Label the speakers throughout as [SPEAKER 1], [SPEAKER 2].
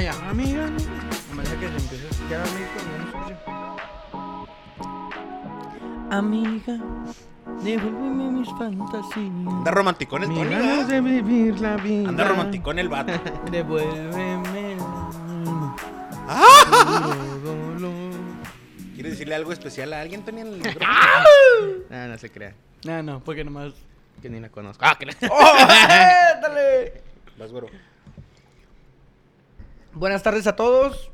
[SPEAKER 1] llama amiga. Me parece que se empieza a escuchar a mí cuando no soy yo. Amiga, devuélveme mis
[SPEAKER 2] Anda
[SPEAKER 1] fantasías.
[SPEAKER 2] romanticón el
[SPEAKER 1] Mis
[SPEAKER 2] Tony, ¿verdad?
[SPEAKER 1] ganas de vivir la vida.
[SPEAKER 2] Anda romanticón el vato.
[SPEAKER 1] Devuélveme el alma. Todo lo-
[SPEAKER 2] ¿Quieres decirle algo especial a alguien, Tony? en el micrófono?
[SPEAKER 3] Ah, no se crea.
[SPEAKER 1] No, no, porque nomás.
[SPEAKER 3] Que ni la conozco. Ah, que la-
[SPEAKER 1] ¡Dale!
[SPEAKER 2] Oh. Vas, güero.
[SPEAKER 1] Buenas tardes a todos.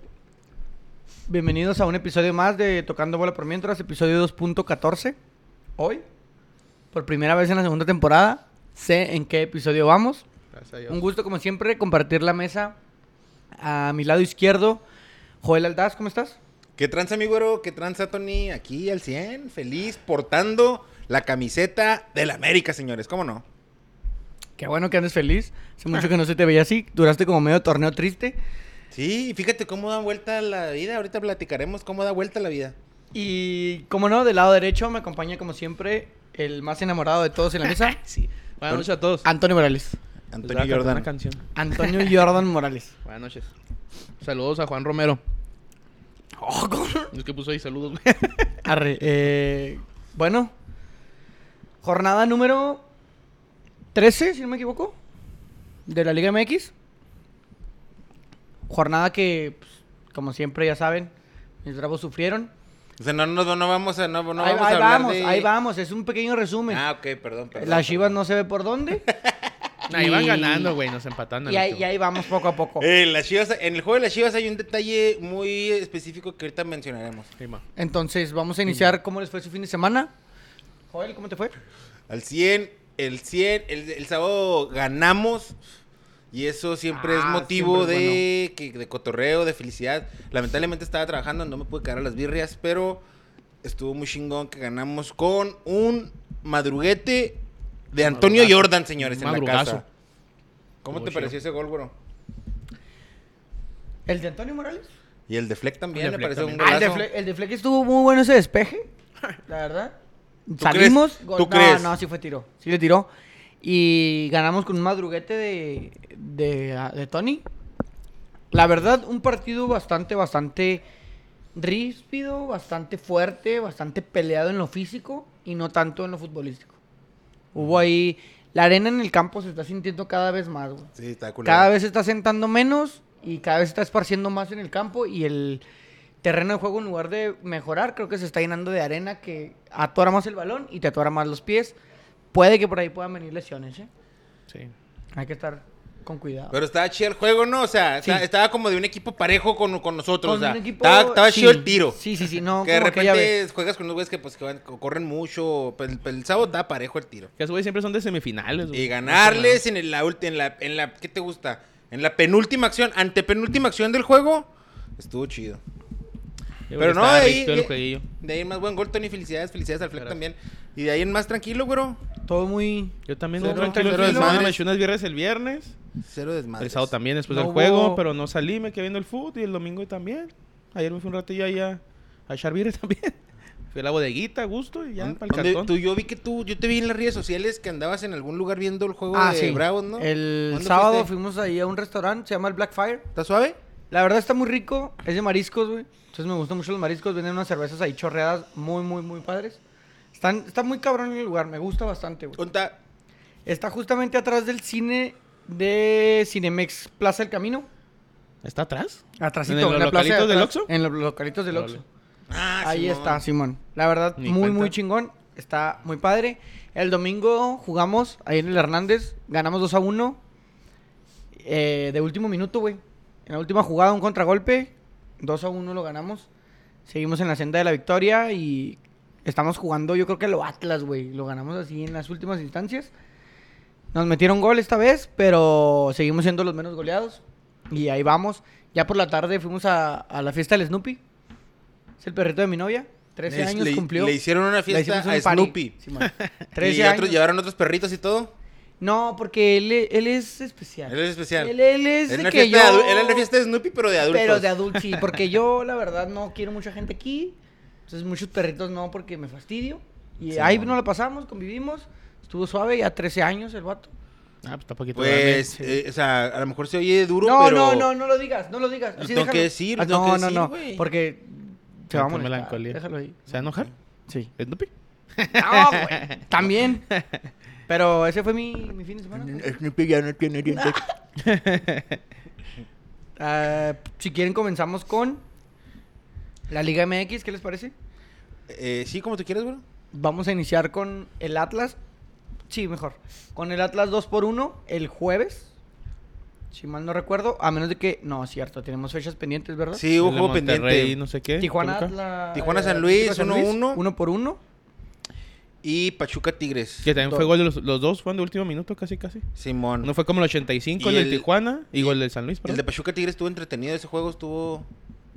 [SPEAKER 1] Bienvenidos a un episodio más de Tocando Bola por Mientras, episodio 2.14. Hoy, por primera vez en la segunda temporada, sé en qué episodio vamos.
[SPEAKER 3] Gracias a Dios.
[SPEAKER 1] Un gusto, como siempre, compartir la mesa. A mi lado izquierdo, Joel Aldaz, ¿cómo estás?
[SPEAKER 2] ¿Qué tranza, mi güero? ¿Qué tranza, Tony? Aquí al 100, feliz, portando la camiseta del América, señores. ¿Cómo no?
[SPEAKER 1] Qué bueno que andes feliz. Hace mucho que no se te veía así. Duraste como medio torneo triste.
[SPEAKER 2] Sí, fíjate cómo da vuelta la vida. Ahorita platicaremos cómo da vuelta la vida.
[SPEAKER 1] Y, como no, del lado derecho me acompaña, como siempre, el más enamorado de todos en la mesa,
[SPEAKER 3] Sí. Buenas noches a todos.
[SPEAKER 1] Antonio Morales.
[SPEAKER 3] Les voy a
[SPEAKER 2] Antonio
[SPEAKER 3] cantar
[SPEAKER 2] Jordan.
[SPEAKER 3] Una canción.
[SPEAKER 1] Antonio Jordan Morales.
[SPEAKER 3] Buenas noches. Saludos a Juan Romero.
[SPEAKER 1] Oh, ¿cómo?
[SPEAKER 3] Es que puso ahí saludos, güey.
[SPEAKER 1] Arre, eh, bueno, jornada número 13, si no me equivoco, de la Liga MX. Jornada que, pues, como siempre, ya saben, mis bravos sufrieron.
[SPEAKER 2] O sea, no, no, no vamos a, no, no
[SPEAKER 1] ahí
[SPEAKER 2] vamos a
[SPEAKER 1] ahí
[SPEAKER 2] hablar
[SPEAKER 1] vamos,
[SPEAKER 2] de...
[SPEAKER 1] ahí vamos, es un pequeño resumen.
[SPEAKER 2] Ah, ok, perdón, perdón.
[SPEAKER 1] Las chivas
[SPEAKER 2] perdón.
[SPEAKER 1] no se ve por dónde.
[SPEAKER 3] Nah, iban ganando, güey. Nos empatando.
[SPEAKER 1] y, ahí, y ahí vamos poco a poco.
[SPEAKER 2] Eh, las chivas, en el juego de las chivas hay un detalle muy específico que ahorita mencionaremos.
[SPEAKER 1] Entonces, vamos a iniciar cómo les fue su fin de semana. Joel, ¿cómo te fue?
[SPEAKER 2] Al 100, el 100, el, el sábado ganamos. Y eso siempre es
[SPEAKER 1] Ah,
[SPEAKER 2] motivo
[SPEAKER 1] siempre es
[SPEAKER 2] de, que- de cotorreo, de felicidad. Lamentablemente estaba trabajando, no me pude quedar a las birrias, pero estuvo muy chingón que ganamos con un madruguete de Antonio
[SPEAKER 3] Madrugazo.
[SPEAKER 2] Jordan, señores, en la
[SPEAKER 3] Madrugazo.
[SPEAKER 2] casa. ¿Cómo
[SPEAKER 3] Estuvo
[SPEAKER 2] te
[SPEAKER 3] chido.
[SPEAKER 2] pareció ese gol, güero?
[SPEAKER 1] ¿El de Antonio Morales?
[SPEAKER 2] Y el de Fleck también,
[SPEAKER 3] El de
[SPEAKER 2] me
[SPEAKER 3] Fleck
[SPEAKER 2] pareció un
[SPEAKER 3] también.
[SPEAKER 1] Ah,
[SPEAKER 2] golazo.
[SPEAKER 1] el de, Fle- el de Fleck estuvo muy bueno ese despeje, la verdad. Salimos,
[SPEAKER 2] crees?
[SPEAKER 1] gol-
[SPEAKER 2] ¿Tú
[SPEAKER 1] no,
[SPEAKER 2] crees?
[SPEAKER 1] no, sí fue tiro, sí le tiró. Y ganamos con un madruguete de, de, ah, de Tony. La verdad, un partido bastante, bastante ríspido, bastante fuerte, bastante peleado en lo físico y no tanto en lo futbolístico. Hubo ahí... La arena en el campo se está sintiendo cada vez más, güey.
[SPEAKER 2] Sí, está culero.
[SPEAKER 1] Cada vez se está sentando menos y cada vez se está esparciendo más en el campo y el terreno de juego en lugar de mejorar creo que se está llenando de arena que atora más el balón y te atora más los pies. Puede que por ahí puedan venir lesiones, ¿eh?
[SPEAKER 3] Sí.
[SPEAKER 1] Hay que estar con cuidado.
[SPEAKER 2] Pero estaba chido el juego, ¿no? O sea,
[SPEAKER 1] Sí.
[SPEAKER 2] está- estaba como de un equipo parejo con, con nosotros.
[SPEAKER 1] Con
[SPEAKER 2] o sea,
[SPEAKER 1] un equipo-
[SPEAKER 2] estaba, estaba
[SPEAKER 1] sí,
[SPEAKER 2] chido el tiro.
[SPEAKER 1] Sí, sí, sí, no,
[SPEAKER 2] que de
[SPEAKER 1] como aquella
[SPEAKER 2] repente
[SPEAKER 1] vez.
[SPEAKER 2] juegas con unos güeyes que pues que van- que corren mucho. Pues, el, el sábado estaba parejo el tiro.
[SPEAKER 3] Que esos güeyes siempre son de semifinales, güey.
[SPEAKER 2] Y ganarles en, el- la ulti- en la en la ¿qué te gusta? En la penúltima acción, antepenúltima acción del juego, estuvo chido. Pero no, de ahí,
[SPEAKER 3] El
[SPEAKER 2] de,
[SPEAKER 3] jueguillo.
[SPEAKER 2] de ahí en más buen gol, Tony, felicidades, felicidades al Fleck
[SPEAKER 3] Gracias.
[SPEAKER 2] también. Y de ahí en más tranquilo, güero.
[SPEAKER 1] Todo muy
[SPEAKER 3] Yo también
[SPEAKER 2] Cero,
[SPEAKER 3] no, tranquilo.
[SPEAKER 2] cero
[SPEAKER 3] el fin de semana,
[SPEAKER 2] desmadres.
[SPEAKER 3] me eché unas birras el viernes.
[SPEAKER 2] Cero desmadre.
[SPEAKER 3] El sábado también después
[SPEAKER 1] No
[SPEAKER 3] del juego,
[SPEAKER 1] hubo-
[SPEAKER 3] pero no salí, me quedé viendo el fútbol y el domingo también. Ayer me fui un ratillo ahí a, a echar birra también. Fui a la bodeguita, a gusto, y ya,
[SPEAKER 2] ¿Dónde-
[SPEAKER 3] para el
[SPEAKER 2] dónde-
[SPEAKER 3] cantón.
[SPEAKER 2] tú, yo vi que tú, yo te vi en las redes sociales que andabas en algún lugar viendo el juego
[SPEAKER 1] Ah,
[SPEAKER 2] de
[SPEAKER 1] sí.
[SPEAKER 2] Bravos, ¿no?
[SPEAKER 1] El
[SPEAKER 2] ¿Dónde
[SPEAKER 1] sábado
[SPEAKER 2] fuiste?
[SPEAKER 1] fuimos ahí a un restaurante, se llama el Blackfire.
[SPEAKER 2] ¿Está suave?
[SPEAKER 1] La verdad está muy rico, es de mariscos, güey. Entonces me gustan mucho los mariscos, venden unas cervezas ahí chorreadas muy, muy, muy padres. Están, está muy cabrón el lugar, me gusta bastante, güey.
[SPEAKER 2] Conta.
[SPEAKER 1] Está justamente atrás del cine de Cinemex Plaza del Camino.
[SPEAKER 3] ¿Está atrás?
[SPEAKER 1] Atrásito,
[SPEAKER 3] ¿En los
[SPEAKER 1] la plaza de
[SPEAKER 3] localitos del
[SPEAKER 1] atrás,
[SPEAKER 3] Oxxo?
[SPEAKER 1] En los localitos del Oxxo.
[SPEAKER 2] Ah,
[SPEAKER 1] ahí
[SPEAKER 2] Simón.
[SPEAKER 1] está, Simón. La verdad,
[SPEAKER 3] Ni
[SPEAKER 1] muy,
[SPEAKER 3] cuenta.
[SPEAKER 1] muy chingón. Está muy padre. El domingo jugamos ahí en el Hernández. Ganamos 2 a 1. eh, de último minuto, güey. En la última jugada, un contragolpe. 2 a 1 lo ganamos. Seguimos en la senda de la victoria y estamos jugando, yo creo que lo Atlas, güey. Lo ganamos así en las últimas instancias. Nos metieron gol esta vez, pero seguimos siendo los menos goleados. Y ahí vamos. Ya por la tarde fuimos a, a la fiesta del Snoopy. Es el perrito de mi novia. 13
[SPEAKER 2] Le-
[SPEAKER 1] años
[SPEAKER 2] le-
[SPEAKER 1] cumplió.
[SPEAKER 2] Le hicieron una
[SPEAKER 1] Le hicimos
[SPEAKER 2] fiesta
[SPEAKER 1] un
[SPEAKER 2] a
[SPEAKER 1] party.
[SPEAKER 2] Snoopy.
[SPEAKER 1] Sí, man.
[SPEAKER 2] y
[SPEAKER 1] 13
[SPEAKER 2] otros
[SPEAKER 1] años.
[SPEAKER 2] llevaron otros perritos y todo.
[SPEAKER 1] No, porque él, e- él es especial.
[SPEAKER 2] Él es especial.
[SPEAKER 1] Él, él Pues es
[SPEAKER 2] Era
[SPEAKER 1] de
[SPEAKER 2] una
[SPEAKER 1] que yo...
[SPEAKER 2] fiesta de adu- era una fiesta de Snoopy, pero de adultos.
[SPEAKER 1] Pero de adultos, sí, porque yo la verdad no quiero mucha gente aquí. Entonces muchos perritos no, porque me fastidio. Y
[SPEAKER 2] Sí,
[SPEAKER 1] ahí
[SPEAKER 2] mon.
[SPEAKER 1] nos la pasamos, convivimos. Estuvo suave, ya 13 años el vato.
[SPEAKER 3] Ah, pues está poquito grande.
[SPEAKER 2] Pues, eh, o sea, a lo mejor se oye duro,
[SPEAKER 1] No,
[SPEAKER 2] pero...
[SPEAKER 1] no, no, no lo digas, no lo digas.
[SPEAKER 2] Lo
[SPEAKER 1] Así
[SPEAKER 2] tengo que
[SPEAKER 1] déjalo.
[SPEAKER 2] decir,
[SPEAKER 1] Ah,
[SPEAKER 2] tengo que
[SPEAKER 1] no,
[SPEAKER 2] decir,
[SPEAKER 1] no,
[SPEAKER 2] güey.
[SPEAKER 1] no, porque te va a
[SPEAKER 3] Entra en
[SPEAKER 1] molestar.
[SPEAKER 3] melancolía.
[SPEAKER 1] Déjalo ahí.
[SPEAKER 3] ¿Se va a enojar?
[SPEAKER 1] Sí.
[SPEAKER 3] ¿Es Snoopy?
[SPEAKER 1] No, güey, también. Pero ese fue mi, mi fin de semana.
[SPEAKER 2] Snoopy ya no tiene dientes.
[SPEAKER 1] Ah, si quieren comenzamos con la Liga MX, ¿qué les parece?
[SPEAKER 2] Eh, sí, como tú quieres, bro.
[SPEAKER 1] Vamos a iniciar con el Atlas. Sí, mejor. Con el Atlas 2 por 1 el jueves. Si mal no recuerdo, a menos de que no, es cierto, tenemos fechas pendientes, ¿verdad?
[SPEAKER 2] Sí, un
[SPEAKER 3] El de
[SPEAKER 2] juego
[SPEAKER 3] Monterrey,
[SPEAKER 2] pendiente.
[SPEAKER 3] no sé qué.
[SPEAKER 1] Tijuana
[SPEAKER 3] Toluca.
[SPEAKER 1] Atlas.
[SPEAKER 2] Tijuana,
[SPEAKER 1] eh,
[SPEAKER 2] San Luis,
[SPEAKER 1] Tijuana, San
[SPEAKER 2] 1-1.
[SPEAKER 1] Uno por uno.
[SPEAKER 2] Y Pachuca Tigres.
[SPEAKER 3] Que también fue gol de los, los dos, fueron de último minuto casi, casi.
[SPEAKER 2] Simón.
[SPEAKER 3] Uno fue como el 85,
[SPEAKER 2] Y
[SPEAKER 3] el,
[SPEAKER 2] el-
[SPEAKER 3] del Tijuana y gol del San Luis,
[SPEAKER 2] El
[SPEAKER 3] perdón.
[SPEAKER 2] de Pachuca Tigres estuvo entretenido. Ese juego estuvo.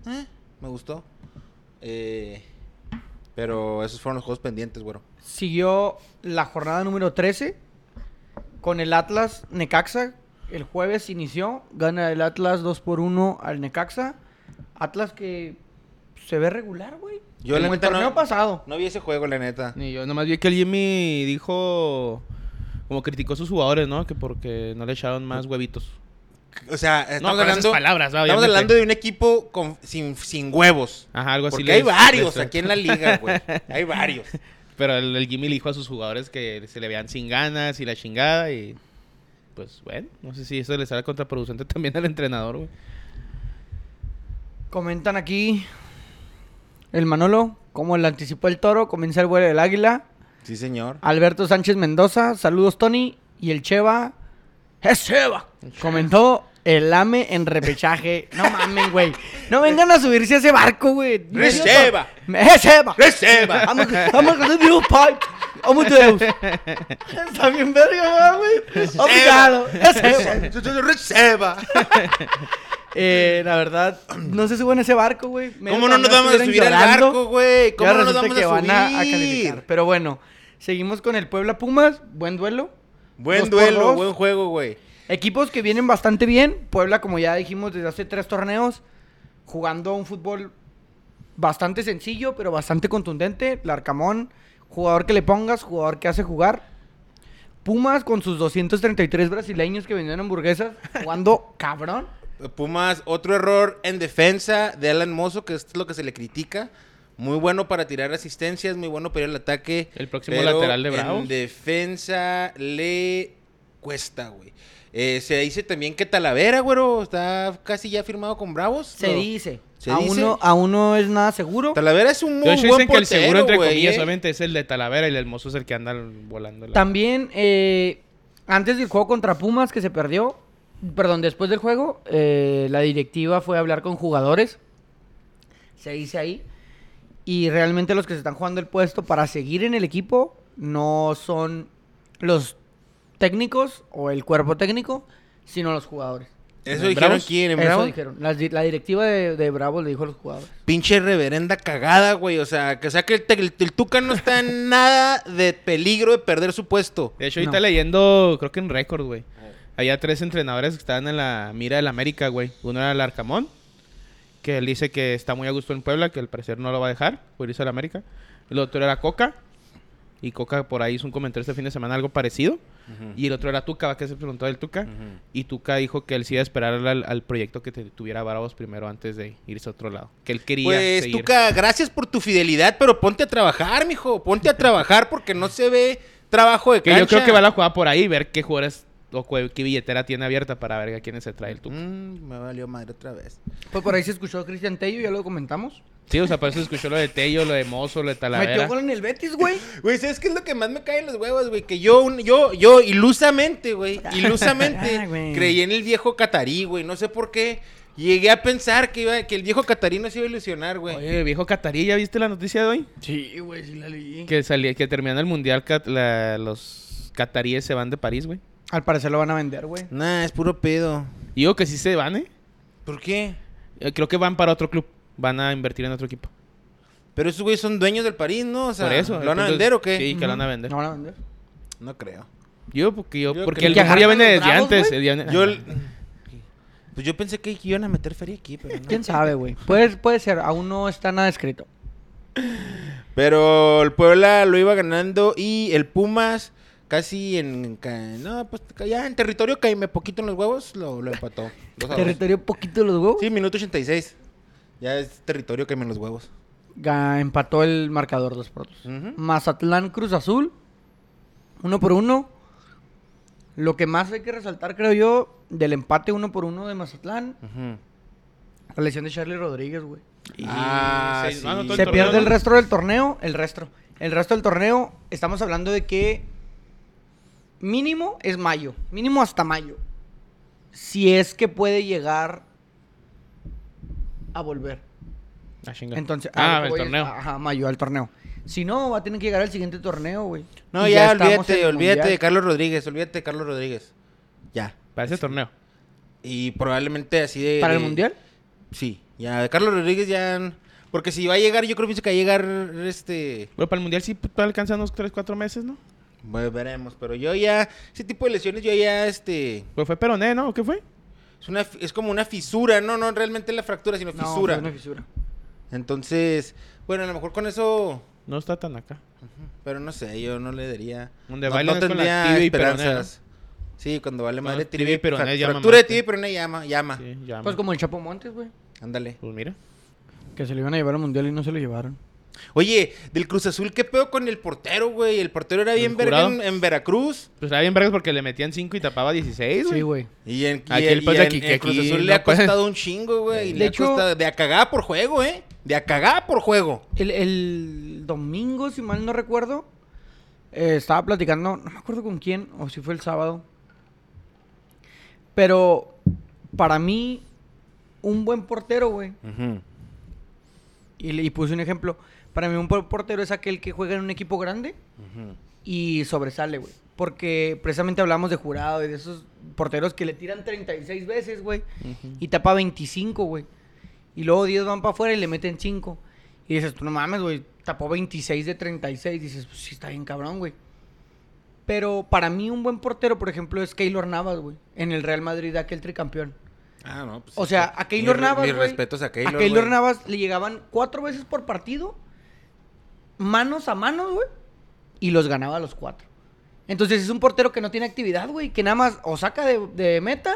[SPEAKER 2] eh, me gustó. Eh, pero esos fueron los juegos pendientes, güero.
[SPEAKER 1] Siguió la jornada número 13 con el Atlas Necaxa. El jueves inició, gana el Atlas 2 por 1 al Necaxa. Atlas que se ve regular, güey.
[SPEAKER 2] Yo, la
[SPEAKER 1] Como el
[SPEAKER 2] neta, no-
[SPEAKER 1] torneo pasado.
[SPEAKER 2] No vi ese juego, la neta.
[SPEAKER 3] Ni yo nomás vi que el Jimmy dijo, como criticó a sus jugadores, ¿no? Que porque no le echaron más huevitos.
[SPEAKER 2] O sea, estamos
[SPEAKER 3] con esas
[SPEAKER 2] hablando.
[SPEAKER 3] palabras, ¿no?
[SPEAKER 2] estamos
[SPEAKER 3] Obviamente.
[SPEAKER 2] hablando de un equipo con- sin, sin huevos.
[SPEAKER 3] Ajá, algo así.
[SPEAKER 2] Porque
[SPEAKER 3] le-
[SPEAKER 2] hay varios
[SPEAKER 3] le-
[SPEAKER 2] aquí en la liga, güey. Hay varios.
[SPEAKER 3] Pero el, el Jimmy le dijo a sus jugadores que se le vean sin ganas y la chingada y... Pues bueno, no sé si eso le será contraproducente también al entrenador, güey.
[SPEAKER 1] Comentan aquí el Manolo, como le anticipó el toro, comienza el vuelo del águila.
[SPEAKER 2] Sí, señor.
[SPEAKER 1] Alberto Sánchez Mendoza, saludos Tony. Y el Cheva, ¡es Cheva! Comentó el AME en repechaje. No mamen, güey. No vengan a subirse a ese barco, güey.
[SPEAKER 2] ¡Es Cheva!
[SPEAKER 1] ¡Es Cheva!
[SPEAKER 2] ¡Reserva!
[SPEAKER 1] I'm a- I'm a good little pipe. I'm a Deus. Está bien verga, güey. Obrigado. ¡Es Cheva!
[SPEAKER 2] ¡Reserva!
[SPEAKER 1] Eh, la verdad, no se suban a ese barco, güey. Me-
[SPEAKER 2] ¿Cómo no nos vamos a
[SPEAKER 1] estuvieran
[SPEAKER 2] subir al
[SPEAKER 1] llorando.
[SPEAKER 2] barco, güey? ¿Cómo
[SPEAKER 1] Ya
[SPEAKER 2] no nos
[SPEAKER 1] resulta
[SPEAKER 2] vamos
[SPEAKER 1] que
[SPEAKER 2] a
[SPEAKER 1] van a, a
[SPEAKER 2] subir?
[SPEAKER 1] calificar. Pero bueno, seguimos con el Puebla Pumas. Buen duelo.
[SPEAKER 2] Buen
[SPEAKER 1] Dos por
[SPEAKER 2] duelo,
[SPEAKER 1] dos.
[SPEAKER 2] buen juego, güey.
[SPEAKER 1] Equipos que vienen bastante bien. Puebla, como ya dijimos, desde hace tres torneos, jugando un fútbol bastante sencillo, pero bastante contundente. Larcamón, jugador que le pongas, jugador que hace jugar. Pumas con sus 233 brasileños que vendieron hamburguesas, jugando cabrón.
[SPEAKER 2] Pumas, otro error en defensa de Alan Mozo, que es lo que se le critica. Muy bueno para tirar asistencias, muy bueno para ir al ataque.
[SPEAKER 3] El próximo
[SPEAKER 2] pero
[SPEAKER 3] lateral de Bravos.
[SPEAKER 2] En defensa le cuesta, güey. Eh, se dice también que Talavera, güero, está casi ya firmado con Bravos.
[SPEAKER 1] Se
[SPEAKER 2] ¿no?
[SPEAKER 1] dice.
[SPEAKER 2] ¿Se
[SPEAKER 1] a
[SPEAKER 2] dice?
[SPEAKER 1] Uno, a uno es nada seguro.
[SPEAKER 2] Talavera es un muy
[SPEAKER 3] de hecho,
[SPEAKER 2] buen
[SPEAKER 3] dicen que el
[SPEAKER 2] portero,
[SPEAKER 3] seguro, entre
[SPEAKER 2] güey,
[SPEAKER 3] comillas,
[SPEAKER 2] ¿eh?
[SPEAKER 3] solamente es el de Talavera y el hermoso es el que anda volando. la-
[SPEAKER 1] También, eh, antes del juego contra Pumas, que se perdió, perdón, después del juego, eh, la directiva fue a hablar con jugadores, se dice ahí, y realmente los que se están jugando el puesto para seguir en el equipo no son los técnicos o el cuerpo técnico, sino los jugadores.
[SPEAKER 2] Eso
[SPEAKER 3] ¿En
[SPEAKER 2] dijeron
[SPEAKER 3] Bravos?
[SPEAKER 2] aquí en
[SPEAKER 1] Eso
[SPEAKER 2] Bravos.
[SPEAKER 1] dijeron. La, di- la directiva de, de Bravo le dijo a los jugadores.
[SPEAKER 2] Pinche reverenda cagada, güey. O sea, que, o sea, que el, te- el- el Tuca no está en nada de peligro de perder su puesto.
[SPEAKER 3] De hecho, ahorita
[SPEAKER 1] No.
[SPEAKER 3] leyendo, creo que en récord, güey. Había tres entrenadores que estaban en la mira del América, güey. Uno era el Arcamón, que él dice que está muy a gusto en Puebla, que al parecer no lo va a dejar por irse al América. El otro era Coca, y Coca por ahí hizo un comentario este fin de semana algo parecido. Y el otro era Tuca, ¿va? que se preguntó del Tuca.
[SPEAKER 2] Ujú.
[SPEAKER 3] Y Tuca dijo que él sí iba a esperar al, al proyecto que te- tuviera Bravos primero antes de irse a otro lado. Que él quería
[SPEAKER 2] Pues,
[SPEAKER 3] seguir.
[SPEAKER 2] Tuca, gracias por tu fidelidad, pero ponte a trabajar, mijo. Ponte a trabajar porque no se ve trabajo de
[SPEAKER 3] Que
[SPEAKER 2] cancha.
[SPEAKER 3] yo creo que va la jugada por ahí, ver qué jugadores o cu- qué billetera tiene abierta para ver a quiénes se trae el Tuca.
[SPEAKER 2] Mm, me valió madre otra vez.
[SPEAKER 1] Pues por ahí se escuchó Cristian Tello, ya lo comentamos.
[SPEAKER 3] Sí, o sea, por eso escuchó lo de Tello, lo de Mozo, lo de
[SPEAKER 1] Metió
[SPEAKER 3] Talavera.
[SPEAKER 1] gol en el Betis, güey.
[SPEAKER 2] Güey, ¿sabes qué es lo que más me cae en los huevos, güey? Que yo, un- yo, yo, ilusamente, güey, ilusamente
[SPEAKER 1] Ah, güey.
[SPEAKER 2] creí en el viejo catarí, güey. No sé por qué. Llegué a pensar que, iba, que el viejo catarí no se iba a ilusionar, güey.
[SPEAKER 3] Oye, viejo Catarí, ¿ya viste la noticia de hoy?
[SPEAKER 1] Sí, güey, sí la leí.
[SPEAKER 3] Que salía, que terminando el mundial, cat- la- los cataríes se van de París, güey.
[SPEAKER 1] Al parecer lo van a vender, güey.
[SPEAKER 2] Nah, es puro pedo.
[SPEAKER 3] Y Digo que sí se van, ¿eh?
[SPEAKER 2] ¿Por qué?
[SPEAKER 3] Eh, Creo que van para otro club. Van a invertir en otro equipo.
[SPEAKER 2] Pero esos güeyes son dueños del París, ¿no? O sea,
[SPEAKER 3] Por
[SPEAKER 2] ¿Lo
[SPEAKER 3] eso,
[SPEAKER 2] van a
[SPEAKER 3] entonces-
[SPEAKER 2] vender o qué? Mm,
[SPEAKER 3] sí. Y que lo van a vender.
[SPEAKER 1] Lo van a vender.
[SPEAKER 2] No creo.
[SPEAKER 3] Yo, porque, yo,
[SPEAKER 2] Yo
[SPEAKER 3] porque
[SPEAKER 2] creo
[SPEAKER 3] el
[SPEAKER 2] que
[SPEAKER 3] rumor ya
[SPEAKER 1] agarran
[SPEAKER 3] viene
[SPEAKER 1] los
[SPEAKER 3] desde
[SPEAKER 1] bravos,
[SPEAKER 3] antes.
[SPEAKER 1] güey.
[SPEAKER 3] desde antes.
[SPEAKER 2] Yo... Pues yo pensé que iban a meter feria aquí, pero no.
[SPEAKER 1] ¿Quién sabe, güey? Puede, puede ser, aún no está nada escrito.
[SPEAKER 2] Pero el Puebla lo iba ganando y el Pumas Casi en. ca- No, pues ca- ya en territorio caíme poquito en los huevos, lo, lo empató. Dos a dos.
[SPEAKER 1] Territorio poquito de los huevos.
[SPEAKER 2] Sí, minuto 86. Ya es territorio caíme en los huevos.
[SPEAKER 1] Ga- empató el marcador dos por dos.
[SPEAKER 2] Ujú.
[SPEAKER 1] Mazatlán Cruz Azul. Uno por uno. Lo que más hay que resaltar, creo yo, del empate uno por uno de Mazatlán,
[SPEAKER 2] Ujú.
[SPEAKER 1] la lesión de Charlie Rodríguez, güey.
[SPEAKER 3] Y
[SPEAKER 2] Ah,
[SPEAKER 3] se-
[SPEAKER 2] sí.
[SPEAKER 3] no, no, todo
[SPEAKER 1] Se
[SPEAKER 3] torneo,
[SPEAKER 1] pierde el
[SPEAKER 3] ¿no?
[SPEAKER 1] resto del torneo, el resto. El resto del torneo, estamos hablando de que mínimo es mayo, mínimo hasta mayo. Si es que puede llegar a volver.
[SPEAKER 3] Ah, chinga.
[SPEAKER 1] Entonces, a
[SPEAKER 3] ah,
[SPEAKER 1] lo que
[SPEAKER 3] el
[SPEAKER 1] voy es-
[SPEAKER 3] torneo.
[SPEAKER 1] Ajá, mayo al torneo. Si no, va a tener que llegar al siguiente torneo, güey.
[SPEAKER 2] No,
[SPEAKER 1] Y
[SPEAKER 2] ya,
[SPEAKER 1] estamos en
[SPEAKER 2] olvídate,
[SPEAKER 1] el
[SPEAKER 2] olvídate de
[SPEAKER 1] mundial.
[SPEAKER 2] Carlos Rodríguez, olvídate de Carlos Rodríguez. Ya.
[SPEAKER 3] Para ese torneo.
[SPEAKER 2] Y probablemente así de.
[SPEAKER 1] ¿Para el
[SPEAKER 2] de-
[SPEAKER 1] mundial?
[SPEAKER 2] Sí, ya. de Carlos Rodríguez ya. Porque si va a llegar, yo creo pienso que va a llegar este.
[SPEAKER 3] Bueno, para el mundial sí te alcanzan unos 3, 4 meses, ¿no?
[SPEAKER 2] Bueno, veremos, pero yo ya. Ese tipo de lesiones, yo ya este.
[SPEAKER 3] Pues fue Peroné, ¿no? ¿O ¿Qué fue?
[SPEAKER 2] Es, una, fi- es como una fisura, no, no realmente la fractura, sino
[SPEAKER 1] No,
[SPEAKER 2] fisura.
[SPEAKER 1] fue una fisura.
[SPEAKER 2] Entonces, bueno, a lo mejor con eso.
[SPEAKER 3] No está tan acá.
[SPEAKER 2] Pero no sé, yo no le daría.
[SPEAKER 3] Donde
[SPEAKER 2] no,
[SPEAKER 3] bailan
[SPEAKER 2] no
[SPEAKER 3] es con la tibia y peroné,
[SPEAKER 2] Sí, cuando vale
[SPEAKER 3] Cuando
[SPEAKER 2] madre
[SPEAKER 3] es tibia y
[SPEAKER 2] fra-
[SPEAKER 3] peroné, llama
[SPEAKER 2] Fractura de
[SPEAKER 3] más,
[SPEAKER 2] tibia y
[SPEAKER 3] sí.
[SPEAKER 2] peroné llama, llama.
[SPEAKER 3] Sí, ya.
[SPEAKER 1] Pues
[SPEAKER 3] Pues,
[SPEAKER 1] como el Chapo Montes, güey.
[SPEAKER 2] Ándale.
[SPEAKER 3] mira.
[SPEAKER 1] Que se lo iban a llevar al mundial y no se lo llevaron.
[SPEAKER 2] Oye, del Cruz Azul, ¿qué pedo con el portero, güey? El portero era bien
[SPEAKER 3] ¿El
[SPEAKER 2] verga
[SPEAKER 3] jurado?
[SPEAKER 2] en, en Veracruz.
[SPEAKER 3] Pues era bien vergas porque le metían 5 y tapaba 16, güey.
[SPEAKER 1] Sí, güey.
[SPEAKER 2] Y en, y
[SPEAKER 3] Aquí
[SPEAKER 2] en-
[SPEAKER 3] el pedo
[SPEAKER 2] y
[SPEAKER 3] de
[SPEAKER 2] en-
[SPEAKER 3] aquí,
[SPEAKER 2] en
[SPEAKER 3] que
[SPEAKER 2] Cruz
[SPEAKER 3] aquí
[SPEAKER 2] Azul
[SPEAKER 3] no
[SPEAKER 2] le ha
[SPEAKER 3] puede.
[SPEAKER 2] costado un chingo, güey. y
[SPEAKER 1] De
[SPEAKER 2] le ha
[SPEAKER 1] hecho-
[SPEAKER 2] costado de a cagar por juego, ¿eh? De a cagar por juego.
[SPEAKER 1] El, el domingo, si mal no recuerdo, eh, estaba platicando, no me acuerdo con quién, o si fue el sábado. Pero para mí, un buen portero, güey, y, le- y puse un ejemplo, para mí un buen portero es aquel que juega en un equipo grande y sobresale, güey. Porque precisamente hablamos de jurado y de esos porteros que le tiran 36 veces, güey, y tapa 25, güey. Y luego 10 van para afuera y le meten 5. Y dices, tú no mames, güey, tapó 26 de 36. Dices, pues sí, está bien cabrón, güey. Pero para mí un buen portero, por ejemplo, es Keylor Navas, güey, en el Real Madrid, aquel tricampeón.
[SPEAKER 2] Ah, no, pues.
[SPEAKER 1] O
[SPEAKER 2] sí,
[SPEAKER 1] sea,
[SPEAKER 2] pues,
[SPEAKER 1] a Keylor
[SPEAKER 2] mi re-
[SPEAKER 1] Navas,
[SPEAKER 2] Mis
[SPEAKER 1] güey,
[SPEAKER 2] respetos a Keylor.
[SPEAKER 1] a Keylor
[SPEAKER 2] güey.
[SPEAKER 1] Navas le llegaban cuatro veces por partido, manos a manos, güey, y los ganaba a los cuatro. Entonces es un portero que no tiene actividad, güey, que nada más o saca de, de meta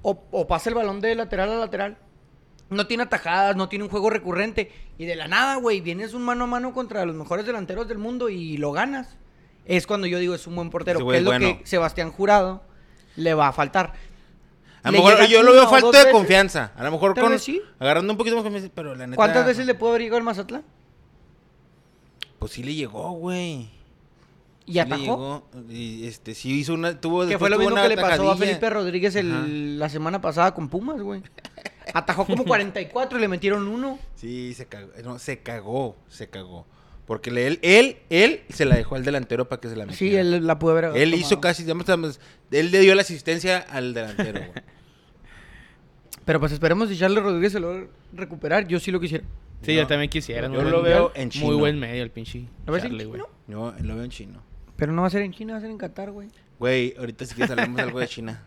[SPEAKER 1] o, o pasa el balón de lateral a lateral. No tiene atajadas, no tiene un juego recurrente. Y de la nada, güey, vienes un mano a mano contra los mejores delanteros del mundo y lo ganas. Es cuando yo digo es un buen portero,
[SPEAKER 2] Ese
[SPEAKER 1] que
[SPEAKER 2] güey
[SPEAKER 1] es
[SPEAKER 2] es
[SPEAKER 1] lo
[SPEAKER 2] bueno.
[SPEAKER 1] que Sebastián Jurado le va a faltar.
[SPEAKER 2] A lo
[SPEAKER 1] Le
[SPEAKER 2] mejor
[SPEAKER 1] llegan
[SPEAKER 2] yo lo veo
[SPEAKER 1] una o dos
[SPEAKER 2] falta de
[SPEAKER 1] veces.
[SPEAKER 2] confianza. A lo mejor
[SPEAKER 1] Tal
[SPEAKER 2] con.
[SPEAKER 1] vez sí.
[SPEAKER 2] Agarrando un poquito más confianza, pero la neta.
[SPEAKER 1] ¿Cuántas veces le puede haber llegado al Mazatlán?
[SPEAKER 2] Pues sí le llegó, güey. Sí
[SPEAKER 1] Y
[SPEAKER 2] le
[SPEAKER 1] atajó.
[SPEAKER 2] llegó, y, este, sí hizo una. Tuvo,
[SPEAKER 1] Que
[SPEAKER 2] después
[SPEAKER 1] fue lo
[SPEAKER 2] tuvo
[SPEAKER 1] mismo
[SPEAKER 2] una
[SPEAKER 1] que le pasó a
[SPEAKER 2] atajadilla.
[SPEAKER 1] Felipe Rodríguez el- la semana pasada con Pumas, güey. Atajó como 44 y le metieron uno.
[SPEAKER 2] Sí, se cagó. No, se cagó, se cagó. Porque le- él, él, él se la dejó al delantero para que se la metiera.
[SPEAKER 1] Sí, él la pudo haber
[SPEAKER 2] Él
[SPEAKER 1] tomado.
[SPEAKER 2] hizo casi, digamos, digamos, él le dio la asistencia al delantero, güey.
[SPEAKER 1] Pero pues esperemos si Charles Rodríguez se lo va a recuperar. Yo sí lo quisiera.
[SPEAKER 3] Sí,
[SPEAKER 2] No.
[SPEAKER 3] yo también quisiera.
[SPEAKER 2] Yo
[SPEAKER 3] un
[SPEAKER 2] lo
[SPEAKER 3] buen
[SPEAKER 2] veo
[SPEAKER 3] mundial.
[SPEAKER 2] en
[SPEAKER 3] Muy
[SPEAKER 2] chino.
[SPEAKER 3] buen medio el pinche.
[SPEAKER 1] ¿Lo ves en
[SPEAKER 3] Charlie, güey.
[SPEAKER 1] chino?
[SPEAKER 2] Yo lo veo en chino.
[SPEAKER 1] Pero no va a ser en China, va a ser en Qatar, güey.
[SPEAKER 2] Güey, ahorita sí que hablamos algo de China.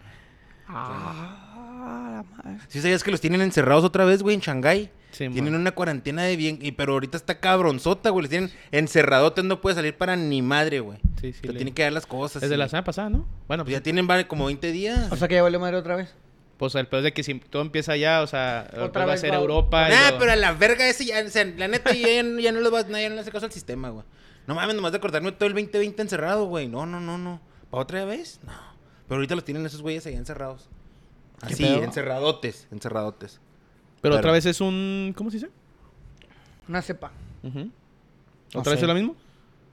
[SPEAKER 1] Ah, la madre.
[SPEAKER 2] ¿Sí sabías que los tienen encerrados otra vez, güey, en Shanghái?
[SPEAKER 3] Sí,
[SPEAKER 2] tienen
[SPEAKER 3] mon.
[SPEAKER 2] una cuarentena de bien, y, pero ahorita está cabronzota, güey. Les tienen encerradotes, no puede salir para ni madre, güey.
[SPEAKER 3] Sí, sí,
[SPEAKER 2] Te
[SPEAKER 3] le-
[SPEAKER 2] tienen que dar las cosas.
[SPEAKER 3] Desde
[SPEAKER 2] sí.
[SPEAKER 3] la semana pasada, ¿no? Bueno,
[SPEAKER 2] Pues
[SPEAKER 3] pues,
[SPEAKER 2] ya tienen vale, como 20 días.
[SPEAKER 1] O sea que ya valió madre otra vez.
[SPEAKER 3] pues el peor es de que si todo empieza allá, o sea,
[SPEAKER 1] Otra
[SPEAKER 3] después va a
[SPEAKER 1] vez
[SPEAKER 3] ser
[SPEAKER 1] va-
[SPEAKER 3] Europa. y
[SPEAKER 2] Nah,
[SPEAKER 3] luego-
[SPEAKER 2] Ah, pero a la verga ese ya, o sea, la neta ya, ya no les va, ya no le hace caso al sistema, güey. No mames, nomás de acordarme todo el 2020 encerrado, güey. No, no, no, no. ¿Para otra vez? No. Pero ahorita los tienen esos güeyes ahí encerrados.
[SPEAKER 1] ¿Qué
[SPEAKER 2] Así,
[SPEAKER 1] pedo?
[SPEAKER 2] encerradotes, encerradotes.
[SPEAKER 3] Pero otra
[SPEAKER 2] Pero-
[SPEAKER 3] vez es un. ¿Cómo se dice?
[SPEAKER 1] Una cepa.
[SPEAKER 3] Ujú.
[SPEAKER 1] No
[SPEAKER 3] ¿Otra vez
[SPEAKER 1] sé.
[SPEAKER 3] es lo mismo?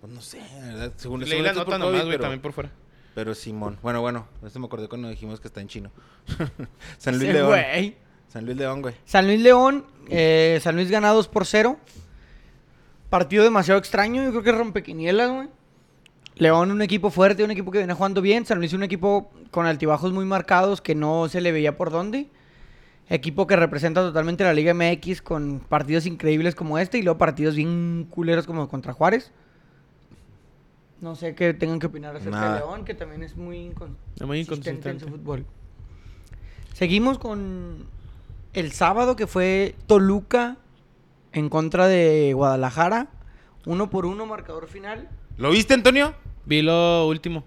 [SPEAKER 2] Pues no sé, la verdad, según
[SPEAKER 3] Leí
[SPEAKER 2] según
[SPEAKER 3] la
[SPEAKER 2] esto es por
[SPEAKER 3] nota nomás,
[SPEAKER 2] COVID,
[SPEAKER 3] güey,
[SPEAKER 2] pero,
[SPEAKER 3] también por fuera.
[SPEAKER 2] pero Simón. Bueno, bueno, eso me acordé cuando dijimos que está en chino. San Luis
[SPEAKER 1] Sí,
[SPEAKER 2] León.
[SPEAKER 1] güey.
[SPEAKER 2] San Luis León, güey.
[SPEAKER 1] San Luis León, eh, San Luis gana 2 por 0. Partido demasiado extraño, yo creo que rompequinielas, güey. León, un equipo fuerte, un equipo que viene jugando bien. San Luis, un equipo con altibajos muy marcados que no se le veía por dónde. Equipo que representa totalmente la Liga MX con partidos increíbles como este y luego partidos bien culeros como contra Juárez. No sé qué tengan que opinar acerca
[SPEAKER 2] Nada.
[SPEAKER 1] de León, que también es muy inconsistente,
[SPEAKER 3] Es muy
[SPEAKER 1] en su
[SPEAKER 3] inconsistente.
[SPEAKER 1] fútbol. Seguimos con el sábado que fue Toluca en contra de Guadalajara. Uno por uno, marcador final.
[SPEAKER 2] ¿Lo viste, Antonio?
[SPEAKER 3] Vi lo último.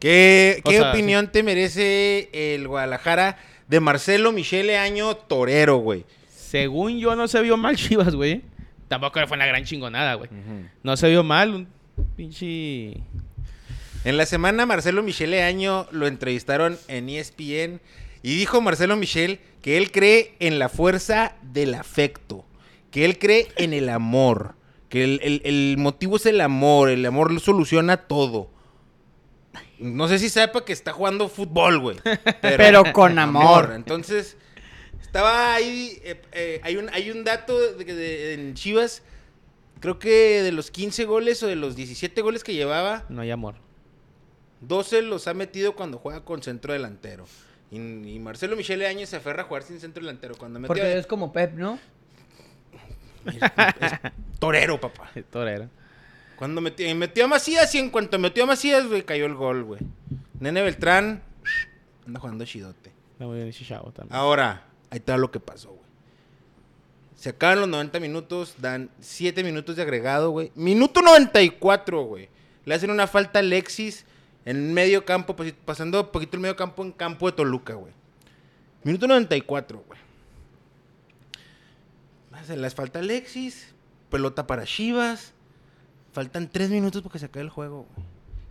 [SPEAKER 2] ¿Qué,
[SPEAKER 3] O
[SPEAKER 2] qué
[SPEAKER 3] sea,
[SPEAKER 2] opinión te merece el Guadalajara de Marcelo Michele Año Torero, güey?
[SPEAKER 3] Según yo, no se vio mal Chivas, güey. Tampoco fue una gran chingonada, güey. No se vio mal, un pinche...
[SPEAKER 2] En la semana, Marcelo Michele Año lo entrevistaron en E ESPN y dijo Marcelo Michel que él cree en la fuerza del afecto, que él cree en el amor, que el, el- el motivo es el amor, el amor lo soluciona todo. No sé si sepa que está jugando fútbol, güey.
[SPEAKER 1] Pero con amor.
[SPEAKER 2] Entonces, estaba ahí, eh, eh, hay, un, hay un dato de, de- de- en Chivas, creo que de los 15 goles o de los 17 goles que llevaba,
[SPEAKER 3] No hay amor.
[SPEAKER 2] 12 los ha metido cuando juega con centro delantero. Y, y Marcelo Michele Añez se aferra a jugar sin centro delantero. Cuando metió
[SPEAKER 1] Porque es como Pep, ¿no?
[SPEAKER 2] torero, papá.
[SPEAKER 3] Torero.
[SPEAKER 2] Cuando metió, y metió a Macías y en cuanto metió a Macías, güey, cayó el gol, güey. Nene Beltrán anda jugando chidote.
[SPEAKER 3] Está muy bien ese chavo también.
[SPEAKER 2] Ahora, ahí está lo que pasó, güey. Se acaban los 90 minutos, dan 7 minutos de agregado, güey. Minuto 94, güey. Le hacen una falta a Alexis en medio campo, pues, pasando poquito el medio campo en campo de Toluca, güey. Minuto 94, güey. Hacen las falta a Alexis, pelota para Chivas. Faltan 3 minutos porque se acabe el juego, güey.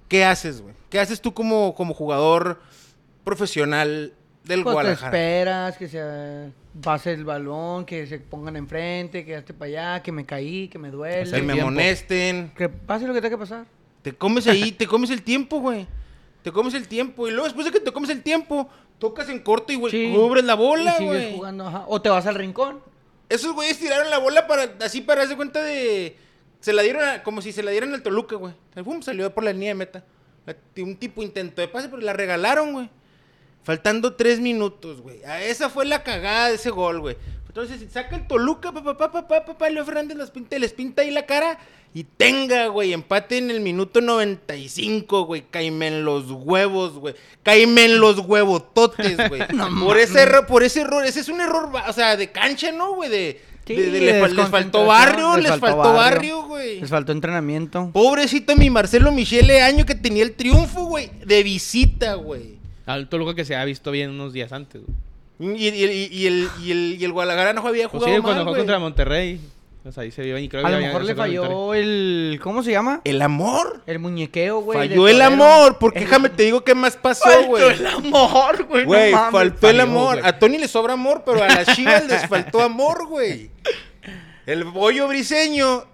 [SPEAKER 2] ¿Qué haces, güey? ¿Qué haces tú como, como jugador profesional del
[SPEAKER 1] Pues te
[SPEAKER 2] Guadalajara?
[SPEAKER 1] esperas que se pase el balón, que se pongan enfrente, que esté para allá, que me caí, que me duele.
[SPEAKER 3] Hacer
[SPEAKER 2] que Pues me
[SPEAKER 3] tiempo.
[SPEAKER 2] amonesten.
[SPEAKER 1] Que pase lo que tenga que pasar.
[SPEAKER 2] Te comes ahí, te comes el tiempo, güey. Te comes el tiempo. Y luego, después de que te comes el tiempo, tocas en corto y, güey,
[SPEAKER 1] Sí.
[SPEAKER 2] cubres Pues la bola,
[SPEAKER 1] Y sigues
[SPEAKER 2] güey.
[SPEAKER 1] jugando, ajá. O te vas al rincón.
[SPEAKER 2] Esos güeyes tiraron la bola para, así para darse cuenta de. Se la dieron a- como si se la dieran al Toluca, güey. Pum, salió por la línea de meta. La- Un tipo intentó de pase, pero la regalaron, güey. Faltando tres minutos, güey. Ah, Esa fue la cagada de ese gol, güey. Entonces saca el Toluca, papá, papá, papá, papá, Leo Fernández los pinta, les pinta ahí la cara y tenga, güey, empate en el minuto 95, güey. Caíme en los huevos, güey. Caíme en los huevototes, güey. por, ese error, por ese error, ese es un error, va- o sea, de cancha, ¿no, güey? De,
[SPEAKER 1] Sí,
[SPEAKER 2] de- de-
[SPEAKER 1] de
[SPEAKER 2] les, fal- les faltó
[SPEAKER 1] desconcentración,
[SPEAKER 2] barrio,
[SPEAKER 1] les
[SPEAKER 2] les
[SPEAKER 1] faltó
[SPEAKER 2] faltó
[SPEAKER 1] barrio.
[SPEAKER 2] barrio, güey.
[SPEAKER 1] Les faltó entrenamiento.
[SPEAKER 2] Pobrecito mi Marcelo Michele Año que tenía el triunfo, güey, de visita, güey.
[SPEAKER 3] Al Toluca que se ha visto bien unos días antes. güey.
[SPEAKER 2] Y, y- y- y el, y, el, y el Guadalajara no había
[SPEAKER 3] Pues
[SPEAKER 2] jugado
[SPEAKER 3] sí,
[SPEAKER 2] mal,
[SPEAKER 3] cuando jugó
[SPEAKER 2] güey.
[SPEAKER 3] contra Monterrey. O sea, ahí se vio y creo que
[SPEAKER 1] A lo
[SPEAKER 3] ya habían
[SPEAKER 1] mejor le
[SPEAKER 3] sacado la victoria.
[SPEAKER 1] falló el. ¿Cómo se llama?
[SPEAKER 2] El amor.
[SPEAKER 1] El muñequeo, güey. de
[SPEAKER 2] Falló el
[SPEAKER 1] torero.
[SPEAKER 2] amor, porque
[SPEAKER 1] El-
[SPEAKER 2] déjame te digo qué más pasó,
[SPEAKER 1] Faltó
[SPEAKER 2] güey.
[SPEAKER 1] el amor, güey. no
[SPEAKER 2] Güey,
[SPEAKER 1] mames.
[SPEAKER 2] faltó el
[SPEAKER 3] Falló,
[SPEAKER 2] amor.
[SPEAKER 3] güey.
[SPEAKER 2] A Tony le sobra amor, pero a las chivas les faltó amor, güey. El pollo briseño,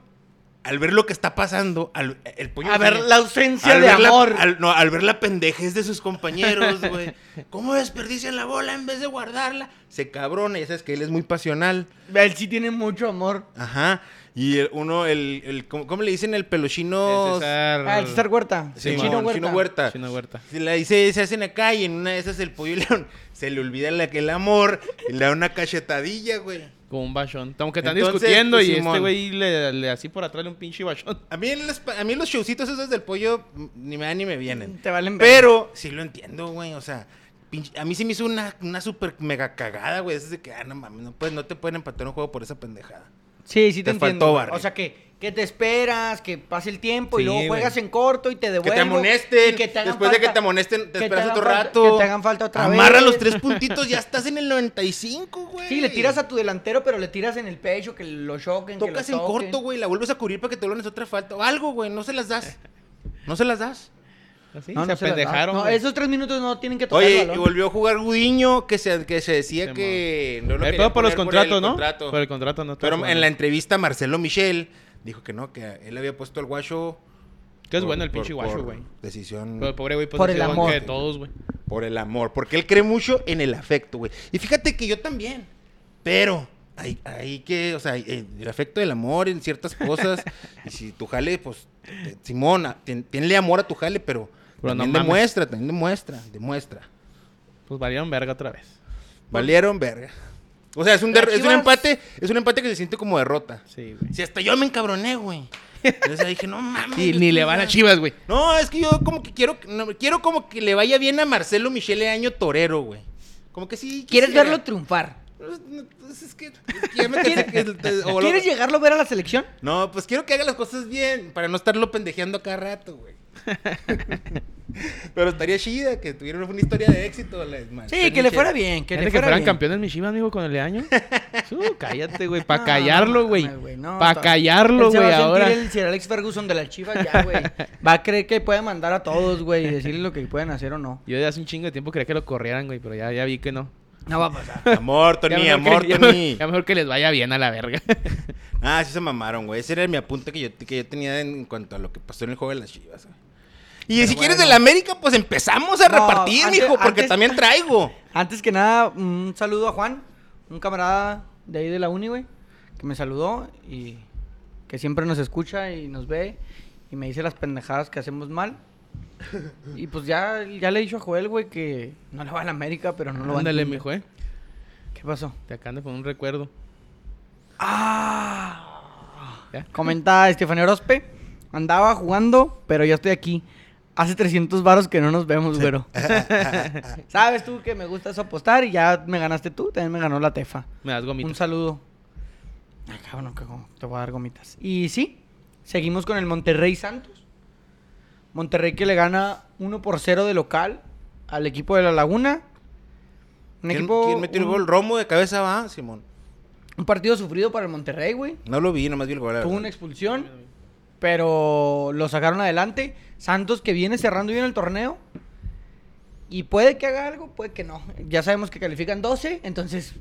[SPEAKER 2] al ver lo que está pasando, al, el pollo
[SPEAKER 1] A ver,
[SPEAKER 2] briseño-
[SPEAKER 1] la ausencia
[SPEAKER 2] al
[SPEAKER 1] de
[SPEAKER 2] ver la-
[SPEAKER 1] amor.
[SPEAKER 2] al- no, al ver la pendejez de sus compañeros, güey. ¿Cómo desperdician la bola en vez de guardarla? Se cabrona, ya sabes que él es muy pasional.
[SPEAKER 1] Él sí tiene mucho amor.
[SPEAKER 2] Ajá. Y el- uno, el, el- ¿cómo, cómo le dicen el peluchino?
[SPEAKER 3] El César-
[SPEAKER 1] Ah, el César Huerta.
[SPEAKER 2] Sí,
[SPEAKER 1] el
[SPEAKER 2] Simón,
[SPEAKER 1] Chino Huerta.
[SPEAKER 2] Chino Huerta.
[SPEAKER 3] Chino Huerta.
[SPEAKER 2] Se la dice, se hacen acá y en una de esas el pollo león se le olvida la que el amor y le da una cachetadilla, güey.
[SPEAKER 3] Con un bachón. Como que están
[SPEAKER 2] Entonces,
[SPEAKER 3] discutiendo y
[SPEAKER 2] Simón.
[SPEAKER 3] este güey le, le- así por atrás le un pinche bachón.
[SPEAKER 2] A mí, los, a mí los showcitos esos del pollo mm, ni me dan ni me vienen.
[SPEAKER 1] Te valen verga.
[SPEAKER 2] Pero sí lo entiendo, güey. O sea, pinche- a mí sí me hizo una, una super mega cagada, güey. Es de que, ah, no mames, no, pues, no te pueden empatar un juego por esa pendejada.
[SPEAKER 1] Sí, sí te,
[SPEAKER 2] Te faltó
[SPEAKER 1] entiendo. güey.
[SPEAKER 2] barrio.
[SPEAKER 1] O sea que, que te esperas, que pase el tiempo y
[SPEAKER 3] Sí,
[SPEAKER 1] luego juegas
[SPEAKER 3] güey.
[SPEAKER 1] en corto y te
[SPEAKER 2] Que
[SPEAKER 1] devuelvo.
[SPEAKER 2] te amonesten.
[SPEAKER 1] y que te hagan
[SPEAKER 2] después de que
[SPEAKER 1] falta-
[SPEAKER 2] te amonesten, te
[SPEAKER 1] que
[SPEAKER 2] esperas
[SPEAKER 1] hagan
[SPEAKER 2] otro
[SPEAKER 1] falta-
[SPEAKER 2] rato.
[SPEAKER 1] Que te hagan falta otra vez.
[SPEAKER 2] Amarra los tres puntitos, ya estás en el 95, güey.
[SPEAKER 1] Sí, le tiras a tu delantero, pero le tiras en el pecho, que lo choquen, que
[SPEAKER 2] Tocas
[SPEAKER 1] lo
[SPEAKER 2] en
[SPEAKER 1] toquen.
[SPEAKER 2] corto, güey. La vuelves a cubrir para que te vuelvan a hacer otra falta. O algo, güey. No se las das. No se las das.
[SPEAKER 3] Así,
[SPEAKER 1] ¿Ah, No, no
[SPEAKER 3] se
[SPEAKER 1] se las da.
[SPEAKER 3] apendejaron.
[SPEAKER 1] No,
[SPEAKER 3] güey.
[SPEAKER 1] esos tres minutos no tienen que tocar el
[SPEAKER 2] Oye, y
[SPEAKER 1] balón.
[SPEAKER 2] volvió a jugar Gudiño, que se, que se decía
[SPEAKER 3] Sí,
[SPEAKER 2] que... no lo
[SPEAKER 3] el
[SPEAKER 2] quería
[SPEAKER 3] pedo por los
[SPEAKER 2] poner
[SPEAKER 3] contratos,
[SPEAKER 2] el
[SPEAKER 3] ¿no?
[SPEAKER 2] contrato.
[SPEAKER 3] Por el contrato no. está
[SPEAKER 2] Pero
[SPEAKER 3] jugando.
[SPEAKER 2] en la entrevista Marcelo Michel dijo que no, que él había puesto al guacho...
[SPEAKER 3] Que es
[SPEAKER 2] por-
[SPEAKER 3] bueno el
[SPEAKER 2] por-
[SPEAKER 3] pinche guacho,
[SPEAKER 2] por
[SPEAKER 3] güey.
[SPEAKER 2] Decisión
[SPEAKER 3] Pero el pobre güey, pues
[SPEAKER 1] Por
[SPEAKER 3] ha
[SPEAKER 1] el
[SPEAKER 3] sido banca
[SPEAKER 1] amor.
[SPEAKER 3] de todos, güey.
[SPEAKER 2] por el amor, porque él cree mucho en el afecto, güey. Y fíjate que yo también, pero... Hay, hay que, o sea, eh, el afecto del amor en ciertas cosas. y si tu jale, pues, eh, Simón, a- ten- tenle amor a tu jale, pero,
[SPEAKER 3] Pero no
[SPEAKER 2] también
[SPEAKER 3] mames.
[SPEAKER 2] demuestra, también demuestra, demuestra.
[SPEAKER 3] Pues valieron verga otra vez.
[SPEAKER 2] Valieron verga. O sea, es un,
[SPEAKER 1] Las
[SPEAKER 2] der- es un
[SPEAKER 1] Chivas-
[SPEAKER 2] empate, es un empate que se siente como derrota.
[SPEAKER 3] Sí, güey.
[SPEAKER 2] Si hasta yo me encabroné, güey. Entonces dije, no mames.
[SPEAKER 3] Y
[SPEAKER 2] yo
[SPEAKER 3] ni
[SPEAKER 2] estoy
[SPEAKER 3] le van a
[SPEAKER 2] mal.
[SPEAKER 3] chivas, güey.
[SPEAKER 2] No, es que yo como que quiero, no, quiero como que le vaya bien a Marcelo Michele Año Torero, güey. Como que sí.
[SPEAKER 1] ¿Quieres
[SPEAKER 2] quisiera.
[SPEAKER 1] verlo triunfar?
[SPEAKER 2] Pues, no, pues, es que, es que ya me cansé que- o lo-
[SPEAKER 1] ¿Quieres llegarlo a ver a la selección?
[SPEAKER 2] No, pues quiero que haga las cosas bien para no estarlo pendejeando cada rato, güey. Pero estaría chida que tuviera una historia de éxito. la- man,
[SPEAKER 1] Sí,
[SPEAKER 2] estaría
[SPEAKER 1] que le
[SPEAKER 2] chida.
[SPEAKER 1] fuera bien, que le
[SPEAKER 3] Fíjate que
[SPEAKER 1] fuera
[SPEAKER 3] fueran
[SPEAKER 1] bien.
[SPEAKER 3] campeones mis chivas, amigo, con el de año. Uh, cállate, güey. Para
[SPEAKER 1] No,
[SPEAKER 3] callarlo,
[SPEAKER 1] no
[SPEAKER 3] güey.
[SPEAKER 1] mames, güey, no,
[SPEAKER 3] para
[SPEAKER 1] to-
[SPEAKER 3] callarlo,
[SPEAKER 1] Él se va
[SPEAKER 3] güey.
[SPEAKER 1] a sentir
[SPEAKER 3] Ahora.
[SPEAKER 1] el Sir Alex Ferguson de la chiva ya, güey. Va a creer que puede mandar a todos, güey, y decirles lo que pueden hacer o no.
[SPEAKER 3] Yo desde hace un chingo de tiempo creía que lo corrieran, güey, pero ya, ya vi que no.
[SPEAKER 1] No va a pasar.
[SPEAKER 2] Amor,
[SPEAKER 3] Ya
[SPEAKER 2] Tony,
[SPEAKER 3] mejor que-
[SPEAKER 2] amor,
[SPEAKER 3] ya-
[SPEAKER 2] Tony.
[SPEAKER 3] ya mejor que les vaya bien a la verga.
[SPEAKER 2] Ah, sí se mamaron, güey. Ese era mi apunte que yo, que yo tenía en cuanto a lo que pasó en el juego de las chivas. güey. Y si quieres
[SPEAKER 1] bueno.
[SPEAKER 2] del América, pues empezamos a
[SPEAKER 1] No,
[SPEAKER 2] repartir,
[SPEAKER 1] antes-
[SPEAKER 2] mijo, porque
[SPEAKER 1] antes-
[SPEAKER 2] también traigo.
[SPEAKER 1] Antes que nada, un saludo a Juan, un camarada de ahí de la uni, güey, que me saludó y que siempre nos escucha y nos ve y me dice las pendejadas que hacemos mal. Y pues ya, ya le he dicho a Joel, güey, que no le va a la América, pero no lo va a
[SPEAKER 3] Ándale,
[SPEAKER 1] entender.
[SPEAKER 3] mijo, eh.
[SPEAKER 1] ¿Qué pasó?
[SPEAKER 3] Te acaban de poner un recuerdo. ¿Ya?
[SPEAKER 1] Comenta Estefanía Orozpe. Andaba jugando, pero ya estoy aquí. Hace 300 varos que no nos vemos, güero. Sabes tú que me gusta eso apostar y ya me ganaste tú. También me ganó la tefa.
[SPEAKER 3] Me das
[SPEAKER 1] Un
[SPEAKER 3] gomitas.
[SPEAKER 1] saludo. Ay, cabrón, que como- te voy a dar gomitas. Y sí, seguimos con el Monterrey Santos. Monterrey que le gana 1 por 0 de local al equipo de La Laguna. Un
[SPEAKER 2] ¿Quién,
[SPEAKER 1] equipo.
[SPEAKER 2] quién metió el
[SPEAKER 1] un-
[SPEAKER 2] gol? Romo de cabeza va, Simón.
[SPEAKER 1] Un partido sufrido para el Monterrey, güey.
[SPEAKER 2] No lo vi, nomás vi el gol. la
[SPEAKER 1] Tuvo
[SPEAKER 2] verdad.
[SPEAKER 1] una expulsión, pero lo sacaron adelante. Santos que viene cerrando bien el torneo. Y puede que haga algo, puede que no. Ya sabemos que califican 12, entonces...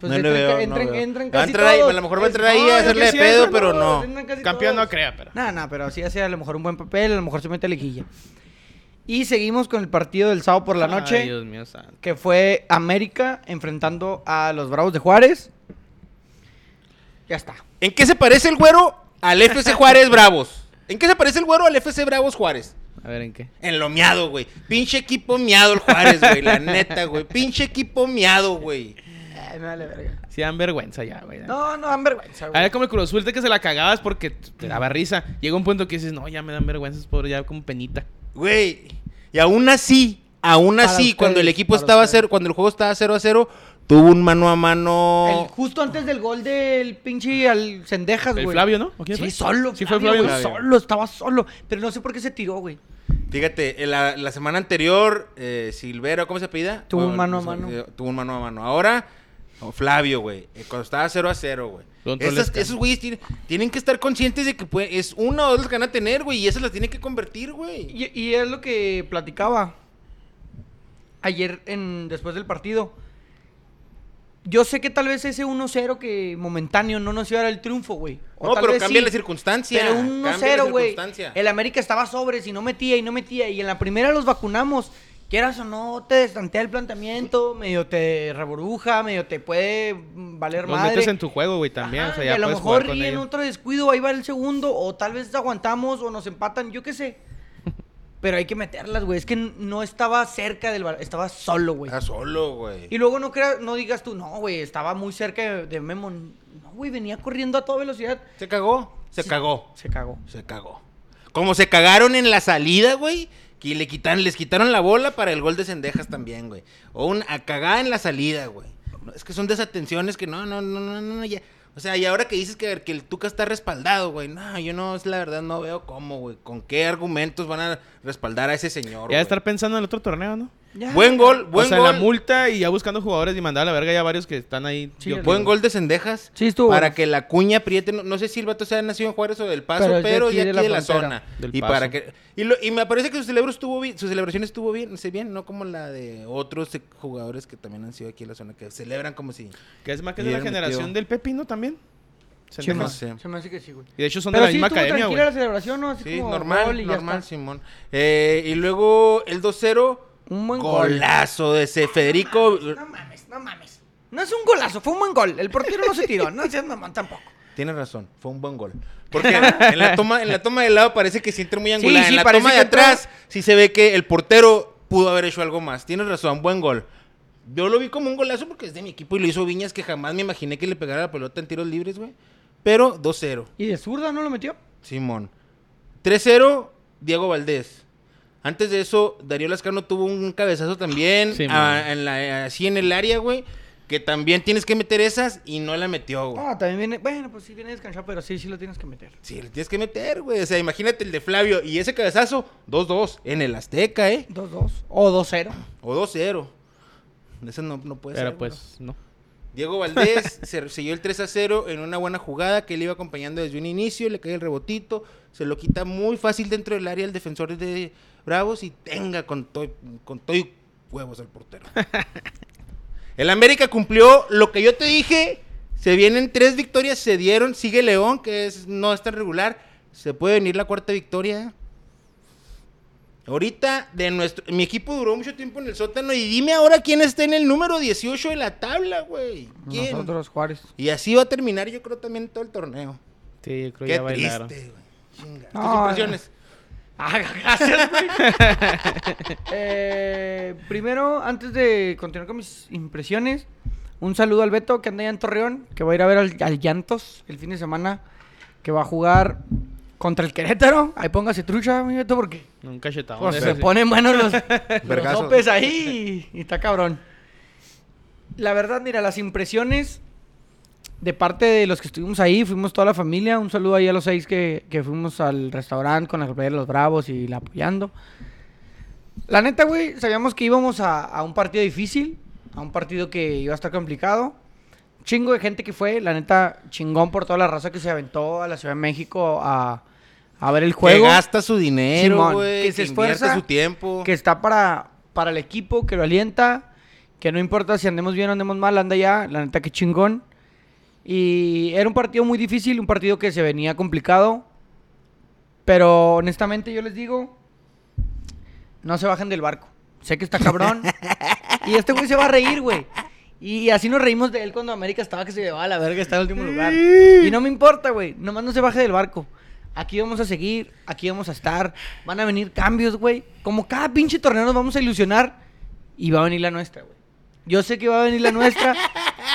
[SPEAKER 1] Pues
[SPEAKER 2] No le
[SPEAKER 1] entran,
[SPEAKER 2] veo, no
[SPEAKER 1] entran,
[SPEAKER 2] veo.
[SPEAKER 1] entran
[SPEAKER 2] Va a
[SPEAKER 1] casi
[SPEAKER 2] entrar ahí,
[SPEAKER 1] todos.
[SPEAKER 2] a lo mejor va a
[SPEAKER 1] Es-
[SPEAKER 2] entrar ahí a
[SPEAKER 1] yo creo
[SPEAKER 2] hacerle
[SPEAKER 1] que
[SPEAKER 2] de
[SPEAKER 1] sí
[SPEAKER 2] pedo,
[SPEAKER 1] entran
[SPEAKER 2] pero
[SPEAKER 1] todos,
[SPEAKER 2] no.
[SPEAKER 1] entran casi
[SPEAKER 3] Campeón no
[SPEAKER 1] todos.
[SPEAKER 3] crea, pero.
[SPEAKER 1] Nada, nada, pero sí hace a lo mejor un buen papel, a lo mejor se mete a liguilla. Y seguimos con el partido del sábado por la noche,
[SPEAKER 3] Ay, Dios mío, santo.
[SPEAKER 1] que fue América enfrentando a los Bravos de Juárez. Ya está.
[SPEAKER 2] ¿En qué se parece el güero al FC Juárez Bravos? ¿En qué se parece el güero al FC Bravos Juárez?
[SPEAKER 3] A ver en qué.
[SPEAKER 2] En lo miado, güey. Pinche equipo miado el Juárez, güey. La neta, güey. Pinche equipo miado, güey.
[SPEAKER 1] Eh, me vale verga.
[SPEAKER 3] Sí, dan vergüenza ya, güey.
[SPEAKER 1] No, no dan vergüenza, güey.
[SPEAKER 3] Era como el Cruz Azul de que se la cagabas porque te
[SPEAKER 1] Mm.
[SPEAKER 3] daba risa. Llega un punto que dices, no, ya me dan vergüenza, es por ya como penita.
[SPEAKER 2] Güey. Y aún así, aún
[SPEAKER 1] Para
[SPEAKER 2] así, cuando el
[SPEAKER 1] ustedes,
[SPEAKER 2] equipo
[SPEAKER 1] para
[SPEAKER 2] estaba a
[SPEAKER 1] ustedes.
[SPEAKER 2] cero, cuando el juego estaba 0 a 0, tuvo un mano a mano.
[SPEAKER 1] El- justo antes del gol del pinche al Cendejas,
[SPEAKER 3] El
[SPEAKER 1] güey.
[SPEAKER 3] Flavio, ¿no? ¿O quién
[SPEAKER 1] Sí,
[SPEAKER 3] fue?
[SPEAKER 1] solo.
[SPEAKER 3] Sí, fue
[SPEAKER 1] Flavio,
[SPEAKER 3] Flavio.
[SPEAKER 1] güey,
[SPEAKER 2] Flavio.
[SPEAKER 1] Solo, estaba solo. Pero no sé por qué se tiró, güey.
[SPEAKER 2] Fíjate, en la, la semana anterior, eh, Silvero, ¿cómo se apellida?
[SPEAKER 1] Tuvo un
[SPEAKER 2] Bueno,
[SPEAKER 1] mano a
[SPEAKER 2] no sé,
[SPEAKER 1] mano.
[SPEAKER 2] eh, tuvo un mano a mano. Ahora, oh, Flavio, güey. eh, Cuando estaba 0 a 0, güey.
[SPEAKER 3] Don
[SPEAKER 2] Esas-
[SPEAKER 3] Tolesca.
[SPEAKER 2] Esos güeyes tienen, tienen que estar conscientes de que puede- es una o dos las que van a tener, güey. Y esas las tienen que convertir, güey.
[SPEAKER 1] Y, y es lo que platicaba ayer en, después del partido. Yo sé que tal vez ese 1-0 que momentáneo no nos iba a dar el triunfo, güey. O
[SPEAKER 2] No,
[SPEAKER 1] tal
[SPEAKER 2] pero
[SPEAKER 1] vez
[SPEAKER 2] cambia
[SPEAKER 1] sí.
[SPEAKER 2] la circunstancia.
[SPEAKER 1] Pero un
[SPEAKER 2] ah, cambia la
[SPEAKER 1] 1-0, güey.
[SPEAKER 2] circunstancia.
[SPEAKER 1] El América estaba sobre, si no metía y no metía. Y en la primera los vacunamos. Quieras o no, te destantea el planteamiento, medio te reburuja, medio te puede mm, valer
[SPEAKER 3] Los
[SPEAKER 1] madre.
[SPEAKER 3] metes en tu juego, güey, también.
[SPEAKER 1] Ajá,
[SPEAKER 3] o sea,
[SPEAKER 1] y
[SPEAKER 3] ya
[SPEAKER 1] a lo
[SPEAKER 3] puedes
[SPEAKER 1] mejor
[SPEAKER 3] jugar con
[SPEAKER 1] y en
[SPEAKER 3] ello.
[SPEAKER 1] otro descuido ahí va el segundo, o tal vez aguantamos, o nos empatan, yo qué sé. Pero hay que meterlas, güey. Es que n- no estaba cerca del balón, estaba solo, güey.
[SPEAKER 3] Ah,
[SPEAKER 2] Está solo, güey.
[SPEAKER 1] Y luego no creas, no digas tú, no, güey, estaba muy cerca de, de Memo. No, güey, venía corriendo a toda velocidad.
[SPEAKER 2] Se cagó. Se cagó.
[SPEAKER 1] Se cagó.
[SPEAKER 2] Se cagó. Como se cagaron en la salida, güey. Que le quitan, les quitaron la bola para el gol de Cendejas también, güey. O una cagada en la salida, güey. No, es que son desatenciones que no, no, no, no, no, no, ya. O sea, y ahora que dices que, que el Tuca está respaldado, güey. No, yo no, es la verdad, no veo cómo, güey. ¿Con qué argumentos van a respaldar a ese señor,
[SPEAKER 3] Ya
[SPEAKER 2] güey?
[SPEAKER 3] estar pensando en el otro torneo, ¿no?
[SPEAKER 1] Ya.
[SPEAKER 2] Buen gol, buen
[SPEAKER 3] o sea,
[SPEAKER 2] gol.
[SPEAKER 3] la multa y ya buscando jugadores y mandar a la verga ya varios que están ahí.
[SPEAKER 1] Sí,
[SPEAKER 3] Yo-
[SPEAKER 1] el-
[SPEAKER 2] Buen gol de Cendejas.
[SPEAKER 1] Sí, estuvo
[SPEAKER 2] Para
[SPEAKER 1] bueno.
[SPEAKER 2] que la cuña apriete. No, no sé si el vato sea nacido en Juárez o del Paso,
[SPEAKER 1] Pero
[SPEAKER 2] pero,
[SPEAKER 1] es de aquí,
[SPEAKER 2] de
[SPEAKER 1] de
[SPEAKER 2] aquí
[SPEAKER 1] la
[SPEAKER 2] de la,
[SPEAKER 1] frontera.
[SPEAKER 2] zona.
[SPEAKER 3] Del
[SPEAKER 2] y
[SPEAKER 3] Paso.
[SPEAKER 2] para que y, lo- y me parece que su celebro estuvo bien, su celebración estuvo bien, sé bien, no como la de otros eh, jugadores que también han sido aquí en la zona que celebran como si.
[SPEAKER 3] Que es más que
[SPEAKER 2] Y
[SPEAKER 3] es de la
[SPEAKER 2] él metió-
[SPEAKER 3] generación del Pepino también. Se
[SPEAKER 1] Sí,
[SPEAKER 2] Chema.
[SPEAKER 3] deja-
[SPEAKER 1] ma,
[SPEAKER 2] no sé.
[SPEAKER 1] Se me hace que sí, güey.
[SPEAKER 3] Y de hecho son de
[SPEAKER 1] Pero
[SPEAKER 3] la
[SPEAKER 1] sí,
[SPEAKER 3] misma
[SPEAKER 1] estuvo
[SPEAKER 3] academia,
[SPEAKER 1] tranquila
[SPEAKER 3] güey.
[SPEAKER 1] la celebración, ¿no? Así
[SPEAKER 2] Sí,
[SPEAKER 1] como gol y
[SPEAKER 2] normal,
[SPEAKER 1] ya
[SPEAKER 2] normal,
[SPEAKER 1] está.
[SPEAKER 2] Simón. Eh, y luego el 2-0
[SPEAKER 1] Un buen gol.
[SPEAKER 2] golazo de ese Federico
[SPEAKER 1] No mames, no mames. No es un golazo, fue un buen gol. El portero no se tiró, no seas mamón tampoco.
[SPEAKER 2] Tienes razón, fue un buen gol. Porque en la toma, en la toma de lado parece que se entra muy angular.
[SPEAKER 1] sí,
[SPEAKER 2] en la
[SPEAKER 1] parece
[SPEAKER 2] toma de
[SPEAKER 1] que todo-
[SPEAKER 2] atrás sí se ve que el portero pudo haber hecho algo más. Tienes razón, buen gol. Yo lo vi como un golazo porque es de mi equipo y lo hizo Viñas, que jamás me imaginé que le pegara la pelota en tiros libres, güey. Pero 2-0,
[SPEAKER 1] ¿Y de zurda no lo metió?
[SPEAKER 2] Simón. 3-0, Diego Valdés. Antes de eso, Darío Lascano tuvo un cabezazo también ah,
[SPEAKER 3] Sí,
[SPEAKER 2] a-
[SPEAKER 3] man.
[SPEAKER 2] en la- así en el área, güey. Que también tienes que meter esas y no la metió, güey.
[SPEAKER 1] Ah, también viene. Bueno, pues sí viene descansado, pero sí, sí lo tienes que meter.
[SPEAKER 2] Sí, le tienes que meter, güey. O sea, imagínate el de Flavio y ese cabezazo, 2-2 en el Azteca, ¿eh?
[SPEAKER 1] 2-2 o 2-0.
[SPEAKER 2] O 2-0. Eso no, no puede
[SPEAKER 3] Pero
[SPEAKER 2] ser. güey.
[SPEAKER 3] pues, no.
[SPEAKER 2] Diego Valdés se selló el 3 a 0 en una buena jugada que él iba acompañando desde un inicio, le cae el rebotito, se lo quita muy fácil dentro del área el defensor de Bravos y tenga con todo con todo y huevos al portero. el América cumplió lo que yo te dije, se vienen tres victorias, se dieron, sigue León que es, no es tan regular, se puede venir la cuarta victoria. Ahorita de nuestro mi equipo duró mucho tiempo en el sótano y dime ahora quién está en el número 18 de la tabla, güey. ¿Quién?
[SPEAKER 1] Nosotros, Juárez.
[SPEAKER 2] Y así va a terminar, yo creo, también todo el torneo.
[SPEAKER 3] Sí, yo creo que
[SPEAKER 2] Qué
[SPEAKER 3] ya bailaron.
[SPEAKER 2] triste, güey. Chinga.
[SPEAKER 1] No,
[SPEAKER 2] Tus impresiones.
[SPEAKER 1] Ah, gracias, güey. Eh, primero, antes de continuar con mis impresiones, un saludo al Beto que anda allá en Torreón, que va a ir a ver al, al Llantos el fin de semana, que va a jugar contra el Querétaro. Ahí póngase trucha, mi Beto, porque
[SPEAKER 3] Un cachetado.
[SPEAKER 1] pues, se ponen buenos los, los
[SPEAKER 2] Vergazos.
[SPEAKER 1] sopes ahí y, y está cabrón. La verdad, mira, las impresiones de parte de los que estuvimos ahí, fuimos toda la familia. Un saludo ahí a los seis que, que fuimos al restaurante con la compañía de los Bravos y la apoyando. La neta, güey, sabíamos que íbamos a, a un partido difícil, a un partido que iba a estar complicado. Chingo de gente que fue, la neta, chingón por toda la raza que se aventó a la Ciudad de México a, a ver el
[SPEAKER 2] Que
[SPEAKER 1] juego
[SPEAKER 2] gasta su dinero,
[SPEAKER 1] Simón,
[SPEAKER 2] güey.
[SPEAKER 1] que se esfuerza,
[SPEAKER 2] invierte su tiempo.
[SPEAKER 1] que está para, para el equipo, que lo alienta, que no importa si andemos bien o andemos mal, anda ya, la neta que chingón. Y era un partido muy difícil, un partido que se venía complicado, pero honestamente yo les digo, no se bajen del barco. Sé que está cabrón. y este güey se va a reír, güey. Y así nos reímos de él cuando América estaba que se llevaba a la verga, está en último lugar. Y no me importa, güey. Nomás no se baje del barco. Aquí vamos a seguir, aquí vamos a estar. Van a venir cambios, güey. Como cada pinche torneo nos vamos a ilusionar. Y va a venir la nuestra, güey. Yo sé que va a venir la nuestra.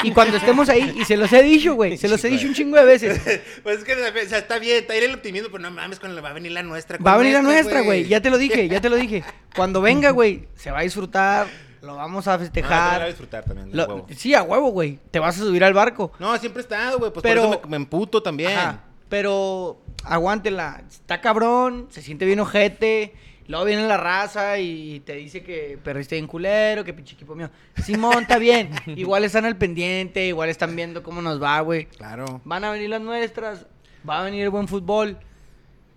[SPEAKER 1] Y cuando estemos ahí, y se los he dicho, güey. Se los he dicho un chingo de veces.
[SPEAKER 2] Pues es que, o sea, está bien, está ahí el optimismo, pero no mames, cuando le va a venir la nuestra.
[SPEAKER 1] Va a
[SPEAKER 2] con Ah,
[SPEAKER 1] venir la
[SPEAKER 2] esta,
[SPEAKER 1] nuestra, güey. Ya te lo dije, ya te lo dije. Cuando venga, güey, se va a disfrutar, lo vamos
[SPEAKER 2] No, pero
[SPEAKER 1] a
[SPEAKER 2] la
[SPEAKER 1] festejar.
[SPEAKER 2] voy a disfrutar también,
[SPEAKER 1] Lo-
[SPEAKER 2] a huevo.
[SPEAKER 1] sí, a huevo, güey. Te vas a subir al barco.
[SPEAKER 2] No, siempre he estado, güey. Pues
[SPEAKER 1] Pero-
[SPEAKER 2] por eso me, me emputo también.
[SPEAKER 1] Ajá, pero aguántela. Está cabrón, se siente bien ojete. Luego viene la raza y te dice que perdiste bien culero, que pinche equipo mío. Simón, está bien. Igual están al pendiente, igual están viendo cómo nos va, güey.
[SPEAKER 2] Claro.
[SPEAKER 1] Van a venir las nuestras, va a venir el buen fútbol.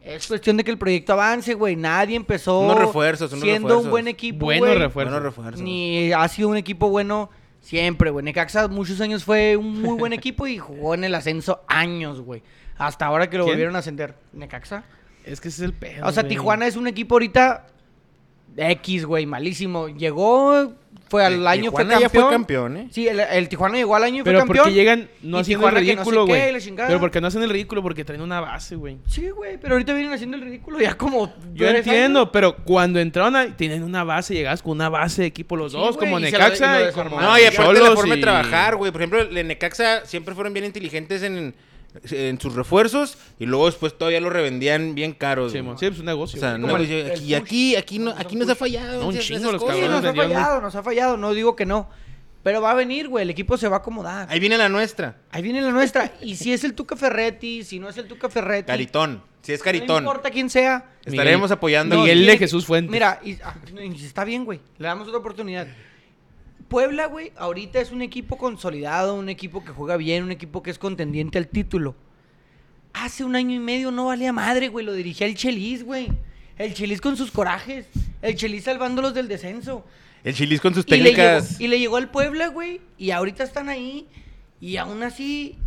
[SPEAKER 1] Es cuestión de que el proyecto avance, güey. Nadie empezó
[SPEAKER 2] Unos refuerzos, unos
[SPEAKER 1] siendo
[SPEAKER 2] refuerzos.
[SPEAKER 1] un buen equipo,
[SPEAKER 3] Buenos
[SPEAKER 1] güey.
[SPEAKER 3] refuerzos.
[SPEAKER 2] Bueno, refuerzo.
[SPEAKER 1] Ni ha sido un equipo bueno siempre, güey. Necaxa muchos años fue un muy buen equipo y jugó en el ascenso años, güey. Hasta ahora que lo
[SPEAKER 3] ¿Quién?
[SPEAKER 1] volvieron a ascender. Necaxa.
[SPEAKER 3] Es que ese es el pedo.
[SPEAKER 1] O sea,
[SPEAKER 3] güey.
[SPEAKER 1] Tijuana es un equipo ahorita X, güey, malísimo. Llegó, fue al
[SPEAKER 3] Eh,
[SPEAKER 2] El
[SPEAKER 1] año
[SPEAKER 2] Tijuana
[SPEAKER 1] fue
[SPEAKER 2] ya
[SPEAKER 1] campeón.
[SPEAKER 2] fue campeón, ¿eh?
[SPEAKER 1] Sí, el, el Tijuana llegó al año y fue
[SPEAKER 3] Pero
[SPEAKER 1] campeón.
[SPEAKER 3] porque llegan, no
[SPEAKER 1] Y
[SPEAKER 3] haciendo el
[SPEAKER 1] Tijuana que no sé
[SPEAKER 3] ridículo,
[SPEAKER 1] qué,
[SPEAKER 3] güey.
[SPEAKER 1] y la chingada.
[SPEAKER 3] pero porque no hacen el ridículo, porque traen una base, güey.
[SPEAKER 1] Sí, güey, pero ahorita vienen haciendo el ridículo ya como...
[SPEAKER 3] Yo
[SPEAKER 1] tres
[SPEAKER 3] entiendo,
[SPEAKER 1] años.
[SPEAKER 3] pero cuando entraron, a- tienen una base, llegas con una base de equipo los
[SPEAKER 1] Sí,
[SPEAKER 3] dos,
[SPEAKER 1] güey,
[SPEAKER 3] como
[SPEAKER 1] y se lo- y
[SPEAKER 3] Necaxa
[SPEAKER 1] lo
[SPEAKER 3] y, como
[SPEAKER 1] desarmaron.
[SPEAKER 2] No, y aparte la
[SPEAKER 3] Cholos
[SPEAKER 2] forma de
[SPEAKER 3] y-
[SPEAKER 2] trabajar, güey. Por ejemplo, el Necaxa siempre fueron bien inteligentes en, en sus refuerzos y luego después todavía lo revendían bien caros.
[SPEAKER 3] Sí,
[SPEAKER 2] güey.
[SPEAKER 3] mon, sí, es un negocio.
[SPEAKER 2] o sea,
[SPEAKER 3] güey.
[SPEAKER 2] no,
[SPEAKER 1] como el-
[SPEAKER 2] yo-
[SPEAKER 1] el
[SPEAKER 2] aquí,
[SPEAKER 1] push.
[SPEAKER 2] aquí, aquí, no, aquí nos ha fallado.
[SPEAKER 3] No, un
[SPEAKER 2] esas-
[SPEAKER 3] chingo
[SPEAKER 2] esas
[SPEAKER 3] los
[SPEAKER 2] cosas.
[SPEAKER 1] Sí,
[SPEAKER 3] cabrones
[SPEAKER 1] nos ha
[SPEAKER 3] vendieron-
[SPEAKER 1] fallado, nos ha fallado. No digo que no. Pero va a venir, güey. El equipo se va a acomodar.
[SPEAKER 2] Ahí viene la nuestra.
[SPEAKER 1] Ahí viene la nuestra. Y si es el Tuca Ferretti, si no es el Tuca Ferretti.
[SPEAKER 2] Caritón. Si es
[SPEAKER 1] No
[SPEAKER 2] caritón.
[SPEAKER 1] importa quién sea.
[SPEAKER 2] Estaremos
[SPEAKER 3] Miguel-
[SPEAKER 2] apoyando.
[SPEAKER 3] Miguel
[SPEAKER 1] tiene
[SPEAKER 3] de
[SPEAKER 1] que-
[SPEAKER 3] Jesús Fuentes.
[SPEAKER 1] Mira, y- ah, y está bien, güey. Le damos otra oportunidad. Puebla, güey, ahorita es un equipo consolidado, un equipo que juega bien, un equipo que es contendiente al título. Hace un año y medio no valía madre, güey. Lo dirigía el Chelis, güey. El Chelis con sus corajes. El Chelis salvándolos del descenso.
[SPEAKER 2] El Chilis con sus
[SPEAKER 3] Pues
[SPEAKER 1] Y le, llegó,
[SPEAKER 2] técnicas.
[SPEAKER 1] y le llegó al Puebla, güey. Y ahorita están ahí. Y aún así.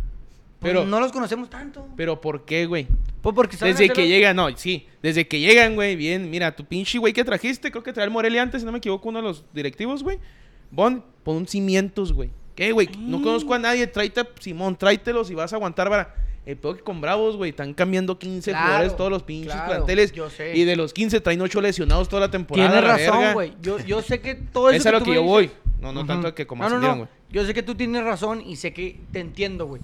[SPEAKER 1] pues,
[SPEAKER 3] Pero-
[SPEAKER 1] no los conocemos tanto.
[SPEAKER 3] Pero ¿por qué, güey?
[SPEAKER 1] Pues porque saben
[SPEAKER 3] Desde
[SPEAKER 1] hacer
[SPEAKER 3] que
[SPEAKER 1] las-
[SPEAKER 3] llegan, no, sí. Desde que llegan, güey, bien, mira, tu pinche güey que trajiste, creo que trae el Morelia antes, si no me equivoco, uno de los directivos, güey. Bon, pon un cimientos, güey. ¿Qué, güey?
[SPEAKER 1] Mm.
[SPEAKER 3] No conozco a nadie, tráete, a Simón, tráetelos y vas a aguantar para... El peor que con Bravos, güey, están cambiando 15
[SPEAKER 1] Claro,
[SPEAKER 3] jugadores todos los pinches
[SPEAKER 1] claro,
[SPEAKER 3] planteles.
[SPEAKER 1] yo sé.
[SPEAKER 3] Y de los 15 traen 8 lesionados toda la temporada.
[SPEAKER 1] Tienes
[SPEAKER 3] la
[SPEAKER 1] razón,
[SPEAKER 3] verga.
[SPEAKER 1] güey. Yo, yo sé que todo eso.
[SPEAKER 3] Es a lo
[SPEAKER 1] tú
[SPEAKER 3] que
[SPEAKER 1] me
[SPEAKER 3] yo
[SPEAKER 1] dices-
[SPEAKER 3] voy. No, no
[SPEAKER 1] Ujú.
[SPEAKER 3] tanto que como
[SPEAKER 1] No, no,
[SPEAKER 3] ascendieron,
[SPEAKER 1] no.
[SPEAKER 3] güey.
[SPEAKER 1] Yo sé que tú tienes razón y sé que te entiendo, güey.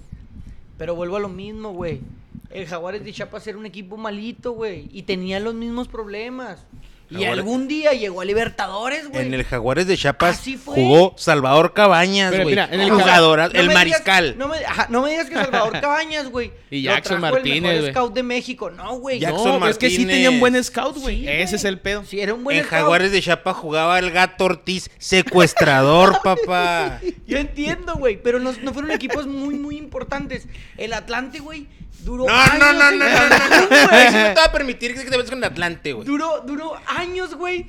[SPEAKER 1] Pero vuelvo a lo mismo, güey. El Jaguares de Chiapas era un equipo malito, güey. Y tenía los mismos problemas. Y
[SPEAKER 2] Jaguares.
[SPEAKER 1] algún día llegó a Libertadores, güey.
[SPEAKER 2] En el Jaguares de Chiapas
[SPEAKER 1] Así fue.
[SPEAKER 2] jugó Salvador Cabañas,
[SPEAKER 3] Pero
[SPEAKER 2] güey.
[SPEAKER 3] mira, en el
[SPEAKER 2] el jugador,
[SPEAKER 1] No
[SPEAKER 2] el
[SPEAKER 1] me digas-
[SPEAKER 2] mariscal.
[SPEAKER 1] no, me, ajá, no me digas que Salvador Cabañas, güey.
[SPEAKER 3] Y
[SPEAKER 1] lo
[SPEAKER 3] Jackson
[SPEAKER 1] trajo el
[SPEAKER 3] Martínez,
[SPEAKER 1] mejor
[SPEAKER 3] güey.
[SPEAKER 1] scout de México. No, güey.
[SPEAKER 2] Jackson
[SPEAKER 3] no, es que sí
[SPEAKER 2] Martínez.
[SPEAKER 3] tenían buen scout, güey.
[SPEAKER 1] Sí,
[SPEAKER 3] Ese
[SPEAKER 1] güey.
[SPEAKER 3] es el pedo.
[SPEAKER 1] Sí, era un buen
[SPEAKER 2] En
[SPEAKER 1] scout.
[SPEAKER 2] Jaguares de Chiapas jugaba el gato Ortiz, secuestrador, papá.
[SPEAKER 1] Yo entiendo, güey, pero no, no fueron equipos muy, muy importantes. El Atlante, güey, duró
[SPEAKER 2] No,
[SPEAKER 1] años.
[SPEAKER 2] no, no, no,
[SPEAKER 1] en
[SPEAKER 2] no, no, no,
[SPEAKER 1] Cancún,
[SPEAKER 2] no. Ahí sí
[SPEAKER 1] güey.
[SPEAKER 2] no te va a permitir que te metas con el Atlante, güey.
[SPEAKER 1] Duró, duró años, güey,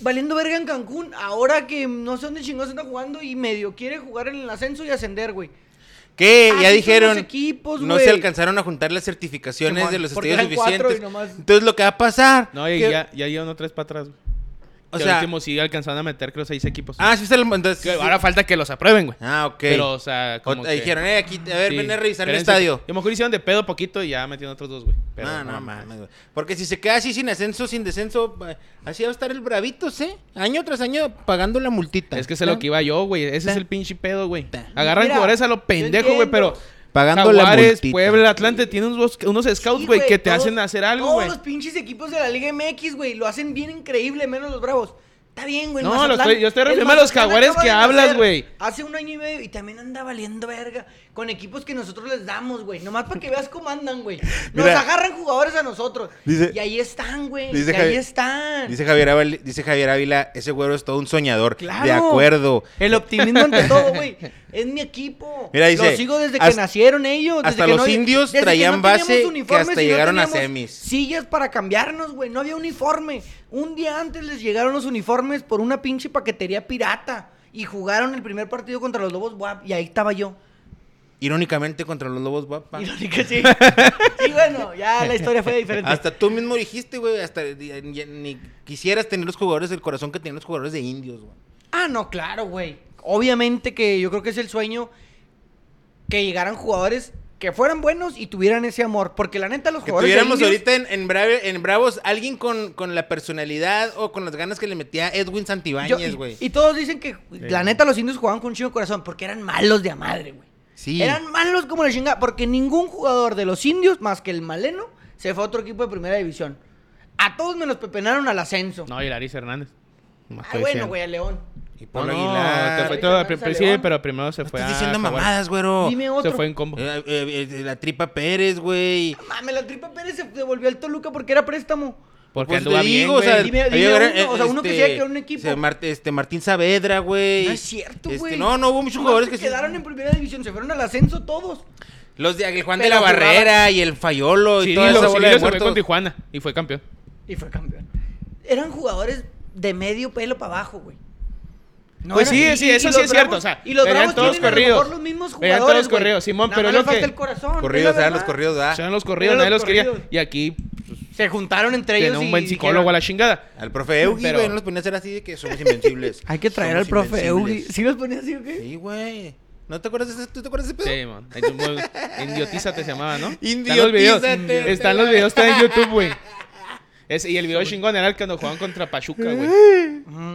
[SPEAKER 1] valiendo verga en Cancún. Ahora que no sé dónde chingados anda jugando y medio quiere jugar en el ascenso y ascender, güey.
[SPEAKER 2] ¿Qué?
[SPEAKER 1] Así
[SPEAKER 2] ya
[SPEAKER 1] son
[SPEAKER 2] dijeron.
[SPEAKER 1] los equipos,
[SPEAKER 2] no
[SPEAKER 1] güey.
[SPEAKER 2] se alcanzaron a juntar las certificaciones
[SPEAKER 1] Simón,
[SPEAKER 2] de los
[SPEAKER 1] porque
[SPEAKER 2] estudios
[SPEAKER 1] eran cuatro y
[SPEAKER 2] suficientes.
[SPEAKER 1] nomás-
[SPEAKER 2] Entonces lo que va a pasar.
[SPEAKER 3] No, y
[SPEAKER 2] que-
[SPEAKER 3] ya, ya llevan tres para atrás, güey.
[SPEAKER 2] O
[SPEAKER 3] Que
[SPEAKER 2] sea,
[SPEAKER 3] al último sí alcanzaron a meter, creo, seis equipos.
[SPEAKER 2] ah, sí se lo entonces-
[SPEAKER 3] Que Ahora falta que los aprueben, güey.
[SPEAKER 2] Ah, ok.
[SPEAKER 3] Pero, o sea,
[SPEAKER 2] O-
[SPEAKER 3] como que-
[SPEAKER 2] Dijeron, eh, aquí, a ver,
[SPEAKER 3] sí.
[SPEAKER 2] ven a revisar el
[SPEAKER 3] Espérense.
[SPEAKER 2] estadio. Ah,
[SPEAKER 3] A lo mejor hicieron de pedo poquito y ya metieron otros dos, güey. Pero
[SPEAKER 2] no, no mames, güey. Porque si se queda así sin ascenso, sin descenso, va- así va a estar el Bravitos, ¿eh? Año tras año pagando la multita.
[SPEAKER 3] Es que es a lo que iba yo, güey. Ese es el pinche pedo, güey.
[SPEAKER 2] Ta.
[SPEAKER 3] Agarran
[SPEAKER 1] Mira,
[SPEAKER 3] jugadores a lo pendejo, güey,
[SPEAKER 1] entiendo.
[SPEAKER 3] pero...
[SPEAKER 2] Pagando la
[SPEAKER 3] Jaguares,
[SPEAKER 2] multita.
[SPEAKER 3] Puebla, Atlante, tienen unos, unos scouts,
[SPEAKER 1] Sí,
[SPEAKER 3] güey, que te
[SPEAKER 1] todos-
[SPEAKER 3] hacen hacer algo,
[SPEAKER 1] Todos
[SPEAKER 3] güey.
[SPEAKER 1] los pinches equipos de la Liga MX, güey, lo hacen bien increíble, menos los Bravos. Está bien, güey. el
[SPEAKER 3] No, lo
[SPEAKER 1] Mazatlán-
[SPEAKER 3] estoy- yo estoy
[SPEAKER 1] el
[SPEAKER 3] refiriéndome a los
[SPEAKER 1] Mazatlán
[SPEAKER 3] Jaguares
[SPEAKER 1] acaba
[SPEAKER 3] que
[SPEAKER 1] de
[SPEAKER 3] hablas,
[SPEAKER 1] nacer
[SPEAKER 3] güey.
[SPEAKER 1] Hace un año y medio y también anda valiendo verga con equipos que nosotros les damos, güey. Nomás para que veas cómo andan, güey. Nos
[SPEAKER 2] Mira.
[SPEAKER 1] agarran jugadores a nosotros.
[SPEAKER 2] Dice-
[SPEAKER 1] y ahí están, güey. Y
[SPEAKER 2] dice
[SPEAKER 1] ahí
[SPEAKER 2] Javi-
[SPEAKER 1] están.
[SPEAKER 2] Dice Javier, Ávila, dice Javier Ávila, ese güero es todo un soñador.
[SPEAKER 1] Claro.
[SPEAKER 2] De acuerdo.
[SPEAKER 1] El optimismo ante todo, güey. Es mi equipo.
[SPEAKER 2] Mira, dice,
[SPEAKER 1] Los sigo desde que
[SPEAKER 2] hasta-
[SPEAKER 1] nacieron ellos. desde
[SPEAKER 2] hasta
[SPEAKER 1] que
[SPEAKER 2] los indios
[SPEAKER 1] desde que
[SPEAKER 2] traían base
[SPEAKER 1] teníamos
[SPEAKER 2] que
[SPEAKER 1] uniformes
[SPEAKER 2] hasta
[SPEAKER 1] y
[SPEAKER 2] llegaron a
[SPEAKER 1] teníamos
[SPEAKER 2] semis.
[SPEAKER 1] Sillas para cambiarnos, güey. No había uniforme. Un día antes les llegaron los uniformes por una pinche paquetería pirata. Y jugaron el primer partido contra los Lobos Guap. Y ahí estaba yo.
[SPEAKER 2] Irónicamente contra los lobos, guapa.
[SPEAKER 1] Irónica, sí. sí, bueno, ya la historia fue diferente.
[SPEAKER 2] Hasta tú mismo dijiste, güey, hasta ni, ni- ni quisieras tener los jugadores del corazón que tienen los jugadores de indios, güey.
[SPEAKER 1] Ah, no, claro, güey. Obviamente que yo creo que es el sueño que llegaran jugadores que fueran buenos y tuvieran ese amor. Porque la neta, los
[SPEAKER 2] Que
[SPEAKER 1] jugadores. de
[SPEAKER 2] tuviéramos
[SPEAKER 1] indios-
[SPEAKER 2] ahorita en, en Brave- en Bravos alguien con, con la personalidad o con las ganas que le metía Edwin
[SPEAKER 1] yo-
[SPEAKER 2] Santibáñez,
[SPEAKER 1] y-
[SPEAKER 2] güey.
[SPEAKER 1] y, todos dicen que la neta, los indios jugaban con un chingo de corazón porque eran malos de a madre, güey.
[SPEAKER 2] Sí.
[SPEAKER 1] Eran malos como la chingada. Porque ningún jugador de los indios, más que el maleno, se fue a otro equipo de primera división. A todos menos pepenaron al ascenso.
[SPEAKER 3] No, y Larissa Hernández. Nomás
[SPEAKER 1] ah,
[SPEAKER 3] estoy
[SPEAKER 1] bueno,
[SPEAKER 3] diciendo.
[SPEAKER 1] güey, a León.
[SPEAKER 2] Y
[SPEAKER 3] No,
[SPEAKER 2] Pablo
[SPEAKER 3] no,
[SPEAKER 2] Aguilar.
[SPEAKER 3] te fue
[SPEAKER 1] Larissa
[SPEAKER 3] todo al
[SPEAKER 1] Hernández
[SPEAKER 3] prim-
[SPEAKER 1] a
[SPEAKER 3] sí,
[SPEAKER 1] León.
[SPEAKER 3] pero primero se fue
[SPEAKER 2] Estás
[SPEAKER 3] a
[SPEAKER 2] diciendo
[SPEAKER 3] Jaguares.
[SPEAKER 2] mamadas, güero.
[SPEAKER 1] Ah, Dime otro.
[SPEAKER 3] Se fue en combo.
[SPEAKER 2] Eh, eh, eh, la tripa Pérez, güey.
[SPEAKER 1] Mame, la tripa Pérez se devolvió al Toluca porque era préstamo.
[SPEAKER 3] Porque
[SPEAKER 2] Pues te
[SPEAKER 3] anduvo bien,
[SPEAKER 2] digo, o
[SPEAKER 3] güey.
[SPEAKER 2] sea,
[SPEAKER 1] Dime-
[SPEAKER 2] había
[SPEAKER 1] dime
[SPEAKER 2] gran-
[SPEAKER 1] uno, o sea, uno que
[SPEAKER 2] este,
[SPEAKER 1] sea que era un equipo.
[SPEAKER 2] se- Mar- este, Martín Saavedra, güey.
[SPEAKER 1] No es cierto,
[SPEAKER 2] Este,
[SPEAKER 1] güey.
[SPEAKER 2] no, no hubo muchos
[SPEAKER 1] Nomás
[SPEAKER 2] jugadores
[SPEAKER 1] se
[SPEAKER 2] que sí-
[SPEAKER 1] quedaron en primera división, se fueron al ascenso todos.
[SPEAKER 2] Los de el Juan de
[SPEAKER 1] Pero
[SPEAKER 2] la
[SPEAKER 1] jugaban-
[SPEAKER 2] Barrera y el Fayolo y
[SPEAKER 3] Cirilo,
[SPEAKER 2] toda esa
[SPEAKER 3] Cirilo
[SPEAKER 2] bola de
[SPEAKER 3] se fue con
[SPEAKER 2] muertos.
[SPEAKER 3] Tijuana y fue campeón.
[SPEAKER 1] Y fue campeón. Eran jugadores de medio pelo para abajo, güey. No
[SPEAKER 3] pues
[SPEAKER 1] eran-
[SPEAKER 3] sí,
[SPEAKER 1] y-
[SPEAKER 3] sí,
[SPEAKER 1] y-
[SPEAKER 3] eso
[SPEAKER 1] y
[SPEAKER 3] sí
[SPEAKER 1] los
[SPEAKER 3] es cierto. O
[SPEAKER 1] Bravos-
[SPEAKER 3] sea,
[SPEAKER 1] y los
[SPEAKER 3] eran
[SPEAKER 1] Bravos
[SPEAKER 3] todos
[SPEAKER 1] tienen a lo
[SPEAKER 3] corridos.
[SPEAKER 1] mejor los mismos
[SPEAKER 3] Eran
[SPEAKER 1] jugadores.
[SPEAKER 3] todos
[SPEAKER 1] güey.
[SPEAKER 3] corridos, Simón,
[SPEAKER 1] Nada
[SPEAKER 3] pero
[SPEAKER 1] más
[SPEAKER 3] es lo
[SPEAKER 1] le falta
[SPEAKER 3] que-
[SPEAKER 1] el corazón. es
[SPEAKER 2] Corridos,
[SPEAKER 1] la
[SPEAKER 2] eran los
[SPEAKER 1] verdad.
[SPEAKER 2] corridos, ¿verdad?
[SPEAKER 3] Eran los corridos,
[SPEAKER 1] Eran
[SPEAKER 3] nadie
[SPEAKER 1] los
[SPEAKER 3] los quería.
[SPEAKER 1] corridos.
[SPEAKER 3] Y aquí
[SPEAKER 1] Se juntaron entre ellos.
[SPEAKER 3] tiene un
[SPEAKER 1] y
[SPEAKER 3] buen
[SPEAKER 1] dijeron,
[SPEAKER 3] psicólogo a la chingada.
[SPEAKER 2] Al profe Eugi,
[SPEAKER 3] Pero-
[SPEAKER 2] güey, no los ponía a hacer así de que somos invencibles.
[SPEAKER 1] Hay que traer al
[SPEAKER 2] Somos
[SPEAKER 1] profe Eugi.
[SPEAKER 2] invencibles.
[SPEAKER 1] ¿Sí los ponía así o qué?
[SPEAKER 2] Sí, güey. ¿No te acuerdas de ese, ¿Tú te acuerdas de ese pedo?
[SPEAKER 3] Sí, man. Ahí tú, muy- Indiotízate se llamaba, ¿no? Están los videos,
[SPEAKER 2] Indiotízate.
[SPEAKER 3] están, los videos todavía en YouTube, güey. Ese- y el video chingón era el que nos jugaban contra Pachuca, güey.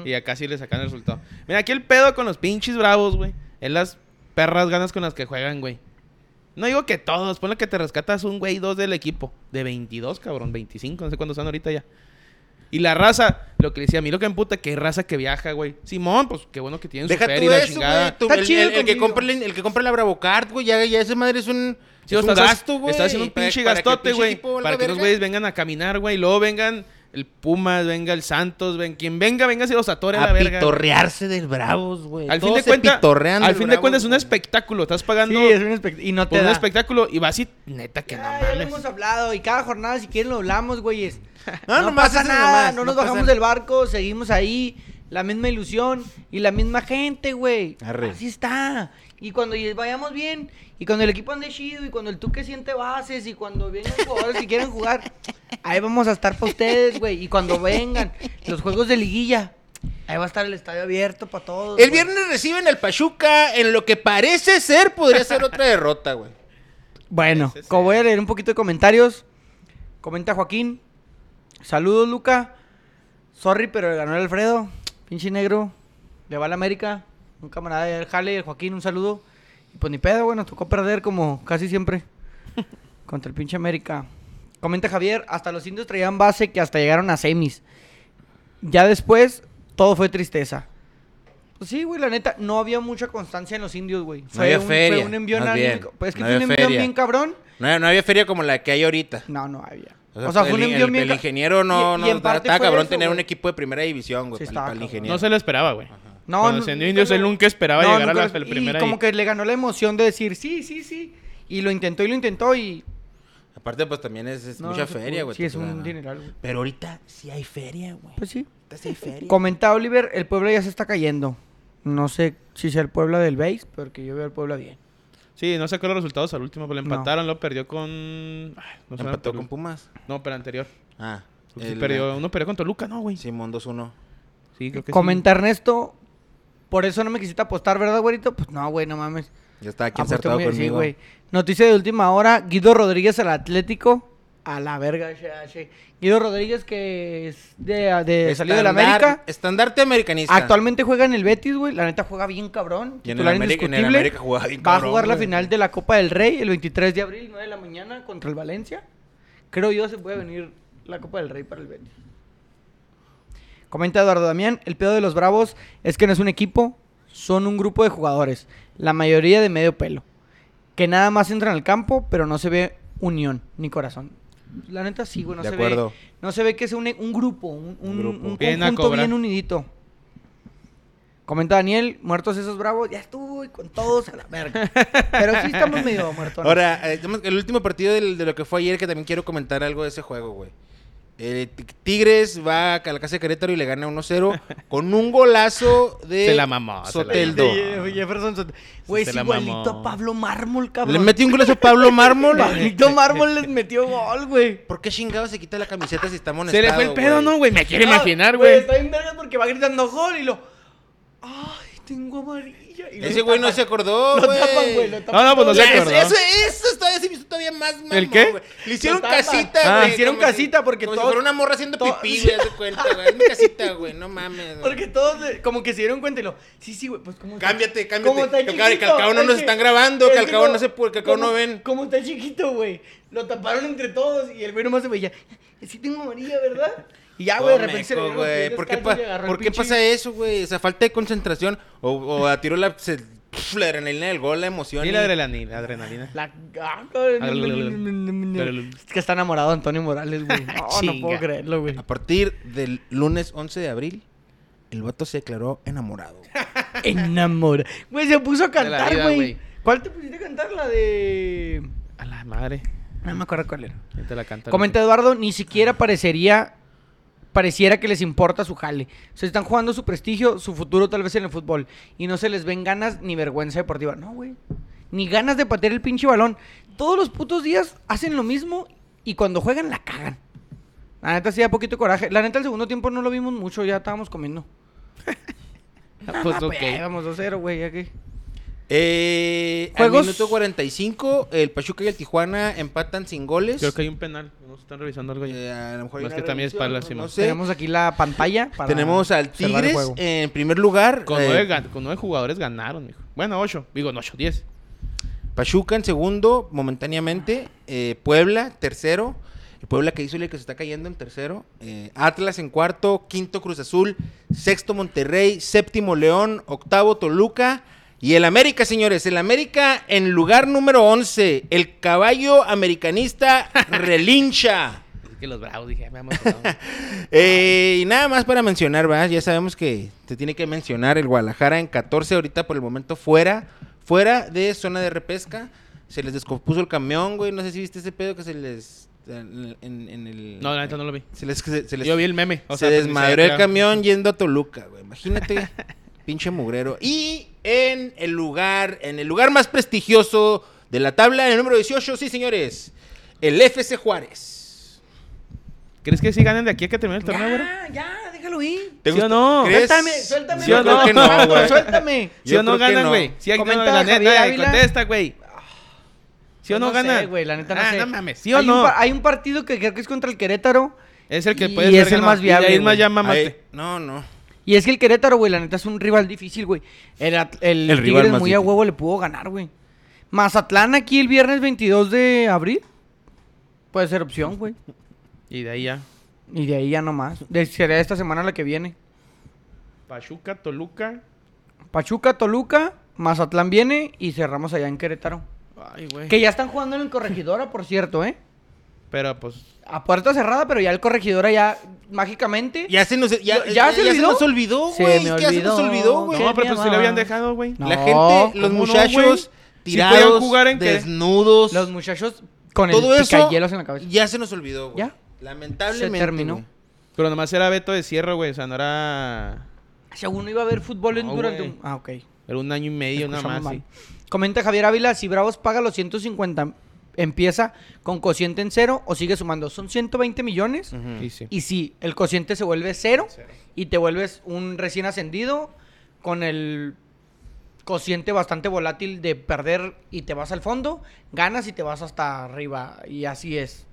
[SPEAKER 3] Y acá sí le sacan el resultado. Mira, aquí el pedo con los pinches bravos, güey. Es las perras ganas con las que juegan, güey. No digo que todos, ponle que te rescatas un güey, dos del equipo. De 22, cabrón, 25, no sé cuántos son ahorita ya. Y la raza, lo que le decía a mí, lo que me emputa, que hay raza que viaja, güey. Simón, pues qué bueno que tienen su
[SPEAKER 2] Deja
[SPEAKER 3] feria y
[SPEAKER 2] tú
[SPEAKER 3] la
[SPEAKER 2] eso,
[SPEAKER 3] chingada.
[SPEAKER 2] güey. Tú-
[SPEAKER 1] Está
[SPEAKER 2] El,
[SPEAKER 1] chido
[SPEAKER 2] el- el que
[SPEAKER 1] conmigo.
[SPEAKER 2] compra el, el que compra la Bravocard, güey, ya, ya esa madre es un,
[SPEAKER 3] Sí,
[SPEAKER 2] es
[SPEAKER 3] o sea,
[SPEAKER 2] un
[SPEAKER 3] estás-
[SPEAKER 2] gasto, güey.
[SPEAKER 3] Estás haciendo un
[SPEAKER 2] Para-
[SPEAKER 3] pinche
[SPEAKER 2] para que el
[SPEAKER 3] gastote,
[SPEAKER 2] pinche
[SPEAKER 3] güey.
[SPEAKER 2] equipo valga
[SPEAKER 3] Para que los
[SPEAKER 2] verga.
[SPEAKER 3] güeyes vengan a caminar, güey. y Luego vengan el Pumas, venga el Santos, ven quien venga, venga si los atore a la
[SPEAKER 2] A
[SPEAKER 3] verga.
[SPEAKER 2] pitorrearse del Bravos, güey.
[SPEAKER 3] Al fin
[SPEAKER 2] Todos
[SPEAKER 3] de
[SPEAKER 2] se
[SPEAKER 3] cuentas,
[SPEAKER 2] pitorrean
[SPEAKER 3] al
[SPEAKER 2] del
[SPEAKER 3] fin de
[SPEAKER 2] Bravos,
[SPEAKER 3] cuentas es un
[SPEAKER 2] güey.
[SPEAKER 3] espectáculo. Estás pagando
[SPEAKER 1] Sí, es un espectáculo. Y no te
[SPEAKER 3] por un
[SPEAKER 1] da.
[SPEAKER 3] espectáculo y vas y neta que
[SPEAKER 1] Ya,
[SPEAKER 3] no
[SPEAKER 1] Ah, ya lo
[SPEAKER 3] mames.
[SPEAKER 1] hemos hablado y cada jornada si quieren lo hablamos, güeyes.
[SPEAKER 2] No,
[SPEAKER 1] No,
[SPEAKER 2] nomás
[SPEAKER 1] pasa
[SPEAKER 2] eso
[SPEAKER 1] nada,
[SPEAKER 2] nomás,
[SPEAKER 1] no
[SPEAKER 2] no
[SPEAKER 1] nos
[SPEAKER 2] pasa
[SPEAKER 1] bajamos
[SPEAKER 2] nada.
[SPEAKER 1] del barco, seguimos ahí, la misma ilusión y la misma gente, güey.
[SPEAKER 2] Arre.
[SPEAKER 1] Así está. Y cuando y- vayamos bien, y cuando el equipo ande chido, y cuando el que siente bases, y cuando vengan jugadores y quieren jugar, ahí vamos a estar para ustedes, güey. Y cuando vengan los juegos de liguilla, ahí va a estar el estadio abierto para todos.
[SPEAKER 2] El
[SPEAKER 1] güey.
[SPEAKER 2] viernes reciben al Pachuca en lo que parece ser, podría ser otra derrota, güey.
[SPEAKER 1] Bueno,
[SPEAKER 3] Ese es
[SPEAKER 1] como voy a leer un poquito de comentarios, comenta Joaquín. Saludos, Luca. Sorry, pero le ganó el Alfredo. Pinche negro. Le va a la América. Un camarada del Jale, el Joaquín, un saludo. Y pues ni pedo, bueno, tocó perder como casi siempre. Contra el pinche América. Comenta Javier, hasta los indios traían base que hasta llegaron a semis. Ya después, todo fue tristeza. Pues sí, güey, la neta, no había mucha constancia en los indios, güey. Fue
[SPEAKER 2] había
[SPEAKER 1] un,
[SPEAKER 2] feria,
[SPEAKER 1] Fue un envión
[SPEAKER 2] más bien.
[SPEAKER 1] anímico. Pues es que
[SPEAKER 2] No
[SPEAKER 1] fue un
[SPEAKER 2] había
[SPEAKER 1] envión
[SPEAKER 2] feria.
[SPEAKER 1] bien cabrón.
[SPEAKER 2] No, no había feria como la que hay ahorita.
[SPEAKER 1] No, no había.
[SPEAKER 2] O sea,
[SPEAKER 1] fue un
[SPEAKER 2] el,
[SPEAKER 1] envión
[SPEAKER 2] el-
[SPEAKER 1] bien
[SPEAKER 2] el
[SPEAKER 1] ca-
[SPEAKER 2] ingeniero no,
[SPEAKER 1] y- y
[SPEAKER 2] no
[SPEAKER 1] en
[SPEAKER 2] está,
[SPEAKER 1] parte
[SPEAKER 2] está
[SPEAKER 1] fue
[SPEAKER 2] cabrón
[SPEAKER 1] eso,
[SPEAKER 2] tener un
[SPEAKER 1] güey.
[SPEAKER 2] equipo de primera división, güey,
[SPEAKER 1] Sí,
[SPEAKER 2] para,
[SPEAKER 1] estaba
[SPEAKER 2] el
[SPEAKER 1] cabrón.
[SPEAKER 2] ingeniero.
[SPEAKER 3] No se lo esperaba, güey.
[SPEAKER 1] No,
[SPEAKER 3] Cuando
[SPEAKER 1] no,
[SPEAKER 3] siendo
[SPEAKER 1] nunca
[SPEAKER 3] indios,
[SPEAKER 1] lo-
[SPEAKER 3] él nunca esperaba
[SPEAKER 1] No,
[SPEAKER 3] llegar a
[SPEAKER 1] nunca
[SPEAKER 3] la
[SPEAKER 1] lo-
[SPEAKER 3] la
[SPEAKER 1] y
[SPEAKER 3] primera.
[SPEAKER 1] como
[SPEAKER 3] y-
[SPEAKER 1] que le ganó la emoción de decir sí, sí, sí. Y lo intentó y lo intentó y.
[SPEAKER 2] Aparte, pues también es, es
[SPEAKER 1] no,
[SPEAKER 2] mucha
[SPEAKER 1] no se
[SPEAKER 2] feria,
[SPEAKER 1] pudo.
[SPEAKER 2] güey. pues,
[SPEAKER 1] Sí, es
[SPEAKER 2] te-
[SPEAKER 1] un dineral, güey.
[SPEAKER 2] Pero ahorita sí hay feria, güey.
[SPEAKER 1] Pues sí.
[SPEAKER 2] Ahorita sí hay feria.
[SPEAKER 1] Comenta Oliver, el pueblo ya se está cayendo. No sé si sea el pueblo del base, porque yo veo al pueblo bien.
[SPEAKER 3] Sí, no sacó los resultados al último, pero le
[SPEAKER 1] No.
[SPEAKER 3] empataron, lo perdió con. Ay, no sé,
[SPEAKER 2] Empató
[SPEAKER 3] pero-
[SPEAKER 2] con Pumas.
[SPEAKER 3] No, pero anterior.
[SPEAKER 2] Ah.
[SPEAKER 3] Sí,
[SPEAKER 2] el-
[SPEAKER 3] perdió, uno perdió con Toluca, ¿no, güey?
[SPEAKER 2] Simón 2-1.
[SPEAKER 3] Sí, creo que sí.
[SPEAKER 1] Comenta Ernesto, por eso no me quisiste apostar, ¿verdad, güerito? Pues no, güey, no mames.
[SPEAKER 2] Ya está
[SPEAKER 3] Ah, pues
[SPEAKER 2] aquí
[SPEAKER 1] Aposté
[SPEAKER 2] acertado
[SPEAKER 1] muy- sí,
[SPEAKER 2] conmigo.
[SPEAKER 1] güey. Noticia de última hora, Guido Rodríguez al Atlético. A la verga, ese- ese. Guido Rodríguez que es de,
[SPEAKER 3] Eh,
[SPEAKER 1] de salido de la
[SPEAKER 2] Estandar-
[SPEAKER 1] América.
[SPEAKER 2] Estandarte americanista.
[SPEAKER 1] Actualmente juega en el Betis, güey. La neta juega bien cabrón.
[SPEAKER 2] Y en el
[SPEAKER 1] titular
[SPEAKER 2] América- en el
[SPEAKER 1] indiscutible.
[SPEAKER 2] América jugaba bien
[SPEAKER 1] Va a
[SPEAKER 2] cabrón,
[SPEAKER 1] jugar la
[SPEAKER 2] güey.
[SPEAKER 1] final de la Copa del Rey el 23 de abril, 9 de la mañana, contra el Valencia. Creo yo se puede venir la Copa del Rey para el Betis. Comenta Eduardo Damián, el pedo de los Bravos es que no es un equipo, son un grupo de jugadores, la mayoría de medio pelo, que nada más entran al campo, pero no se ve unión ni corazón. La neta sí, güey, no
[SPEAKER 2] De
[SPEAKER 1] se
[SPEAKER 2] acuerdo.
[SPEAKER 1] ve, no se ve que sea un, e- un grupo, un, un-
[SPEAKER 2] Un grupo.
[SPEAKER 1] un
[SPEAKER 3] Vienen a
[SPEAKER 1] conjunto
[SPEAKER 3] cobrar.
[SPEAKER 1] bien unidito. Comenta Daniel, muertos esos bravos, ya estuvo y con todos a la verga. Pero sí estamos medio muertos.
[SPEAKER 2] Ahora, eh, nada más, el último partido del- de lo que fue ayer, que también quiero comentar algo de ese juego, güey. Eh, T- Tigres va a la casa de Querétaro y le gana 1-0 con un golazo de
[SPEAKER 3] Se la mamó, se la
[SPEAKER 2] Soteldo.
[SPEAKER 3] mamó.
[SPEAKER 1] Jefferson, Soto. güey,
[SPEAKER 3] Se
[SPEAKER 1] es
[SPEAKER 3] la
[SPEAKER 1] igualito
[SPEAKER 3] mamó.
[SPEAKER 1] a Pablo Mármol,
[SPEAKER 2] Le
[SPEAKER 1] cabrón.
[SPEAKER 2] metió un golazo a Pablo Mármol.
[SPEAKER 1] Pablito Mármol les metió gol, güey.
[SPEAKER 2] ¿Por qué chingado se quita la camiseta si está
[SPEAKER 3] Se
[SPEAKER 2] amonestado?
[SPEAKER 3] le fue el pedo,
[SPEAKER 2] güey?
[SPEAKER 3] ¿no, güey? Me quiero
[SPEAKER 1] No,
[SPEAKER 3] imaginar, güey.
[SPEAKER 1] Ah, Está bien verga porque va gritando gol y lo. Ay, tengo amarilla. Y lo
[SPEAKER 2] Ese güey no
[SPEAKER 1] tapan.
[SPEAKER 2] se acordó,
[SPEAKER 1] Lo
[SPEAKER 2] güey.
[SPEAKER 1] tapan, güey. lo
[SPEAKER 3] No, no,
[SPEAKER 1] tapan.
[SPEAKER 3] pues no se
[SPEAKER 2] Ya,
[SPEAKER 3] acordó.
[SPEAKER 2] Eso, eso, eso todavía se me hizo todavía más mamón,
[SPEAKER 3] ¿El qué?
[SPEAKER 2] güey. Le hicieron
[SPEAKER 1] Lo tapan.
[SPEAKER 2] casita,
[SPEAKER 1] Ah.
[SPEAKER 2] güey.
[SPEAKER 1] Le hicieron
[SPEAKER 2] como si-
[SPEAKER 1] casita porque
[SPEAKER 2] como
[SPEAKER 1] todos-
[SPEAKER 2] si fuera una morra haciendo
[SPEAKER 1] todos-
[SPEAKER 2] pipí, güey, haz de cuenta, güey. Es mi casita, güey, no mames. güey.
[SPEAKER 1] Porque todos eh, como que se dieron cuenta y lo. Sí, sí, güey. Pues como.
[SPEAKER 2] Cámbiate, cámbiate.
[SPEAKER 1] Como
[SPEAKER 2] Que
[SPEAKER 1] está
[SPEAKER 2] al cabo- que al
[SPEAKER 1] chiquito,
[SPEAKER 2] cabo no
[SPEAKER 1] es
[SPEAKER 2] nos están grabando, que al cabo no se puede- que al cabo
[SPEAKER 1] como-
[SPEAKER 2] no ven.
[SPEAKER 1] Como está chiquito, güey. Lo taparon entre todos y el güey nomás se veía. Sí, tengo amarilla, ¿verdad? Y ya, ah, güey, de repente se le
[SPEAKER 2] Meco,
[SPEAKER 1] vieron los pies
[SPEAKER 2] güey. ¿Por qué,
[SPEAKER 1] descalzos y
[SPEAKER 2] pa-
[SPEAKER 1] agarró el
[SPEAKER 2] por qué
[SPEAKER 1] pinche-
[SPEAKER 2] pasa eso, güey? O sea, falta de concentración. O, o atiró la, se- la adrenalina del gol, la emoción.
[SPEAKER 3] Y
[SPEAKER 2] y-
[SPEAKER 3] la adrenalina. la adrenalina.
[SPEAKER 1] La... ah, cabrón. Es que está enamorado de Antonio Morales, güey. No, no
[SPEAKER 3] Chinga.
[SPEAKER 1] puedo creerlo, güey.
[SPEAKER 2] A partir del lunes 11 de abril, el vato se declaró enamorado. güey.
[SPEAKER 1] Enamora. Güey, se puso a
[SPEAKER 3] la
[SPEAKER 1] cantar,
[SPEAKER 3] vida,
[SPEAKER 1] güey.
[SPEAKER 3] güey.
[SPEAKER 1] ¿Cuál te pusiste a cantar? La de.
[SPEAKER 3] A la madre.
[SPEAKER 1] No me acuerdo cuál era.
[SPEAKER 3] Ya te la canta.
[SPEAKER 1] Comenta Eduardo, ni siquiera parecería. Pareciera que les importa su jale. Se están jugando su prestigio, su futuro tal vez en el fútbol. Y no se les ven ganas ni vergüenza deportiva. No, güey. Ni ganas de patear el pinche balón. Todos los putos días hacen lo mismo y cuando juegan la cagan. La neta sí da poquito coraje. La neta el segundo tiempo no lo vimos mucho, ya estábamos comiendo.
[SPEAKER 3] Pues
[SPEAKER 1] Ah, pues, ya
[SPEAKER 3] ok.
[SPEAKER 1] íbamos 2-0, güey, ya que-
[SPEAKER 2] Eh,
[SPEAKER 1] Juegos-
[SPEAKER 2] Al minuto 45, el Pachuca y el Tijuana empatan sin
[SPEAKER 1] pues.
[SPEAKER 2] goles.
[SPEAKER 3] Creo que hay un penal. Nos están revisando algo ya.
[SPEAKER 2] Eh, a lo mejor hay
[SPEAKER 3] Pues
[SPEAKER 2] una
[SPEAKER 3] que también es
[SPEAKER 2] revisión,
[SPEAKER 3] para la
[SPEAKER 2] no-
[SPEAKER 3] Simón.
[SPEAKER 2] no sé.
[SPEAKER 1] Tenemos aquí la pantalla. para
[SPEAKER 2] Tenemos al
[SPEAKER 1] observar
[SPEAKER 2] Tigres
[SPEAKER 1] el
[SPEAKER 2] eh,
[SPEAKER 1] juego.
[SPEAKER 2] en primer lugar.
[SPEAKER 3] Con
[SPEAKER 2] eh,
[SPEAKER 3] nueve, gan- con nueve jugadores ganaron, mijo. Bueno, ocho. Digo, no, ocho, diez.
[SPEAKER 2] Pachuca en segundo, momentáneamente. eh, Puebla, tercero. El Puebla que hizo el que se está cayendo en tercero. eh, Atlas en cuarto. Quinto Cruz Azul. Sexto Monterrey. Séptimo León. Octavo Toluca. Y el América, señores. El América en lugar número 11. El caballo americanista relincha.
[SPEAKER 3] Así que los bravos, dije, me vamos.
[SPEAKER 2] Eh, y nada más para mencionar, ¿verdad? Ya sabemos que te tiene que mencionar el Guadalajara en 14 ahorita por el momento fuera, fuera de zona de repesca. Se les descompuso el camión, güey. No sé si viste ese pedo que se les... En, en- en el,
[SPEAKER 3] No, la neta no lo vi.
[SPEAKER 2] Se les, se, se les-
[SPEAKER 3] Yo vi el meme. o
[SPEAKER 2] se
[SPEAKER 3] sea, pues,
[SPEAKER 2] desmadró
[SPEAKER 3] dice,
[SPEAKER 2] el
[SPEAKER 3] claro.
[SPEAKER 2] camión yendo a Toluca, güey. Imagínate, pinche mugrero. Y en el lugar, en el lugar más prestigioso de la tabla, el número 18, sí, señores. El FC Juárez.
[SPEAKER 3] ¿Crees que sí ganen de aquí a que termine el torneo, güey?
[SPEAKER 1] Ya, ya, déjalo ir.
[SPEAKER 2] ¿Te
[SPEAKER 3] ¿Sí o
[SPEAKER 2] gusta-
[SPEAKER 3] no?
[SPEAKER 2] ¿Crees?
[SPEAKER 1] Suéltame, suéltame.
[SPEAKER 3] ¿Sí o
[SPEAKER 1] Marco,
[SPEAKER 3] no?
[SPEAKER 2] creo que
[SPEAKER 1] Marco,
[SPEAKER 2] güey.
[SPEAKER 1] suéltame.
[SPEAKER 3] ¿Sí
[SPEAKER 2] Yo
[SPEAKER 3] o no
[SPEAKER 2] creo que
[SPEAKER 3] ganan,
[SPEAKER 2] no.
[SPEAKER 3] güey? Sí, no,
[SPEAKER 1] Comenta
[SPEAKER 3] la
[SPEAKER 1] Javier
[SPEAKER 3] neta,
[SPEAKER 1] Ávila.
[SPEAKER 3] contesta, güey. ¿Sí o
[SPEAKER 1] Yo
[SPEAKER 3] Pues no, ganan?
[SPEAKER 1] sé, güey, la neta no
[SPEAKER 3] Ah,
[SPEAKER 1] sé.
[SPEAKER 3] no mames, ¿sí o
[SPEAKER 1] Hay un
[SPEAKER 3] no?
[SPEAKER 1] par- hay un partido que creo que es contra el Querétaro.
[SPEAKER 3] Es el que
[SPEAKER 1] Y
[SPEAKER 3] puede
[SPEAKER 1] es el más viable,
[SPEAKER 3] Y de ahí más
[SPEAKER 1] güey.
[SPEAKER 3] ya
[SPEAKER 2] Ay,
[SPEAKER 3] mamaste.
[SPEAKER 2] no, no.
[SPEAKER 1] Y es que el Querétaro, güey, la neta es un rival difícil, güey. El, At- el
[SPEAKER 2] El
[SPEAKER 1] Tigres
[SPEAKER 2] rival más
[SPEAKER 1] muy a
[SPEAKER 2] difícil.
[SPEAKER 1] huevo le pudo ganar, güey. Mazatlán aquí el viernes 22 de abril. Puede ser opción, güey.
[SPEAKER 3] Y de ahí ya.
[SPEAKER 1] Y de ahí ya nomás. De, será esta semana la que viene.
[SPEAKER 3] Pachuca, Toluca.
[SPEAKER 1] Pachuca, Toluca, Mazatlán viene y cerramos allá en Querétaro.
[SPEAKER 3] Ay, güey.
[SPEAKER 1] Que ya están jugando en el Corregidora, por cierto, ¿eh?
[SPEAKER 3] Pero pues
[SPEAKER 1] A puerta cerrada, pero ya el Corregidora ya mágicamente.
[SPEAKER 2] Ya se nos, ya,
[SPEAKER 1] ¿Ya
[SPEAKER 2] ya-
[SPEAKER 1] se
[SPEAKER 2] ya
[SPEAKER 1] olvidó?
[SPEAKER 2] nos olvidó,
[SPEAKER 1] Se
[SPEAKER 2] güey.
[SPEAKER 1] me
[SPEAKER 2] Es que ya se nos
[SPEAKER 1] olvidó.
[SPEAKER 2] olvidó, güey.
[SPEAKER 1] ¿Qué
[SPEAKER 3] No, pero
[SPEAKER 1] te
[SPEAKER 3] pues sí le habían
[SPEAKER 1] llamaban?
[SPEAKER 3] dejado, güey.
[SPEAKER 1] No.
[SPEAKER 2] La gente,
[SPEAKER 3] ¿cómo
[SPEAKER 2] los
[SPEAKER 3] no,
[SPEAKER 2] muchachos
[SPEAKER 3] güey? Sí podían
[SPEAKER 2] tirados,
[SPEAKER 3] jugar en que-
[SPEAKER 2] desnudos.
[SPEAKER 1] Los muchachos con
[SPEAKER 2] todo
[SPEAKER 1] el
[SPEAKER 2] eso
[SPEAKER 1] picahielos en la cabeza.
[SPEAKER 2] ya se nos olvidó, güey.
[SPEAKER 1] Ya.
[SPEAKER 2] Lamentablemente.
[SPEAKER 1] Se terminó.
[SPEAKER 2] güey.
[SPEAKER 3] Pero nomás era Beto de Sierra, güey. O sea, no era.
[SPEAKER 1] Según iba a haber fútbol en
[SPEAKER 3] No,
[SPEAKER 1] durante
[SPEAKER 3] güey.
[SPEAKER 1] un... Ah, ok.
[SPEAKER 3] Era un año y medio nada
[SPEAKER 1] Escuchamos
[SPEAKER 3] más.
[SPEAKER 1] mal.
[SPEAKER 3] sí.
[SPEAKER 1] Comenta Javier Ávila, si Bravos paga los 150, empieza con cociente en cero o sigue sumando. Son 120 millones.
[SPEAKER 2] Ujú.
[SPEAKER 3] Y sí.
[SPEAKER 1] Y si el cociente se vuelve cero, y te vuelves un recién ascendido con el cociente bastante volátil de perder y te vas al fondo, ganas y te vas hasta arriba. Y así es.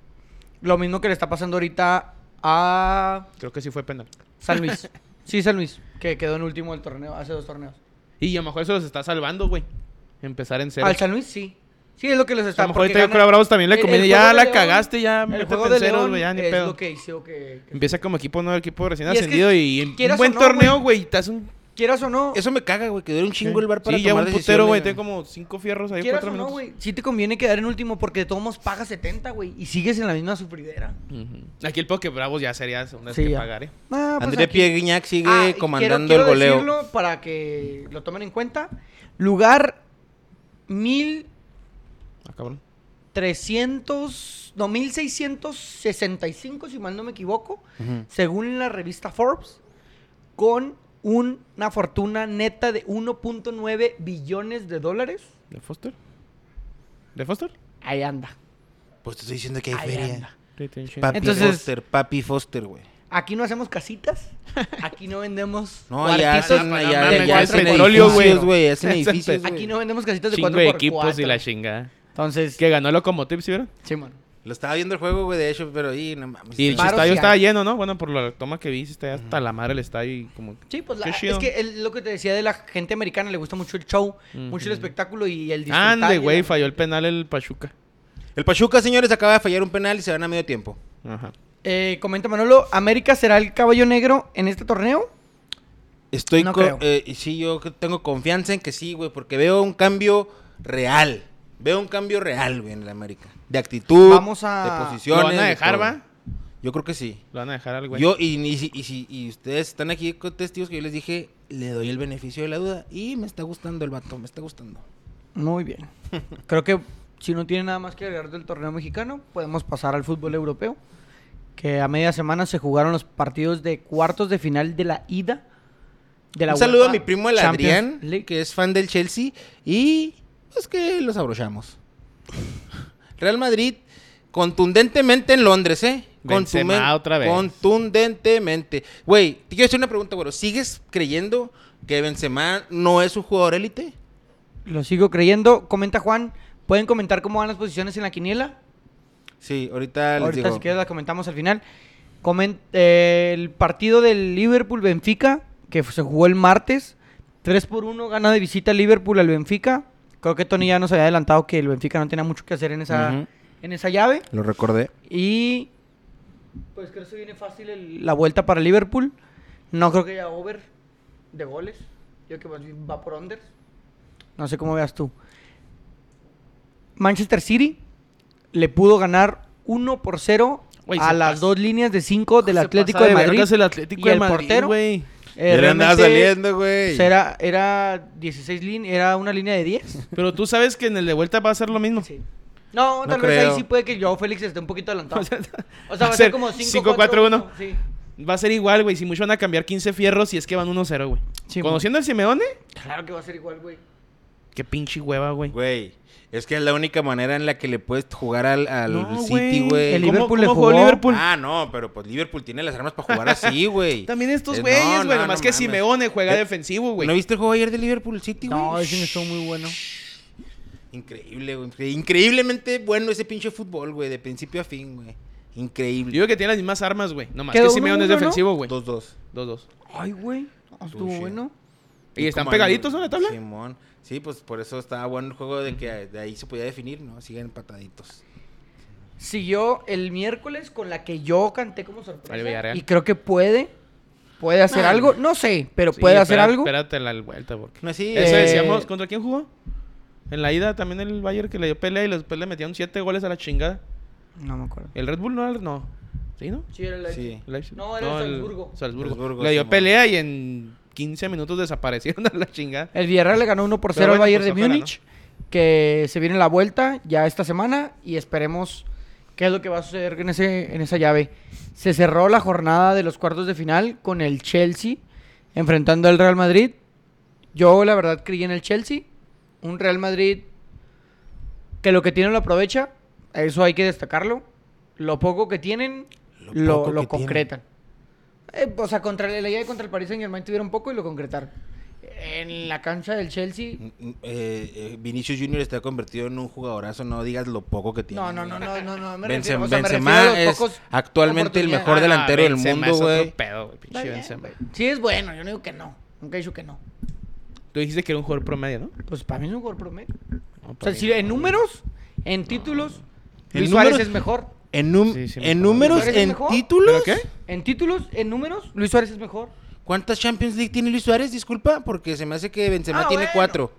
[SPEAKER 1] Lo mismo que le está pasando ahorita a
[SPEAKER 3] Creo que sí fue penal.
[SPEAKER 1] San Luis. sí, San Luis, que quedó en último del torneo, hace dos torneos.
[SPEAKER 3] Y a lo mejor eso los está salvando, güey. Empezar en cero.
[SPEAKER 1] Al San Luis sí. Sí, es lo que les
[SPEAKER 3] a
[SPEAKER 1] está
[SPEAKER 3] lo mejor
[SPEAKER 1] porque
[SPEAKER 3] ahorita yo
[SPEAKER 1] gana-
[SPEAKER 3] creo a Bravos también le
[SPEAKER 1] el-
[SPEAKER 3] conviene.
[SPEAKER 1] el
[SPEAKER 3] Ya
[SPEAKER 1] juego
[SPEAKER 3] la
[SPEAKER 1] de León-
[SPEAKER 3] cagaste, ya
[SPEAKER 1] el
[SPEAKER 3] métete
[SPEAKER 1] juego
[SPEAKER 3] en
[SPEAKER 1] de
[SPEAKER 3] cero,
[SPEAKER 1] León
[SPEAKER 3] güey. Ya ni
[SPEAKER 1] es
[SPEAKER 3] pedo.
[SPEAKER 1] lo que hizo que, que-
[SPEAKER 3] Empieza como equipo nuevo, equipo recién
[SPEAKER 1] Y es que,
[SPEAKER 3] ascendido. y un
[SPEAKER 1] quieras
[SPEAKER 3] buen
[SPEAKER 1] o no,
[SPEAKER 3] torneo,
[SPEAKER 1] güey.
[SPEAKER 3] güey. Estás un.
[SPEAKER 1] quieras o no,
[SPEAKER 2] Eso me caga, güey, que dure un chingo el bar para
[SPEAKER 3] sí, ya
[SPEAKER 2] tomar
[SPEAKER 3] un putero,
[SPEAKER 2] decisiones,
[SPEAKER 3] güey. Tengo como cinco fierros ahí,
[SPEAKER 1] quieras
[SPEAKER 3] cuatro
[SPEAKER 1] o no,
[SPEAKER 3] minutos.
[SPEAKER 1] güey, sí te conviene quedar en último porque de todos modos pagas 70, güey, y sigues en la misma sufridera.
[SPEAKER 3] Ujú. Aquí el poco que Bravos ya sería una vez
[SPEAKER 1] Sí,
[SPEAKER 3] que
[SPEAKER 1] ya.
[SPEAKER 3] pagar, eh.
[SPEAKER 1] Ah, pues
[SPEAKER 2] André
[SPEAKER 1] aquí-
[SPEAKER 2] Pieguiñac sigue
[SPEAKER 1] Ah, y quiero-
[SPEAKER 2] comandando
[SPEAKER 1] quiero
[SPEAKER 2] el goleo.
[SPEAKER 1] decirlo para que lo tomen en cuenta. Lugar 1300,
[SPEAKER 3] Ah, cabrón.
[SPEAKER 1] no, 1665, si mal no me equivoco,
[SPEAKER 2] Ujú.
[SPEAKER 1] según la revista Forbes, con un- una fortuna neta de 1.9 billones de dólares.
[SPEAKER 3] ¿De Foster? ¿De Foster?
[SPEAKER 1] Ahí anda.
[SPEAKER 2] Pues te estoy diciendo que hay
[SPEAKER 1] Ahí
[SPEAKER 2] feria.
[SPEAKER 1] anda.
[SPEAKER 2] Papi
[SPEAKER 1] Entonces-
[SPEAKER 2] Foster, Papi Foster, güey.
[SPEAKER 1] Aquí no hacemos casitas, aquí no vendemos
[SPEAKER 2] No, allá
[SPEAKER 1] cuartitos
[SPEAKER 2] hacen,
[SPEAKER 3] no,
[SPEAKER 2] allá,
[SPEAKER 3] no
[SPEAKER 2] allá
[SPEAKER 1] mames,
[SPEAKER 2] hacen
[SPEAKER 1] cuatro por
[SPEAKER 2] edificios,
[SPEAKER 1] cuatro.
[SPEAKER 2] güey. Hacen
[SPEAKER 3] Hacen
[SPEAKER 2] edificios,
[SPEAKER 1] Aquí
[SPEAKER 2] güey.
[SPEAKER 1] no vendemos casitas de
[SPEAKER 3] Chingo
[SPEAKER 1] 4
[SPEAKER 3] de equipos y la chingada.
[SPEAKER 1] Entonces,
[SPEAKER 3] Que ganó Locomotive, ¿sí vieron?
[SPEAKER 1] sí, mano.
[SPEAKER 2] Lo estaba viendo el juego, güey, de hecho, pero ahí, no mames.
[SPEAKER 3] Y el
[SPEAKER 1] Varos
[SPEAKER 3] estadio
[SPEAKER 1] y
[SPEAKER 3] estaba
[SPEAKER 1] hay.
[SPEAKER 3] lleno, ¿no? Bueno, por la toma que vi, sí está hasta la madre el estadio y como...
[SPEAKER 1] Sí, pues la-
[SPEAKER 3] Qué
[SPEAKER 1] es
[SPEAKER 3] chido.
[SPEAKER 1] que el- lo que te decía de la gente americana, le gusta mucho el show,
[SPEAKER 2] Mm.
[SPEAKER 1] mucho el espectáculo y el disfrutar. y
[SPEAKER 3] Ande,
[SPEAKER 1] la-
[SPEAKER 3] güey, falló el penal el Pachuca.
[SPEAKER 2] El Pachuca, señores, acaba de fallar un penal y se van a medio tiempo.
[SPEAKER 3] Ajá.
[SPEAKER 1] Eh, comenta Manolo, ¿América será el caballo negro en este torneo?
[SPEAKER 2] Estoy
[SPEAKER 1] No
[SPEAKER 2] co-
[SPEAKER 1] creo.
[SPEAKER 2] eh, y sí, yo que tengo confianza en que sí, güey, porque veo un cambio real. Veo un cambio real, güey, en el América. De actitud,
[SPEAKER 1] Vamos a-
[SPEAKER 2] de posiciones.
[SPEAKER 3] ¿Lo van a
[SPEAKER 2] de
[SPEAKER 3] dejar,
[SPEAKER 2] todo.
[SPEAKER 3] va?
[SPEAKER 2] Yo creo que sí.
[SPEAKER 3] Lo van a dejar al güey.
[SPEAKER 2] Yo, y, y, si- y, si- y ustedes están aquí con testigos que yo les dije, le doy el beneficio de la duda. Y me está gustando el vato, me está gustando.
[SPEAKER 1] Muy bien. Creo que si no tiene nada más que agregar del torneo mexicano, podemos pasar al fútbol europeo. Que a media semana se jugaron los partidos de cuartos de final de la ida. De la
[SPEAKER 2] un saludo a
[SPEAKER 1] UEFA
[SPEAKER 2] mi primo el
[SPEAKER 1] Champions
[SPEAKER 2] Adrián,
[SPEAKER 1] League.
[SPEAKER 2] que es fan del Chelsea, y pues que los abrochamos. Real Madrid, contundentemente en Londres, ¿eh?
[SPEAKER 3] Benzema
[SPEAKER 2] Contumen-
[SPEAKER 3] otra vez.
[SPEAKER 2] Contundentemente. Güey, te quiero hacer una pregunta, güey. ¿Sigues creyendo que Benzema no es un jugador élite?
[SPEAKER 1] Lo sigo creyendo. Comenta Juan, ¿pueden comentar cómo van las posiciones en la quiniela?
[SPEAKER 2] Sí, ahorita les
[SPEAKER 1] Ahorita
[SPEAKER 2] digo.
[SPEAKER 1] si quieres la comentamos al final. Comen- eh, el partido del Liverpool-Benfica, que se jugó el martes, 3 por 1 gana de visita Liverpool al Benfica. Creo que Tony ya nos había adelantado que el Benfica no tenía mucho que hacer en esa,
[SPEAKER 2] Ujú.
[SPEAKER 1] en esa llave.
[SPEAKER 2] Lo recordé.
[SPEAKER 1] Y pues creo que se viene fácil el- la vuelta para Liverpool. No creo que haya over de goles. Yo creo que más bien va por under. No sé cómo veas tú. Manchester City le pudo ganar 1 por 0
[SPEAKER 3] Güey,
[SPEAKER 1] a
[SPEAKER 3] se
[SPEAKER 1] las
[SPEAKER 3] pasa-
[SPEAKER 1] dos líneas de 5 del
[SPEAKER 3] Se
[SPEAKER 1] Atlético
[SPEAKER 3] pasa
[SPEAKER 1] de Madrid.
[SPEAKER 3] vergas el Atlético
[SPEAKER 1] y
[SPEAKER 3] de
[SPEAKER 1] el
[SPEAKER 3] Madrid,
[SPEAKER 1] portero.
[SPEAKER 3] güey.
[SPEAKER 1] Eh,
[SPEAKER 2] Ya le andaba
[SPEAKER 1] realmente,
[SPEAKER 2] saliendo, güey.
[SPEAKER 1] pues, Era, era 16 líneas, era una línea de 10.
[SPEAKER 3] Pero tú sabes que en el de vuelta va a ser lo mismo.
[SPEAKER 1] Sí. No,
[SPEAKER 2] No
[SPEAKER 1] tal vez
[SPEAKER 2] creo.
[SPEAKER 1] ahí sí puede que Joao Félix esté un poquito adelantado. O sea,
[SPEAKER 3] va
[SPEAKER 1] va
[SPEAKER 3] a
[SPEAKER 1] a
[SPEAKER 3] ser
[SPEAKER 1] ser como
[SPEAKER 3] 5-4-1.
[SPEAKER 1] 5-4-1. Sí.
[SPEAKER 3] Va a ser igual, güey. Si mucho van a cambiar 15 fierros y es que van 1-0, güey.
[SPEAKER 1] Sí,
[SPEAKER 3] Conociendo al Simeone,
[SPEAKER 1] Claro que va a ser igual, güey.
[SPEAKER 3] qué pinche hueva, güey.
[SPEAKER 2] Güey, es que es la única manera en la que le puedes jugar al, al
[SPEAKER 3] No,
[SPEAKER 2] City, güey.
[SPEAKER 1] El
[SPEAKER 3] ¿Cómo-
[SPEAKER 1] Liverpool le
[SPEAKER 3] cómo jugó
[SPEAKER 1] jugó?
[SPEAKER 3] Liverpool?
[SPEAKER 2] Ah, no, pero pues Liverpool tiene las armas para jugar así, güey.
[SPEAKER 3] También estos
[SPEAKER 2] Eh,
[SPEAKER 3] güeyes,
[SPEAKER 2] no,
[SPEAKER 3] güey.
[SPEAKER 2] no,
[SPEAKER 3] nomás
[SPEAKER 2] no
[SPEAKER 3] que
[SPEAKER 2] mames.
[SPEAKER 3] Simeone juega
[SPEAKER 2] Eh,
[SPEAKER 3] defensivo, güey.
[SPEAKER 2] ¿No viste el juego ayer de Liverpool City, güey?
[SPEAKER 1] No, ese me estuvo muy bueno.
[SPEAKER 2] Increíble, güey. incre- Increíblemente bueno ese pinche fútbol, güey. De principio a fin, güey.
[SPEAKER 3] Yo
[SPEAKER 2] Increíble.
[SPEAKER 3] creo que tiene las mismas armas, güey. Nomás
[SPEAKER 1] Quedó
[SPEAKER 3] que Simeone
[SPEAKER 1] 1-1,
[SPEAKER 3] es
[SPEAKER 1] ¿no?
[SPEAKER 3] defensivo, güey. 2-2.
[SPEAKER 2] 2-2. Dos,
[SPEAKER 1] Ay, güey. no, estuvo
[SPEAKER 2] Sushi.
[SPEAKER 1] bueno.
[SPEAKER 3] ¿Y están pegaditos, no, la tabla?
[SPEAKER 2] Simón. Sí, pues por eso estaba bueno el juego de que de ahí se podía definir, ¿no? Siguen empataditos.
[SPEAKER 1] siguió el miércoles con la que yo canté como
[SPEAKER 3] Al
[SPEAKER 1] sorpresa.
[SPEAKER 3] Villarreal.
[SPEAKER 1] Y creo que puede. Puede hacer
[SPEAKER 2] Nah,
[SPEAKER 1] algo. No sé, pero
[SPEAKER 3] Sí,
[SPEAKER 1] puede hacer
[SPEAKER 3] espera-
[SPEAKER 1] algo.
[SPEAKER 3] Espérate la vuelta, porque.
[SPEAKER 2] No, sí,
[SPEAKER 3] Eso
[SPEAKER 1] Eh,
[SPEAKER 3] decíamos, ¿contra quién jugó? En la ida también el Bayern que le dio pelea y después le metieron 7 goles a la chingada.
[SPEAKER 1] No me acuerdo.
[SPEAKER 3] El Red Bull no, no. ¿Sí, no?
[SPEAKER 1] Sí, era el-
[SPEAKER 2] Sí.
[SPEAKER 3] Leipzig.
[SPEAKER 1] No, era el Salzburgo.
[SPEAKER 3] Salzburgo.
[SPEAKER 2] Salzburgo,
[SPEAKER 3] le dio
[SPEAKER 2] Simón.
[SPEAKER 3] pelea y en 15 minutos desaparecieron a la chingada.
[SPEAKER 1] El Villarreal le ganó 1 por 0
[SPEAKER 3] Pero
[SPEAKER 1] al
[SPEAKER 3] bueno,
[SPEAKER 1] Bayern
[SPEAKER 3] pues,
[SPEAKER 1] de
[SPEAKER 3] ojalá,
[SPEAKER 1] Múnich. Que se viene la vuelta ya esta semana y esperemos qué es lo que va a suceder en, ese, en esa llave. Se cerró la jornada de los cuartos de final con el Chelsea enfrentando al Real Madrid. Yo la verdad creí en el Chelsea. Un Real Madrid que lo que tiene lo aprovecha. Eso hay que destacarlo. Lo poco que tienen
[SPEAKER 2] Lo
[SPEAKER 1] lo,
[SPEAKER 2] poco
[SPEAKER 1] lo
[SPEAKER 2] que tienen.
[SPEAKER 1] concretan. Eh, o sea, contra el- la llave contra el Paris Saint Germain tuvieron poco y lo concretaron. En la cancha del Chelsea.
[SPEAKER 2] Mm, mm, eh, eh, Vinicius Junior está convertido en un jugadorazo, no digas lo poco que tiene.
[SPEAKER 1] No, no, no, no, no, no. Me
[SPEAKER 2] Benzema,
[SPEAKER 1] refiero, o sea, me refiero
[SPEAKER 2] Benzema
[SPEAKER 1] a los
[SPEAKER 2] es
[SPEAKER 1] pocos
[SPEAKER 2] actualmente el
[SPEAKER 1] oportunidades.
[SPEAKER 2] mejor delantero del
[SPEAKER 3] Benzema
[SPEAKER 2] mundo,
[SPEAKER 3] es otro
[SPEAKER 2] güey.
[SPEAKER 3] pedo, güey, pinche
[SPEAKER 1] Está bien,
[SPEAKER 3] Benzema.
[SPEAKER 1] güey. Sí, es bueno, yo no digo que no. Nunca he dicho que no.
[SPEAKER 3] Tú dijiste que era un jugador promedio, ¿no?
[SPEAKER 1] Pues para mí es un jugador promedio.
[SPEAKER 3] No,
[SPEAKER 1] O sea,
[SPEAKER 3] para mí
[SPEAKER 1] si
[SPEAKER 3] no,
[SPEAKER 1] en números, en títulos,
[SPEAKER 2] En
[SPEAKER 1] Luis Suárez
[SPEAKER 2] números-
[SPEAKER 1] es mejor.
[SPEAKER 2] En, num-
[SPEAKER 3] Sí, sí,
[SPEAKER 2] en
[SPEAKER 3] mejor.
[SPEAKER 2] números,
[SPEAKER 1] ¿Suárez es
[SPEAKER 2] en
[SPEAKER 1] mejor?
[SPEAKER 2] títulos.
[SPEAKER 3] ¿Pero qué?
[SPEAKER 1] En títulos, en números, Luis Suárez es mejor.
[SPEAKER 2] ¿Cuántas Champions League tiene Luis Suárez? Disculpa, porque se me hace que Benzema
[SPEAKER 1] Ah,
[SPEAKER 2] tiene
[SPEAKER 1] bueno.
[SPEAKER 2] cuatro.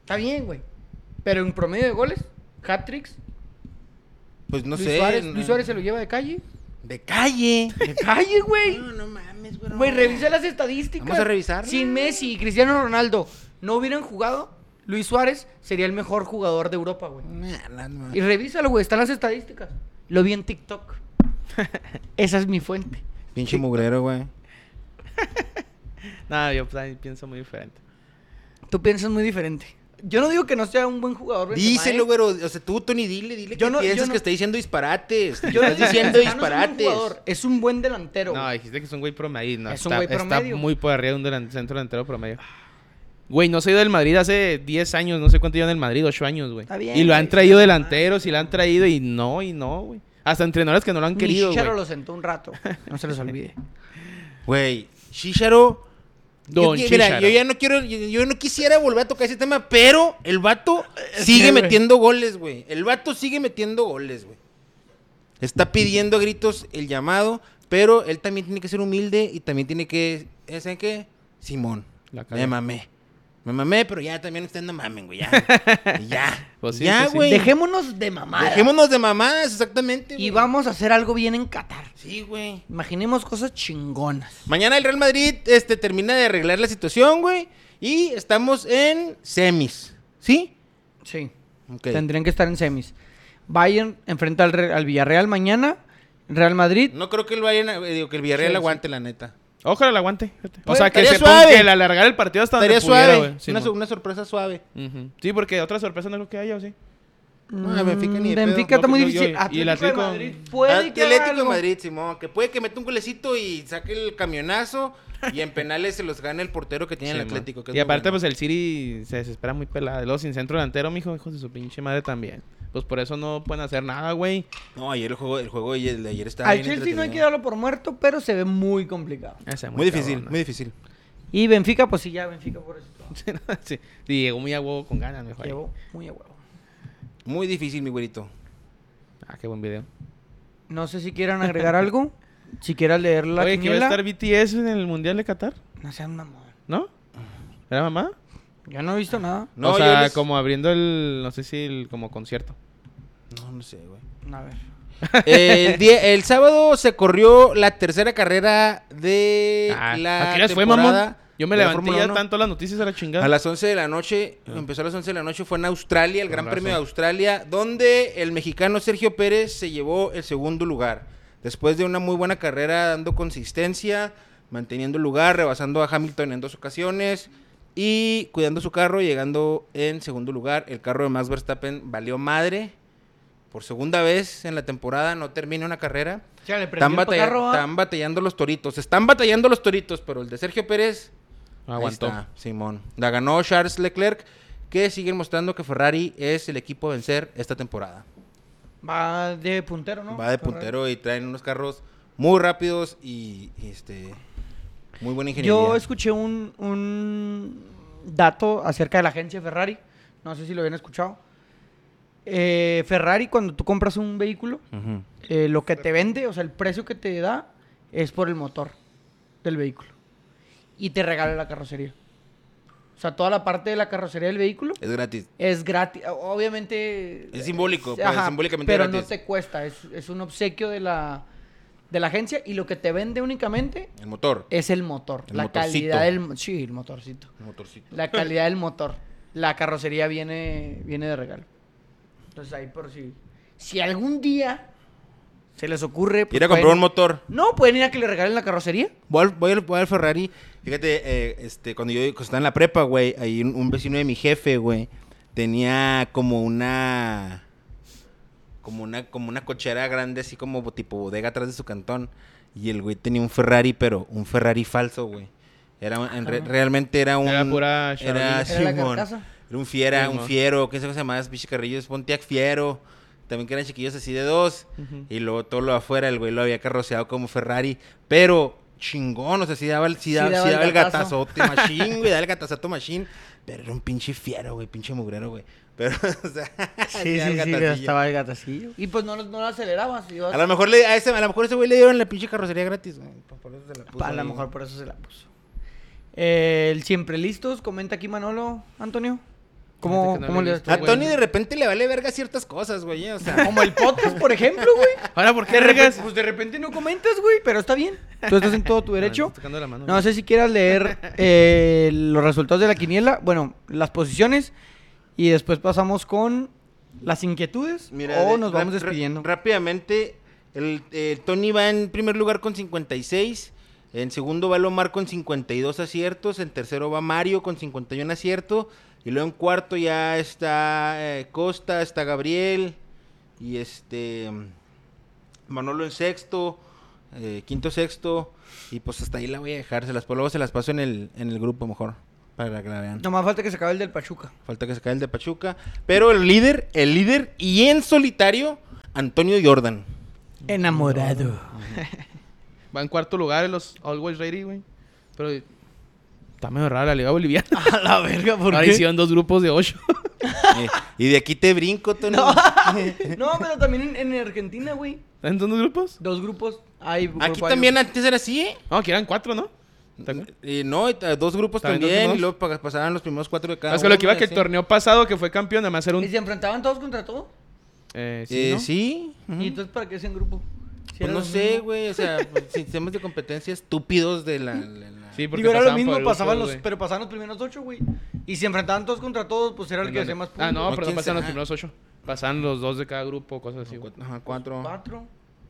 [SPEAKER 1] Está bien, güey. Pero en promedio de goles, hat-tricks,
[SPEAKER 2] Pues no
[SPEAKER 1] Luis,
[SPEAKER 2] sé.
[SPEAKER 1] Suárez,
[SPEAKER 2] no-
[SPEAKER 1] Luis Suárez se lo lleva de calle.
[SPEAKER 2] De calle.
[SPEAKER 1] De calle, güey.
[SPEAKER 2] No, no mames, güey.
[SPEAKER 1] Güey, revisa las estadísticas.
[SPEAKER 2] Vamos a revisar.
[SPEAKER 1] Si Messi y Cristiano Ronaldo no hubieran jugado, Luis Suárez sería el mejor jugador de Europa, güey.
[SPEAKER 2] Nah, nah, nah.
[SPEAKER 1] Y revísalo, güey. Están las estadísticas. Lo vi en TikTok. Esa es mi fuente.
[SPEAKER 2] Pinche mugrero, güey.
[SPEAKER 3] No, yo también pienso muy diferente.
[SPEAKER 1] Tú piensas muy diferente. Yo no digo que no sea un buen jugador. Benzema,
[SPEAKER 2] Díselo,
[SPEAKER 1] ¿eh?
[SPEAKER 2] güey. O sea, tú, Tony, dile, dile
[SPEAKER 1] Yo
[SPEAKER 2] que
[SPEAKER 1] no- yo
[SPEAKER 2] piensas
[SPEAKER 1] no-
[SPEAKER 2] que está diciendo disparates.
[SPEAKER 1] Yo no
[SPEAKER 2] estás
[SPEAKER 1] digo que
[SPEAKER 2] diciendo
[SPEAKER 1] Benzema no sea un buen
[SPEAKER 2] disparates.
[SPEAKER 1] jugador, es un buen delantero.
[SPEAKER 3] No,
[SPEAKER 1] güey.
[SPEAKER 3] dijiste que es un güey promedio. No,
[SPEAKER 1] Es un
[SPEAKER 3] está,
[SPEAKER 1] güey
[SPEAKER 3] está
[SPEAKER 1] promedio.
[SPEAKER 3] muy por arriba de un delan- centro delantero promedio. Güey, no se ha ido del Madrid hace 10 años, no sé cuánto lleva en el Madrid, 8 años, güey.
[SPEAKER 1] Está bien,
[SPEAKER 3] Y lo
[SPEAKER 1] güey,
[SPEAKER 3] han traído
[SPEAKER 1] sí,
[SPEAKER 3] delanteros y lo han traído y no, y no, güey. Hasta entrenadores que no lo han
[SPEAKER 1] Ni
[SPEAKER 3] querido,
[SPEAKER 1] Chicharo
[SPEAKER 3] güey.
[SPEAKER 1] lo sentó un rato. No se los olvide.
[SPEAKER 2] Güey, Shisharo.
[SPEAKER 3] Don
[SPEAKER 2] yo, mira,
[SPEAKER 3] Chícharo.
[SPEAKER 2] yo ya no quiero, yo, yo no quisiera volver a tocar ese tema, pero el vato
[SPEAKER 3] Eh,
[SPEAKER 2] sigue
[SPEAKER 1] güey.
[SPEAKER 2] metiendo goles, güey. El vato sigue metiendo goles, güey. Está pidiendo a gritos el llamado, pero él también tiene que ser humilde y también tiene que, eh, ¿saben qué? Simón,
[SPEAKER 3] La cagué.
[SPEAKER 2] me mamé. Me mamé, pero ya también ustedes no mamen, güey. Ya. ya.
[SPEAKER 3] Pues sí,
[SPEAKER 2] ya,
[SPEAKER 3] pues sí.
[SPEAKER 2] güey.
[SPEAKER 1] Dejémonos de mamada.
[SPEAKER 2] Dejémonos de mamadas, exactamente.
[SPEAKER 1] Y
[SPEAKER 2] güey.
[SPEAKER 1] vamos a hacer algo bien en Qatar.
[SPEAKER 2] Sí, güey.
[SPEAKER 1] Imaginemos cosas chingonas.
[SPEAKER 2] Mañana el Real Madrid este, termina de arreglar la situación, güey. Y estamos en semis. ¿Sí?
[SPEAKER 1] Sí.
[SPEAKER 2] Ok.
[SPEAKER 1] Tendrían que estar en semis. Bayern enfrenta al, Re- al Villarreal mañana. Real Madrid.
[SPEAKER 2] No creo que el Bayern, eh, digo, que el Villarreal
[SPEAKER 1] Sí, sí.
[SPEAKER 2] aguante, la neta.
[SPEAKER 3] Ojalá lo aguante. fíjate. O
[SPEAKER 2] Pues,
[SPEAKER 3] sea, que
[SPEAKER 2] estaría
[SPEAKER 3] se ponga
[SPEAKER 2] suave.
[SPEAKER 3] el alargar el partido hasta
[SPEAKER 2] Estaría
[SPEAKER 3] donde pudiera,
[SPEAKER 2] suave.
[SPEAKER 3] güey. Sí,
[SPEAKER 2] una,
[SPEAKER 3] mon.
[SPEAKER 2] so- una sorpresa suave.
[SPEAKER 3] Ujú. Sí, porque otra sorpresa no es lo que haya, ¿o sí?
[SPEAKER 2] No, Benfica ni de pedo.
[SPEAKER 1] Benfica está
[SPEAKER 3] No,
[SPEAKER 1] muy
[SPEAKER 3] yo- yo-
[SPEAKER 1] difícil.
[SPEAKER 3] y el
[SPEAKER 1] Atlético,
[SPEAKER 3] Atlético-
[SPEAKER 1] de Madrid puede que
[SPEAKER 2] Ah,
[SPEAKER 1] haga
[SPEAKER 2] Atlético de
[SPEAKER 1] algo.
[SPEAKER 2] Madrid, Simón. Que puede que meta un golecito y saque el camionazo. Y en penales se los gane el portero que tiene
[SPEAKER 3] Sí,
[SPEAKER 2] el
[SPEAKER 3] mon.
[SPEAKER 2] Atlético. que es
[SPEAKER 3] y
[SPEAKER 2] muy
[SPEAKER 3] aparte,
[SPEAKER 2] bueno.
[SPEAKER 3] pues el City se desespera muy pelado. Luego sin centro delantero, mijo, hijos de su pinche madre también. Pues por eso no pueden hacer nada, güey.
[SPEAKER 2] No, ayer el juego, el juego de ayer- de ayer estaba
[SPEAKER 1] Al
[SPEAKER 2] bien
[SPEAKER 1] Chelsea no hay que
[SPEAKER 2] entretenido.
[SPEAKER 1] darlo por muerto, pero se ve muy complicado.
[SPEAKER 3] O sea,
[SPEAKER 2] Muy difícil,
[SPEAKER 3] cabrón, ¿no?
[SPEAKER 2] muy difícil.
[SPEAKER 1] Y Benfica, pues sí, ya Benfica por eso.
[SPEAKER 3] Sí, no, sí. Y llegó muy a huevo con ganas, mejor.
[SPEAKER 1] Llegó muy a huevo.
[SPEAKER 2] Muy difícil, mi güerito.
[SPEAKER 3] Ah, qué buen video.
[SPEAKER 1] No sé si quieran agregar algo. Si quieran leer la
[SPEAKER 3] Oye, que
[SPEAKER 1] quiniela.
[SPEAKER 3] va a estar BTS en el Mundial de Qatar,
[SPEAKER 1] No sean mamón.
[SPEAKER 3] ¿no? ¿Era mamá?
[SPEAKER 1] Yo no he visto nada.
[SPEAKER 2] No, yo
[SPEAKER 3] o sea,
[SPEAKER 2] les-
[SPEAKER 3] como abriendo el, no sé si el, como concierto.
[SPEAKER 2] No, no sé, güey.
[SPEAKER 1] A ver.
[SPEAKER 2] El, die- el sábado se corrió la tercera carrera de
[SPEAKER 3] Ah,
[SPEAKER 2] la
[SPEAKER 3] ¿A qué horas fue, mamón?
[SPEAKER 2] temporada
[SPEAKER 3] Yo me
[SPEAKER 2] de la
[SPEAKER 3] levanté
[SPEAKER 2] Fórmula
[SPEAKER 3] ya
[SPEAKER 2] 1.
[SPEAKER 3] tanto las noticias a la chingada.
[SPEAKER 2] A las 11 de la noche, empezó a las 11 de la noche, fue en Australia, el
[SPEAKER 3] Con
[SPEAKER 2] Gran
[SPEAKER 3] razón.
[SPEAKER 2] Premio de Australia, donde el mexicano Sergio Pérez se llevó el segundo lugar. Después de una muy buena carrera, dando consistencia, manteniendo el lugar, rebasando a Hamilton en dos ocasiones y cuidando su carro, llegando en segundo lugar. El carro de Max Verstappen valió madre. Por segunda vez en la temporada no termina una carrera. Están, batalla-
[SPEAKER 1] ¿ah?
[SPEAKER 2] están batallando los toritos. Están batallando los toritos, pero el de Sergio Pérez
[SPEAKER 3] No
[SPEAKER 2] ahí
[SPEAKER 3] aguantó.
[SPEAKER 2] está, Simón. La ganó Charles Leclerc, que siguen mostrando que Ferrari es el equipo a vencer esta temporada.
[SPEAKER 1] Va de puntero, ¿no?
[SPEAKER 2] Va de puntero y traen unos carros muy rápidos y, y, este muy buena ingeniería.
[SPEAKER 1] Yo escuché un, un dato acerca de la agencia Ferrari. No sé si lo habían escuchado. eh, Ferrari, cuando tú compras un vehículo,
[SPEAKER 2] Ujú.
[SPEAKER 1] eh, lo que te vende, o sea, el precio que te da es por el motor del vehículo. Y te regala la carrocería. O sea, toda la parte de la carrocería del vehículo
[SPEAKER 2] Es gratis.
[SPEAKER 1] es gratis. Obviamente.
[SPEAKER 2] Es simbólico,
[SPEAKER 1] es-
[SPEAKER 2] pues, simbólicamente
[SPEAKER 1] Pero
[SPEAKER 2] gratis.
[SPEAKER 1] no te cuesta. Es, es un obsequio de la, de la agencia y lo que te vende únicamente
[SPEAKER 2] El motor.
[SPEAKER 1] es el motor.
[SPEAKER 2] El
[SPEAKER 1] la
[SPEAKER 2] motorcito.
[SPEAKER 1] calidad del. mo- Sí, el motorcito.
[SPEAKER 2] El motorcito.
[SPEAKER 1] La calidad del motor. La carrocería viene, viene de regalo. Entonces ahí por si. Si algún día se les ocurre. pues,
[SPEAKER 2] Ir a comprar
[SPEAKER 1] pueden-
[SPEAKER 2] un motor.
[SPEAKER 1] No, pueden ir a que le regalen la carrocería.
[SPEAKER 2] Voy al, voy al- voy al Ferrari. Fíjate, eh, este, cuando yo cuando estaba en la prepa, güey, ahí un, un vecino de mi jefe, güey, tenía como una. Como una, como una cochera grande, así como bo- tipo bodega atrás de su cantón. Y el güey tenía un Ferrari, pero un Ferrari falso, güey. Era, un- en re- realmente era un.
[SPEAKER 3] Era pura
[SPEAKER 2] Era,
[SPEAKER 3] charolilla.
[SPEAKER 1] Ah, Era la
[SPEAKER 2] Simón.
[SPEAKER 1] carcasa.
[SPEAKER 2] Era un fiera, un
[SPEAKER 3] Simón.
[SPEAKER 2] fiero, ¿qué se llama? Pinche carrillos, Pontiac Fiero. También que eran chiquillos así de dos.
[SPEAKER 3] Ujú.
[SPEAKER 2] Y luego todo lo de afuera, el güey lo había carroceado como Ferrari. Pero chingón, o sea, sí daba el, sí
[SPEAKER 1] Sí
[SPEAKER 2] daba,
[SPEAKER 1] daba
[SPEAKER 2] sí
[SPEAKER 1] el
[SPEAKER 2] daba el
[SPEAKER 1] gatazo.
[SPEAKER 2] gatazote machine, güey, daba el gatazote machine. Pero era un pinche fiero, güey, pinche mugrero, güey. Pero, o sea,
[SPEAKER 1] Sí,
[SPEAKER 2] daba el
[SPEAKER 1] sí, sí,
[SPEAKER 2] gatacillo.
[SPEAKER 1] estaba el gatacillo. Y pues no, lo- no lo acelerabas. ibas-
[SPEAKER 2] A lo mejor le, a ese, a lo mejor ese güey le dieron la pinche carrocería gratis, güey. Por- por eso se la puso
[SPEAKER 1] pues, a lo
[SPEAKER 2] ahí.
[SPEAKER 1] mejor por eso se la puso. Eh, el siempre listos, comenta aquí Manolo, Antonio. ¿Cómo,
[SPEAKER 3] Fíjate que no
[SPEAKER 1] cómo
[SPEAKER 3] lo he
[SPEAKER 1] le
[SPEAKER 3] visto,
[SPEAKER 2] A
[SPEAKER 3] güey.
[SPEAKER 2] Tony de repente le vale verga ciertas cosas, güey. eh, O sea,
[SPEAKER 1] Como el podcast, por ejemplo, güey.
[SPEAKER 3] Ahora, ¿por
[SPEAKER 2] Ah,
[SPEAKER 1] De
[SPEAKER 3] qué
[SPEAKER 1] repente,
[SPEAKER 3] regas?
[SPEAKER 1] pues de repente no comentas, güey, pero está bien. Tú estás en todo tu derecho.
[SPEAKER 3] Ah, Estás tocando la mano,
[SPEAKER 1] No
[SPEAKER 3] güey.
[SPEAKER 1] sé si quieras leer eh, los resultados de la quiniela, bueno, las posiciones, y después pasamos con las inquietudes
[SPEAKER 2] Mira,
[SPEAKER 1] o
[SPEAKER 2] de-
[SPEAKER 1] Oh, nos vamos
[SPEAKER 2] rap- ra-
[SPEAKER 1] despidiendo.
[SPEAKER 2] Rápidamente, el, eh, Tony va en primer lugar con 56. En segundo va Lomar con 52 aciertos. En tercero va Mario con 51 aciertos. Y luego en cuarto ya está eh, Costa, está Gabriel. Y este. Manolo en sexto. eh, quinto, sexto. Y pues hasta ahí la voy a dejar. Se las, luego se las paso en el, en el grupo mejor. Para que la vean.
[SPEAKER 1] Nomás falta que se acabe el del Pachuca.
[SPEAKER 2] Falta que se caiga el de Pachuca. Pero el líder, el líder y en solitario, Antonio Jordan.
[SPEAKER 1] Enamorado.
[SPEAKER 3] Va en cuarto lugar en los Always Ready, güey. Pero está medio rara la Liga Boliviana.
[SPEAKER 1] A la verga, ¿por
[SPEAKER 3] Ahora hicieron dos grupos de ocho.
[SPEAKER 2] Eh, y de aquí te brinco, Tony.
[SPEAKER 1] No, pero también en, en Argentina, güey.
[SPEAKER 3] ¿Están dos grupos?
[SPEAKER 1] Dos grupos. Hay
[SPEAKER 2] Aquí
[SPEAKER 1] varios.
[SPEAKER 2] también antes era así, ¿eh?
[SPEAKER 3] No, que eran cuatro, ¿no? ¿Te acuerdas?
[SPEAKER 2] Eh, no, y t- dos grupos
[SPEAKER 3] ¿También dos
[SPEAKER 2] también.
[SPEAKER 3] grupos? Ah,
[SPEAKER 2] y luego pa- pasaban los primeros cuatro de cada
[SPEAKER 3] Es que lo que iba
[SPEAKER 2] uno,
[SPEAKER 3] que el
[SPEAKER 2] así.
[SPEAKER 3] torneo pasado que fue campeón, nada más era
[SPEAKER 1] ¿Y
[SPEAKER 3] un...
[SPEAKER 1] se enfrentaban todos contra todo?
[SPEAKER 3] Eh, sí,
[SPEAKER 2] Eh,
[SPEAKER 3] ¿no?
[SPEAKER 2] sí. ujú.
[SPEAKER 1] ¿Y entonces para qué hacían grupo? Si
[SPEAKER 2] Pues
[SPEAKER 1] era
[SPEAKER 2] no
[SPEAKER 1] lo
[SPEAKER 2] sé,
[SPEAKER 1] mismo.
[SPEAKER 2] güey. O sea, pues, sistemas de competencia estúpidos de la. la- la-
[SPEAKER 3] Sí, porque
[SPEAKER 1] Digo, era lo
[SPEAKER 3] pasaban
[SPEAKER 1] mismo,
[SPEAKER 3] por
[SPEAKER 1] pasaban
[SPEAKER 3] grupos,
[SPEAKER 1] los,
[SPEAKER 3] güey.
[SPEAKER 1] pero pasaban los primeros ocho, güey. Y se enfrentaban todos contra todos, pues era el que hacía más puntos.
[SPEAKER 3] Ah, no,
[SPEAKER 2] No,
[SPEAKER 3] pero no
[SPEAKER 2] quién
[SPEAKER 3] pasan
[SPEAKER 2] sabe.
[SPEAKER 3] los primeros ocho. Pasan los dos de cada grupo, cosas así, güey.
[SPEAKER 2] Cuatro- Ajá, cuatro.
[SPEAKER 1] Cuatro.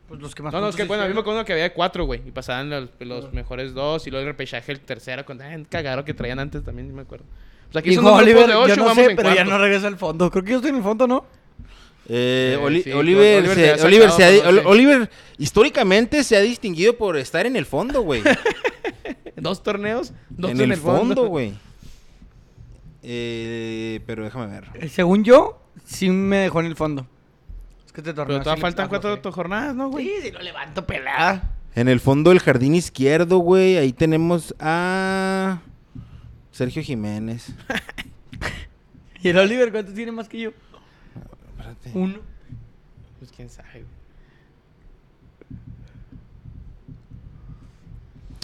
[SPEAKER 1] Pues los que más
[SPEAKER 3] No, no, es
[SPEAKER 1] puntos
[SPEAKER 3] que bueno, a mí me
[SPEAKER 1] hicieron. Ah.
[SPEAKER 3] acuerdo que había cuatro, güey. Y pasaban los, los mejores dos y luego el repechaje el tercero con ah, cagaro que traían antes también, no me acuerdo. O sea, aquí son
[SPEAKER 1] Dijo
[SPEAKER 3] dos grupos
[SPEAKER 1] Oliver,
[SPEAKER 3] de ocho,
[SPEAKER 1] yo no
[SPEAKER 3] vamos
[SPEAKER 1] sé,
[SPEAKER 3] en
[SPEAKER 1] pero ya
[SPEAKER 3] cuarto.
[SPEAKER 1] no regresa al fondo. Creo que yo estoy en el fondo, ¿no?
[SPEAKER 2] Eh,
[SPEAKER 3] Eh,
[SPEAKER 2] Oli-
[SPEAKER 3] sí,
[SPEAKER 2] Oliver,
[SPEAKER 3] Oliver
[SPEAKER 2] se-
[SPEAKER 3] te ha sacado,
[SPEAKER 2] Oliver, se ha di-
[SPEAKER 3] pero no sé.
[SPEAKER 2] Oliver históricamente se ha distinguido por estar en el fondo, güey.
[SPEAKER 3] Dos torneos, dos
[SPEAKER 2] en, el fondo, güey. Eh, pero déjame ver.
[SPEAKER 1] Eh, Según yo, sí me dejó en el fondo. Es que te torneo.
[SPEAKER 3] Pero todavía faltan cuatro to- jornadas, ¿no, güey?
[SPEAKER 1] Sí, si lo levanto pelada.
[SPEAKER 2] En el fondo del jardín izquierdo, güey. Ahí tenemos a Sergio Jiménez.
[SPEAKER 1] ¿Y el Oliver cuántos tiene más que yo?
[SPEAKER 2] Espérate.
[SPEAKER 1] Uno.
[SPEAKER 3] Pues quién sabe, güey.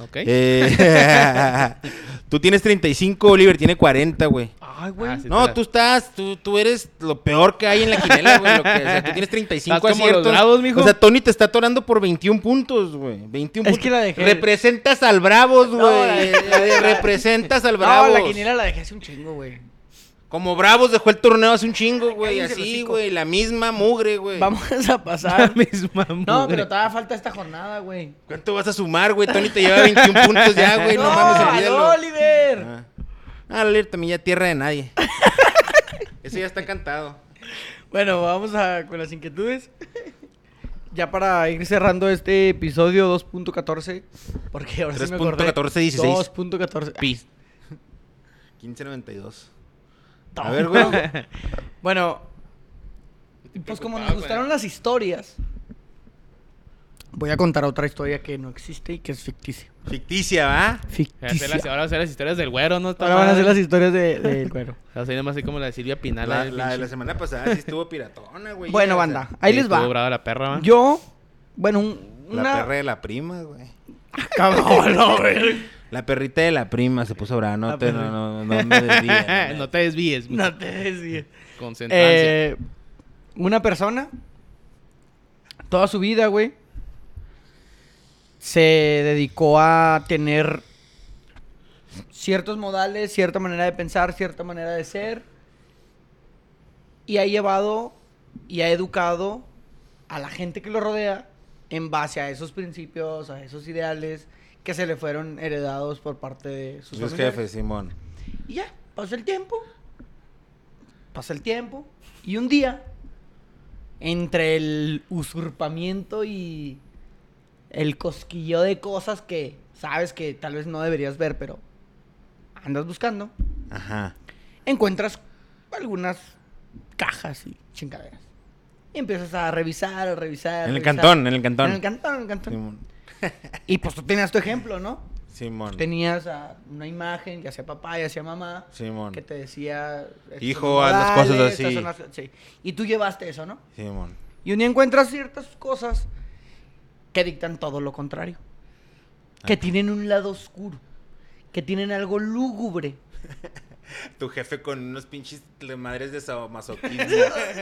[SPEAKER 3] Ok.
[SPEAKER 2] Eh, tú tienes 35, Oliver tiene 40, güey.
[SPEAKER 1] Ay, güey.
[SPEAKER 3] Ah, sí.
[SPEAKER 2] No, tú estás, tú, tú eres lo peor que hay en la quinela, güey. lo que- O sea, tú tienes 35
[SPEAKER 3] Estás como los
[SPEAKER 2] aciertos.
[SPEAKER 3] Bravos, mijo.
[SPEAKER 2] O sea, Tony te está atorando por 21 puntos, güey. 21
[SPEAKER 1] Es
[SPEAKER 2] puntos.
[SPEAKER 1] que la dejé.
[SPEAKER 2] Representas al Bravos, güey.
[SPEAKER 1] la-
[SPEAKER 2] La de representas al
[SPEAKER 1] No,
[SPEAKER 2] Bravos.
[SPEAKER 1] la quiniela la dejé hace un chingo, güey.
[SPEAKER 2] Como Bravos dejó el torneo hace un chingo, güey.
[SPEAKER 1] cállense los
[SPEAKER 2] Así,
[SPEAKER 1] hocico.
[SPEAKER 2] güey. La misma mugre, güey.
[SPEAKER 1] Vamos a pasar.
[SPEAKER 3] misma
[SPEAKER 1] no,
[SPEAKER 3] mugre.
[SPEAKER 1] pero todavía falta esta jornada, güey.
[SPEAKER 2] ¿Cuánto vas a sumar, güey? Tony te lleva 21 puntos ya, güey. No, mames,
[SPEAKER 1] al
[SPEAKER 2] olvídalo.
[SPEAKER 1] Oliver!
[SPEAKER 2] Ah, Ah, Oliver también ya tierra de nadie. Eso ya está cantado.
[SPEAKER 1] Bueno, vamos a, con las inquietudes. ya para ir cerrando este episodio 2.14. Porque ahora sí me acordé.
[SPEAKER 2] 3.1416.
[SPEAKER 1] 2.14. Ah,
[SPEAKER 3] Pis.
[SPEAKER 2] 1592.
[SPEAKER 1] toma.
[SPEAKER 2] A ver, güey.
[SPEAKER 3] Ah,
[SPEAKER 1] Bueno, pues como nos gustaron las historias, Voy a contar otra historia que no existe y que es ficticia.
[SPEAKER 2] Ficticia, ¿va?
[SPEAKER 3] Voy a hacer
[SPEAKER 1] Ficticia.
[SPEAKER 3] las- Ahora van a hacer las historias del güero, ¿no? Esta
[SPEAKER 1] Ahora van a
[SPEAKER 3] madre.
[SPEAKER 1] hacer las historias de- del cuero.
[SPEAKER 3] Va a salir nomás así como la de Silvia Pinal.
[SPEAKER 2] La,
[SPEAKER 3] ahí,
[SPEAKER 2] la de la
[SPEAKER 3] pinche.
[SPEAKER 2] semana pasada sí estuvo piratona,
[SPEAKER 3] Pues
[SPEAKER 2] güey.
[SPEAKER 1] Bueno,
[SPEAKER 2] O sea,
[SPEAKER 1] banda, ahí
[SPEAKER 3] Sí,
[SPEAKER 1] les va.
[SPEAKER 3] estuvo brava la perra, ¿va?
[SPEAKER 1] Yo, bueno, un-
[SPEAKER 2] La
[SPEAKER 1] una...
[SPEAKER 2] perra de la prima, güey.
[SPEAKER 1] Cabrón, no, güey.
[SPEAKER 2] La perrita de la prima se puso brava. No,
[SPEAKER 1] La
[SPEAKER 2] te,
[SPEAKER 1] perri-
[SPEAKER 2] no, no, no, no desvíes, güey.
[SPEAKER 3] no te desvíes, mi
[SPEAKER 1] No te decía.
[SPEAKER 3] Concentrancia.
[SPEAKER 1] Eh, una persona, toda su vida, güey, se dedicó a tener ciertos modales, cierta manera de pensar, cierta manera de ser. Y ha llevado y ha educado a la gente que lo rodea en base a esos principios, a esos ideales que se le fueron heredados por parte de sus
[SPEAKER 2] Sus
[SPEAKER 1] familiares.
[SPEAKER 2] jefes, Simón.
[SPEAKER 1] Y ya, pasa el tiempo. Pasa el tiempo. Y un día, entre el usurpamiento y el cosquillo de cosas que sabes que tal vez no deberías ver, pero andas buscando,
[SPEAKER 2] Ajá.
[SPEAKER 1] encuentras algunas cajas y chingaderas. Y empiezas a revisar, a revisar. a
[SPEAKER 2] En el
[SPEAKER 1] revisar.
[SPEAKER 2] cantón, en el cantón.
[SPEAKER 1] En el cantón, en el cantón.
[SPEAKER 2] Simón.
[SPEAKER 1] Y pues tú tenías tu ejemplo, ¿no?
[SPEAKER 2] Simón.
[SPEAKER 1] Tenías a una imagen, ya sea papá, ya sea mamá
[SPEAKER 2] Simón.
[SPEAKER 1] que te decía... estos
[SPEAKER 2] Hijo,
[SPEAKER 1] son los
[SPEAKER 2] haz las
[SPEAKER 1] modales,
[SPEAKER 2] cosas
[SPEAKER 1] estas
[SPEAKER 2] así.
[SPEAKER 1] son las- sí. Y tú llevaste eso, ¿no?
[SPEAKER 2] Simón.
[SPEAKER 1] Y un día encuentras ciertas cosas que dictan todo lo contrario. Que tienen un lado oscuro. Que tienen algo lúgubre.
[SPEAKER 2] Tu jefe con unos pinches le- madres de sadomasoquismo.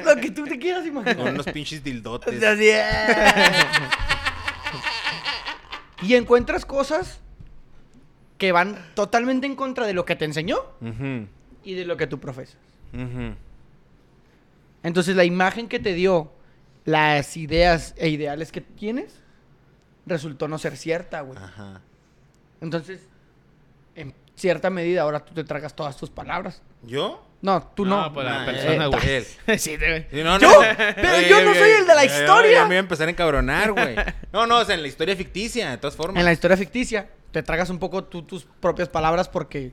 [SPEAKER 1] lo que tú te quieras
[SPEAKER 2] con
[SPEAKER 1] imaginar.
[SPEAKER 2] unos pinches dildotes.
[SPEAKER 1] Así es. y encuentras cosas que van totalmente en contra de lo que te enseñó
[SPEAKER 2] Ujú,
[SPEAKER 1] y de lo que tú profesas.
[SPEAKER 2] ujú.
[SPEAKER 1] Entonces la imagen que te dio, las ideas e ideales que tienes, resultó no ser cierta, güey.
[SPEAKER 2] Ajá.
[SPEAKER 1] Entonces, en cierta medida, ahora tú te tragas todas tus palabras.
[SPEAKER 2] ¿Yo?
[SPEAKER 1] No, tú no.
[SPEAKER 3] pues la
[SPEAKER 2] Nah,
[SPEAKER 3] persona,
[SPEAKER 1] eh,
[SPEAKER 3] güey.
[SPEAKER 2] él.
[SPEAKER 3] sí, te-
[SPEAKER 2] Sí, no,
[SPEAKER 1] ¿Yo?
[SPEAKER 2] no.
[SPEAKER 1] Pero yo no soy el de la
[SPEAKER 2] ya, ya,
[SPEAKER 1] historia.
[SPEAKER 2] ya me iba a empezar a encabronar, güey. No, no, o sea, en la historia ficticia, de todas formas.
[SPEAKER 1] En la historia ficticia, te tragas un poco tú tus propias palabras porque...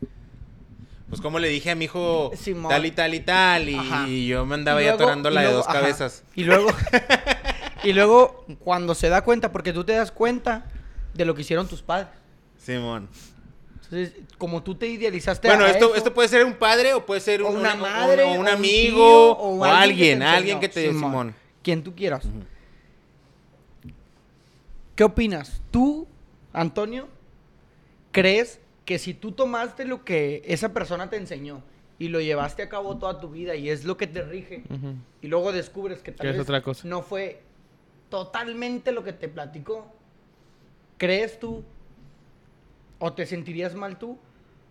[SPEAKER 2] Pues como le dije a mi hijo
[SPEAKER 1] Simón.
[SPEAKER 2] tal y tal y tal, y,
[SPEAKER 1] Ajá.
[SPEAKER 2] y yo me andaba
[SPEAKER 1] y
[SPEAKER 2] ya
[SPEAKER 1] luego-
[SPEAKER 2] atorando
[SPEAKER 1] y
[SPEAKER 2] la de
[SPEAKER 1] luego-
[SPEAKER 2] dos
[SPEAKER 1] ajá.
[SPEAKER 2] cabezas.
[SPEAKER 1] Y luego... y luego, cuando se da cuenta, porque tú te das cuenta de lo que hicieron tus padres.
[SPEAKER 2] Simón.
[SPEAKER 1] Entonces, como tú te idealizaste
[SPEAKER 2] Bueno,
[SPEAKER 1] a
[SPEAKER 2] esto,
[SPEAKER 1] eso-
[SPEAKER 2] esto puede ser un padre o puede ser
[SPEAKER 1] o
[SPEAKER 2] un,
[SPEAKER 1] una
[SPEAKER 2] un-
[SPEAKER 1] madre,
[SPEAKER 2] o un,
[SPEAKER 1] o un
[SPEAKER 2] amigo,
[SPEAKER 1] tío,
[SPEAKER 2] o,
[SPEAKER 1] alguien
[SPEAKER 2] alguien,
[SPEAKER 1] te enseñó.
[SPEAKER 2] alguien que te dio Simón.
[SPEAKER 1] Quien tú quieras.
[SPEAKER 2] Ujú.
[SPEAKER 1] ¿Qué opinas? ¿Tú, Antonio, crees que si tú tomaste lo que esa persona te enseñó y lo llevaste a cabo toda tu vida y es lo que te rige
[SPEAKER 3] Ujú.
[SPEAKER 1] y luego descubres que tal
[SPEAKER 3] Que es
[SPEAKER 1] vez
[SPEAKER 3] otra cosa.
[SPEAKER 1] no fue totalmente lo que te platicó, ¿crees tú o te sentirías mal tú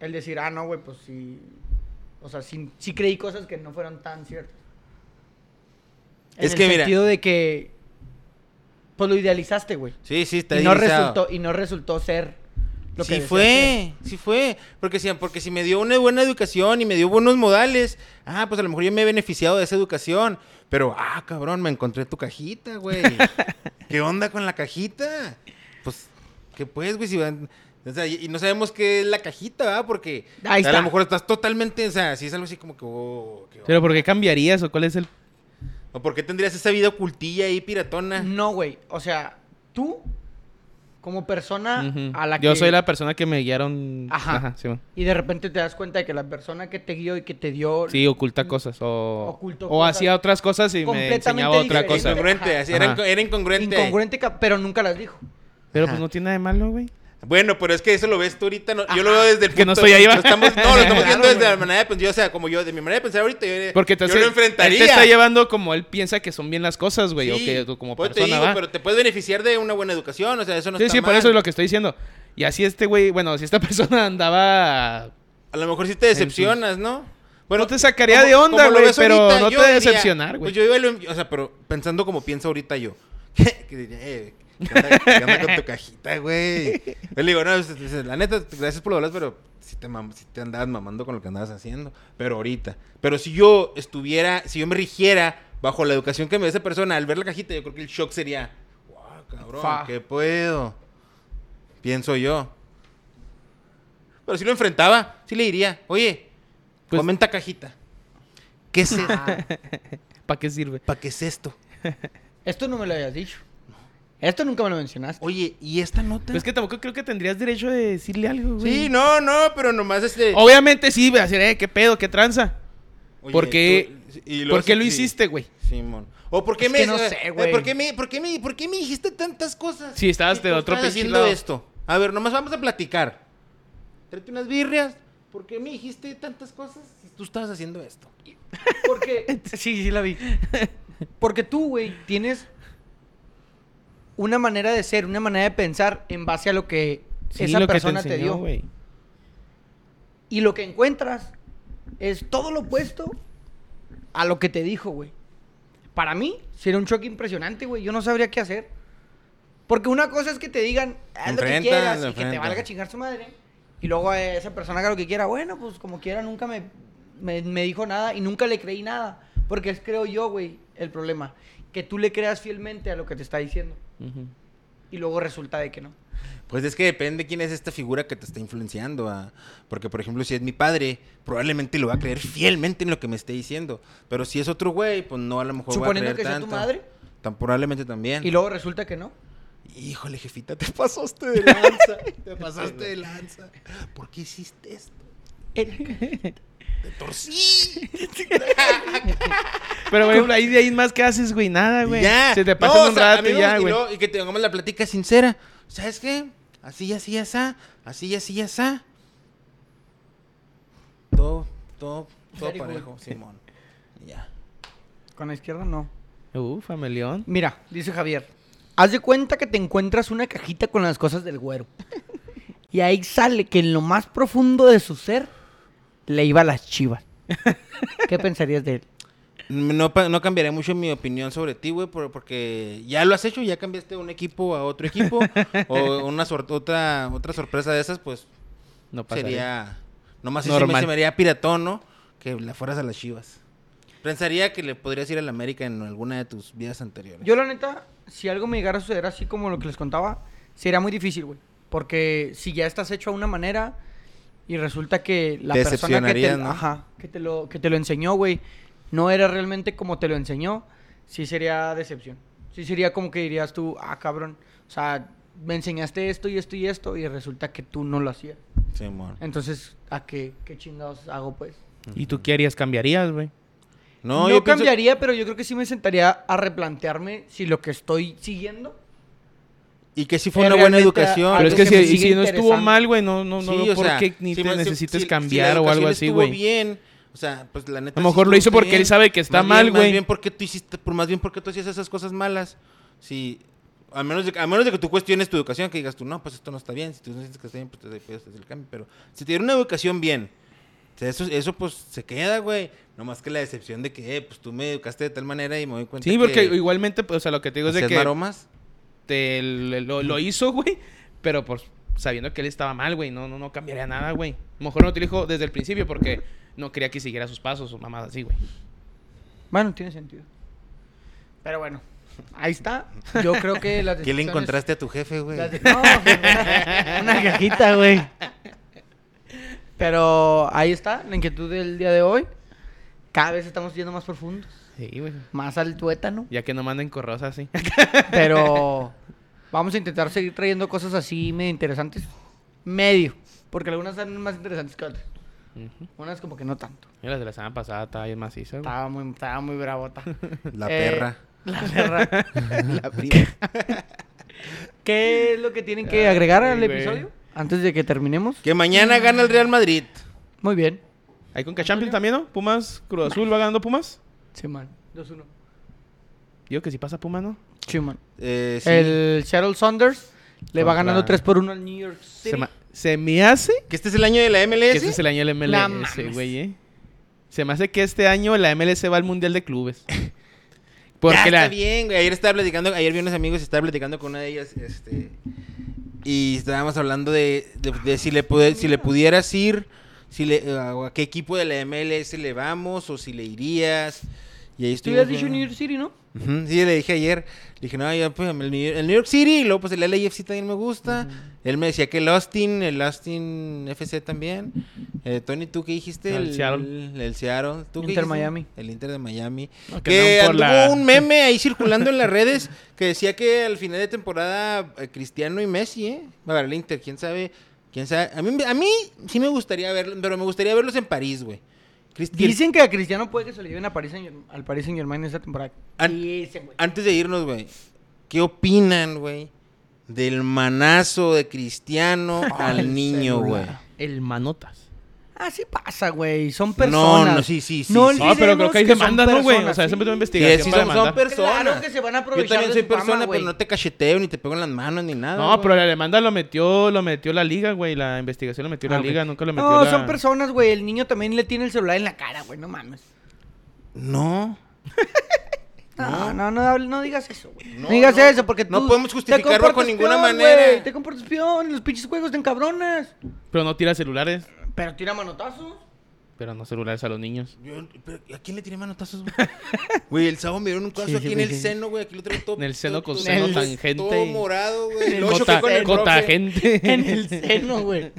[SPEAKER 1] el decir, ah, no, güey, pues sí, o sea, sí, sí creí cosas que no fueron tan ciertas? En
[SPEAKER 2] Es
[SPEAKER 1] el
[SPEAKER 2] que mira-
[SPEAKER 1] sentido de que, pues lo idealizaste, güey.
[SPEAKER 2] Sí, sí, está
[SPEAKER 1] Y no,
[SPEAKER 2] idealizado.
[SPEAKER 1] resultó, y no resultó ser lo
[SPEAKER 2] sí
[SPEAKER 1] que decías
[SPEAKER 2] fue, sí fue. Porque si, porque si me dio una buena educación y me dio buenos modales, ah, pues a lo mejor yo me he beneficiado de esa educación. Pero, ah, cabrón, me encontré tu cajita, güey. ¿Qué onda con la cajita? Pues, ¿qué pues, güey? Si van- o sea, y y no sabemos qué es la cajita, ¿verdad? Porque
[SPEAKER 1] Ahí
[SPEAKER 2] a
[SPEAKER 1] está.
[SPEAKER 2] lo mejor estás totalmente, o sea, si es algo así como que, oh, qué
[SPEAKER 3] Pero ¿por qué cambiarías o cuál es el...?
[SPEAKER 2] ¿O por qué tendrías esa vida ocultilla ahí
[SPEAKER 1] que-
[SPEAKER 2] piratona?
[SPEAKER 1] No, güey. O sea, tú, como persona
[SPEAKER 3] Ujú.
[SPEAKER 1] Ah, a la que...
[SPEAKER 3] Yo soy la persona que me guiaron...
[SPEAKER 1] Ajá.
[SPEAKER 3] Ajá. sí, man.
[SPEAKER 1] Y de repente te das cuenta de que la persona que te guió y que te dio...
[SPEAKER 3] Sí, oculta cosas o...
[SPEAKER 1] Ocultó
[SPEAKER 3] o
[SPEAKER 1] cosas
[SPEAKER 3] hacía otras cosas y me
[SPEAKER 1] completamente
[SPEAKER 3] enseñaba otra
[SPEAKER 2] Era
[SPEAKER 1] diferente.
[SPEAKER 3] cosa.
[SPEAKER 2] incongruente, así, era,
[SPEAKER 3] Ajá.
[SPEAKER 2] inco- era incongruente.
[SPEAKER 1] incongruente, ca- pero nunca las dijo.
[SPEAKER 3] Pero
[SPEAKER 2] Ajá.
[SPEAKER 3] pues no tiene nada de malo, güey.
[SPEAKER 2] Bueno, pero es que eso lo ves tú ahorita. no- yo lo veo desde el
[SPEAKER 3] Que no
[SPEAKER 2] punto-
[SPEAKER 3] estoy ahí,
[SPEAKER 2] Lo
[SPEAKER 3] va.
[SPEAKER 2] estamos, no, lo estamos
[SPEAKER 1] Claro,
[SPEAKER 2] viendo desde
[SPEAKER 1] güey.
[SPEAKER 2] la manera de pensar. O sea, como yo, de mi manera de pensar ahorita, yo,
[SPEAKER 3] Porque te,
[SPEAKER 2] yo
[SPEAKER 3] hace-
[SPEAKER 2] lo
[SPEAKER 3] él
[SPEAKER 2] enfrentaría.
[SPEAKER 3] te está llevando como él piensa que son bien las cosas, güey. o
[SPEAKER 2] Sí,
[SPEAKER 3] que tú como
[SPEAKER 2] pues
[SPEAKER 3] persona,
[SPEAKER 2] te digo,
[SPEAKER 3] ¿va?
[SPEAKER 2] pero te puedes beneficiar de una buena educación. O sea, eso no
[SPEAKER 3] sí,
[SPEAKER 2] está
[SPEAKER 3] sí, por
[SPEAKER 2] mal.
[SPEAKER 3] eso es lo que estoy diciendo. Y así este güey, bueno, si esta persona andaba...
[SPEAKER 2] A lo mejor sí te decepcionas, ¿no?
[SPEAKER 3] No te sacaría de onda,
[SPEAKER 2] como lo
[SPEAKER 3] güey,
[SPEAKER 2] ves
[SPEAKER 3] pero no
[SPEAKER 2] yo
[SPEAKER 3] te decepcionar, güey.
[SPEAKER 2] Pues yo iba a lo- o sea, pero pensando como pienso ahorita yo. que diría, eh, ¿qué onda, qué onda con tu cajita, güey? Yo le digo, no, es- es- la neta, gracias por lo hablas, pero si te, mam- sí te andabas mamando con lo que andabas haciendo. Pero ahorita. Pero si yo estuviera, si yo me rigiera bajo la educación que me da esa persona al ver la cajita, yo creo que el shock sería, wow, cabrón,
[SPEAKER 1] Fa.
[SPEAKER 2] ¿qué puedo? Pienso yo. Pero si lo enfrentaba, sí le diría, oye,
[SPEAKER 3] Pues-
[SPEAKER 2] comenta cajita. ¿Qué es
[SPEAKER 1] Ah,
[SPEAKER 3] ¿Para qué sirve?
[SPEAKER 2] ¿Para qué es esto?
[SPEAKER 1] esto no me lo habías dicho. Esto nunca me lo mencionaste.
[SPEAKER 2] Oye, ¿y esta nota?
[SPEAKER 3] Pues es que tampoco creo que tendrías derecho de decirle algo, güey.
[SPEAKER 2] Sí, no, no, pero nomás este...
[SPEAKER 3] Obviamente sí, voy a decir, eh, qué pedo, qué tranza.
[SPEAKER 2] Oye,
[SPEAKER 3] ¿Por qué,
[SPEAKER 2] tú- y luego
[SPEAKER 3] ¿por qué
[SPEAKER 2] sí-
[SPEAKER 3] lo
[SPEAKER 2] sí.
[SPEAKER 3] hiciste, güey?
[SPEAKER 2] Simón. ¿O por qué
[SPEAKER 1] Es
[SPEAKER 2] me
[SPEAKER 1] que no
[SPEAKER 2] eh,
[SPEAKER 1] sé,
[SPEAKER 2] eh,
[SPEAKER 1] güey.
[SPEAKER 2] ¿Por qué me por qué me por qué me dijiste tantas cosas?
[SPEAKER 3] Sí, estabas
[SPEAKER 2] Si
[SPEAKER 3] de
[SPEAKER 2] tú
[SPEAKER 3] otro
[SPEAKER 2] estás
[SPEAKER 3] pinche
[SPEAKER 2] haciendo
[SPEAKER 3] lado.
[SPEAKER 2] esto. A ver, nomás vamos a platicar. Tráete unas birrias. ¿Por qué me dijiste tantas cosas si tú estabas haciendo esto?
[SPEAKER 1] Porque. sí, sí la vi. Porque tú, güey, tienes una manera de ser, una manera de pensar en base a lo que
[SPEAKER 3] Sí,
[SPEAKER 1] esa
[SPEAKER 3] lo que
[SPEAKER 1] persona te,
[SPEAKER 3] enseñó,
[SPEAKER 1] dio.
[SPEAKER 3] güey.
[SPEAKER 1] Y lo que encuentras es todo lo opuesto a lo que te dijo, güey. Para mí, sería un choque impresionante, güey. Yo no sabría qué hacer. Porque una cosa es que te digan, haz lo que
[SPEAKER 2] Enfrenta,
[SPEAKER 1] quieras y que
[SPEAKER 2] enfrenta.
[SPEAKER 1] te valga chingar su madre. Y luego a esa persona haga lo que quiera. Bueno, pues como quiera, nunca me, me, me dijo nada y nunca le creí nada. Porque es, creo yo, güey, el problema. Que tú le creas fielmente a lo que te está diciendo.
[SPEAKER 3] Ujú.
[SPEAKER 1] Y luego resulta de que no.
[SPEAKER 2] Pues es que depende quién es esta figura que te está influenciando. ah. Porque, por ejemplo, si es mi padre, probablemente lo va a creer fielmente en lo que me esté diciendo. Pero si es otro güey, pues no, a lo mejor va a
[SPEAKER 1] Suponiendo
[SPEAKER 2] creer
[SPEAKER 1] que sea tu
[SPEAKER 2] tanto.
[SPEAKER 1] madre.
[SPEAKER 2] Tan probablemente también.
[SPEAKER 1] Y luego resulta que no.
[SPEAKER 2] Híjole, jefita, te pasaste de lanza. te pasaste de lanza. ¿Por qué hiciste esto? Te torcí.
[SPEAKER 3] Pero, güey, ahí de ahí más que haces, güey,
[SPEAKER 1] Ah,
[SPEAKER 3] nada, güey.
[SPEAKER 2] Ya.
[SPEAKER 3] Se te
[SPEAKER 2] No,
[SPEAKER 3] pasan
[SPEAKER 2] o
[SPEAKER 3] un
[SPEAKER 2] sea, a
[SPEAKER 3] rato
[SPEAKER 2] mí
[SPEAKER 3] y
[SPEAKER 2] me
[SPEAKER 3] ya,
[SPEAKER 2] gusta-
[SPEAKER 3] güey.
[SPEAKER 2] luego- Y que tengamos la plática sincera. ¿Sabes qué? Así, así, así. Así, así, así. Todo, todo, todo
[SPEAKER 1] Very good.
[SPEAKER 2] parejo, Simón. Ya.
[SPEAKER 1] Con la izquierda no.
[SPEAKER 3] Uh, familión.
[SPEAKER 1] Mira, dice Javier. Haz de cuenta que te encuentras una cajita con las cosas del güero. Y ahí sale que en lo más profundo de su ser le iba a las chivas. ¿Qué pensarías de él?
[SPEAKER 2] No, pa- no cambiaré mucho mi opinión sobre ti, güey, por- porque ya lo has hecho, ya cambiaste un equipo a otro equipo, o una sor- otra, otra sorpresa de esas, pues
[SPEAKER 3] No pasaría.
[SPEAKER 2] sería, nomás sí se me,
[SPEAKER 3] Normal.
[SPEAKER 2] se me haría piratón, ¿no? Que la fueras a las chivas. Pensaría que le podrías ir a la América en alguna de tus vidas anteriores.
[SPEAKER 1] Yo la neta, si algo me llegara a suceder así como lo que les contaba, sería muy difícil, güey. Porque si ya estás hecho a una manera y resulta que la
[SPEAKER 2] Te
[SPEAKER 1] persona que te,
[SPEAKER 2] decepcionarías, ¿no?
[SPEAKER 1] ajá, que te lo, que te lo enseñó, güey, no era realmente como te lo enseñó, sí sería decepción. Sí sería como que dirías tú, ah, cabrón, o sea, me enseñaste esto y esto y esto y resulta que tú no lo hacías.
[SPEAKER 2] Simón.
[SPEAKER 1] Entonces, ¿a qué, qué chingados hago, pues?
[SPEAKER 3] ¿Y tú qué harías? ¿Cambiarías, güey?
[SPEAKER 1] No,
[SPEAKER 2] No, yo pienso-
[SPEAKER 1] cambiaría, pero yo creo que sí me sentaría a replantearme si lo que estoy siguiendo
[SPEAKER 2] Y que sí fue
[SPEAKER 1] Eh,
[SPEAKER 2] una buena
[SPEAKER 1] realmente,
[SPEAKER 2] educación.
[SPEAKER 1] algo
[SPEAKER 3] Pero es que
[SPEAKER 1] que me
[SPEAKER 3] si,
[SPEAKER 1] sigue
[SPEAKER 3] si no estuvo
[SPEAKER 1] interesando.
[SPEAKER 3] mal, güey, no, no, no
[SPEAKER 2] Sí,
[SPEAKER 3] veo
[SPEAKER 2] o
[SPEAKER 3] por
[SPEAKER 2] sea,
[SPEAKER 3] qué ni
[SPEAKER 2] si
[SPEAKER 3] te
[SPEAKER 2] me- si-
[SPEAKER 3] necesites
[SPEAKER 2] si- si la
[SPEAKER 3] cambiar o algo
[SPEAKER 2] educación
[SPEAKER 3] así,
[SPEAKER 2] estuvo
[SPEAKER 3] güey.
[SPEAKER 2] bien. O sea, pues la neta.
[SPEAKER 3] A lo mejor
[SPEAKER 2] sí
[SPEAKER 3] lo
[SPEAKER 2] estuvo
[SPEAKER 3] hizo porque
[SPEAKER 2] bien.
[SPEAKER 3] él sabe que está
[SPEAKER 2] Más
[SPEAKER 3] mal,
[SPEAKER 2] bien-
[SPEAKER 3] güey.
[SPEAKER 2] Más bien porque tú hiciste, por más bien porque tú hacías esas cosas malas. Sí. A menos, de, que- a menos de que tú cuestiones tu educación, que digas tú, no, pues esto no está bien. Si tú no sientes que está bien, pues te puedes hacer el cambio. Pero si te dieron una educación bien, o sea, eso, eso pues se queda, güey. No más que la decepción de que, eh, pues tú me educaste de tal manera y me doy cuenta
[SPEAKER 3] Sí, porque
[SPEAKER 2] que
[SPEAKER 3] igualmente, pues, o sea, lo que te digo es de
[SPEAKER 2] hacías
[SPEAKER 3] que
[SPEAKER 2] maromas.
[SPEAKER 3] te l- lo, lo hizo, güey, pero pues sabiendo que él estaba mal, güey, no, no, no cambiaría nada, güey. A lo mejor no te lo dijo desde el principio porque no quería que siguiera sus pasos o mamadas así, güey.
[SPEAKER 1] Bueno, tiene sentido. Pero bueno, ahí está. Yo creo que las
[SPEAKER 2] ¿Qué le
[SPEAKER 1] decisiones-
[SPEAKER 2] encontraste a tu jefe, güey?
[SPEAKER 1] las de- No, una, una cajita, güey. Pero ahí está la inquietud del día de hoy. Cada vez estamos yendo más profundos,
[SPEAKER 3] Sí, güey.
[SPEAKER 1] más al tuétano.
[SPEAKER 3] Ya que no manden correos así.
[SPEAKER 1] Pero vamos a intentar seguir trayendo cosas así medio interesantes. Medio. Porque algunas son más interesantes que otras.
[SPEAKER 3] Ujú.
[SPEAKER 1] Unas como que no tanto.
[SPEAKER 3] Mira, las de la semana pasada estaba bien maciza, güey.
[SPEAKER 1] Estaba muy, estaba muy bravota.
[SPEAKER 2] La
[SPEAKER 1] Eh,
[SPEAKER 2] perra.
[SPEAKER 1] La perra.
[SPEAKER 2] La prima.
[SPEAKER 1] ¿Qué es lo que tienen que agregar
[SPEAKER 3] Ay,
[SPEAKER 1] al
[SPEAKER 3] güey.
[SPEAKER 1] episodio? Antes de que terminemos.
[SPEAKER 2] Que mañana
[SPEAKER 3] Mm.
[SPEAKER 2] gana el Real Madrid.
[SPEAKER 1] Muy bien.
[SPEAKER 3] Ahí con Cachampions también, ¿no? Pumas, Cruz Azul, va ganando Pumas.
[SPEAKER 1] Sí, man. 2-1.
[SPEAKER 3] Digo que si pasa Pumas, ¿no?
[SPEAKER 1] Sí, man.
[SPEAKER 2] Eh, sí.
[SPEAKER 1] El Seattle Saunders le va
[SPEAKER 3] Contra-
[SPEAKER 1] ganando 3 por 1 al New York City.
[SPEAKER 3] Se, ma- se me hace
[SPEAKER 2] Que este es el año de la MLS.
[SPEAKER 3] que este es el año del
[SPEAKER 1] La
[SPEAKER 3] MLS,
[SPEAKER 1] mames.
[SPEAKER 3] güey, ¿eh? Se me hace que este año la MLS va al Mundial de Clubes. Porque
[SPEAKER 2] ya
[SPEAKER 3] la...
[SPEAKER 2] está bien, güey. Ayer estaba platicando, ayer vi unos amigos y estaba platicando con una de ellas, este, y estábamos hablando de, de- de si le pude- si le pudieras ir, si le, a qué equipo de la MLS le vamos o si le irías. Y ahí
[SPEAKER 1] Tú
[SPEAKER 2] estoy.
[SPEAKER 1] hubieras dicho New York City, ¿no?
[SPEAKER 2] Ujú, Sí, le dije ayer. Le dije, no, ya, pues, el, New el New York City. Y luego, pues, el LAFC también me gusta. Él me decía que el Austin, el Austin FC también. Eh, Tony, ¿tú qué dijiste?
[SPEAKER 3] El Seattle.
[SPEAKER 2] El, el Seattle. ¿Tú qué
[SPEAKER 1] Inter
[SPEAKER 2] dijiste?
[SPEAKER 1] Miami.
[SPEAKER 2] El Inter de Miami.
[SPEAKER 3] No, que
[SPEAKER 2] que
[SPEAKER 3] no por
[SPEAKER 2] anduvo
[SPEAKER 3] la-
[SPEAKER 2] un meme ahí circulando en las redes que decía que al final de temporada eh, Cristiano y Messi, ¿eh? Va a ganar el Inter, quién sabe. ¿Quién sabe? A mí, a mí sí me gustaría verlos, pero me gustaría verlos en París, güey. Cristi-
[SPEAKER 1] Dicen que a Cristiano puede que se lo lleven a Paris Saint- al Paris Saint Germain esta temporada.
[SPEAKER 2] An-
[SPEAKER 1] Dicen, güey.
[SPEAKER 2] Antes de irnos, güey, ¿qué opinan, güey? Del manazo de Cristiano al niño, güey.
[SPEAKER 3] El manotas.
[SPEAKER 1] Ah, sí pasa, güey. Son personas.
[SPEAKER 2] no, sí, sí, sí, sí.
[SPEAKER 3] No, pero creo que hay
[SPEAKER 1] olvidemos son
[SPEAKER 3] demanda, ¿no, güey? O
[SPEAKER 1] personas,
[SPEAKER 3] sea,
[SPEAKER 1] sí.
[SPEAKER 3] siempre tengo
[SPEAKER 2] Sí,
[SPEAKER 3] investigación
[SPEAKER 2] sí,
[SPEAKER 3] para
[SPEAKER 2] son, son
[SPEAKER 3] demandar.
[SPEAKER 2] personas.
[SPEAKER 1] Claro que se van a aprovechar
[SPEAKER 2] Yo también
[SPEAKER 1] de
[SPEAKER 2] soy
[SPEAKER 1] su fama,
[SPEAKER 2] persona,
[SPEAKER 1] güey.
[SPEAKER 2] pero no te cacheteo ni te pego en las manos ni nada.
[SPEAKER 3] No,
[SPEAKER 2] güey.
[SPEAKER 3] pero la demanda lo metió, lo metió la liga, güey. La investigación lo metió
[SPEAKER 1] Ah,
[SPEAKER 3] la
[SPEAKER 1] ok.
[SPEAKER 3] liga, nunca lo metió
[SPEAKER 1] No,
[SPEAKER 3] la...
[SPEAKER 1] son personas, güey. El niño también le tiene el celular en la cara, güey. No mames.
[SPEAKER 2] No.
[SPEAKER 1] No, Ah, no, no, hable- no digas eso, güey.
[SPEAKER 2] No,
[SPEAKER 1] No, digas
[SPEAKER 2] no.
[SPEAKER 1] eso, porque
[SPEAKER 2] No
[SPEAKER 1] tú
[SPEAKER 2] podemos
[SPEAKER 1] te
[SPEAKER 2] justificarlo
[SPEAKER 1] comportas
[SPEAKER 2] con ninguna
[SPEAKER 1] peor,
[SPEAKER 2] manera.
[SPEAKER 1] güey. Te comportas peor, en los pinches juegos te encabronas.
[SPEAKER 3] Pero no tira celulares.
[SPEAKER 1] Pero tira manotazos.
[SPEAKER 3] Pero no celulares a los niños.
[SPEAKER 2] Yo- pero, ¿A quién le tiré manotazos, güey? Güey, el sábado me dieron un caso
[SPEAKER 1] Sí,
[SPEAKER 2] aquí en
[SPEAKER 1] güey.
[SPEAKER 2] el seno, güey. Aquí lo traigo todo.
[SPEAKER 3] En el seno
[SPEAKER 2] todo-
[SPEAKER 3] con
[SPEAKER 2] todo-
[SPEAKER 1] seno
[SPEAKER 2] todo-
[SPEAKER 3] tangente
[SPEAKER 2] Todo
[SPEAKER 3] y-
[SPEAKER 2] morado, güey. Lo
[SPEAKER 3] Cota,
[SPEAKER 2] choqué con el
[SPEAKER 3] cota
[SPEAKER 2] profe.
[SPEAKER 3] gente.
[SPEAKER 1] En el seno, güey.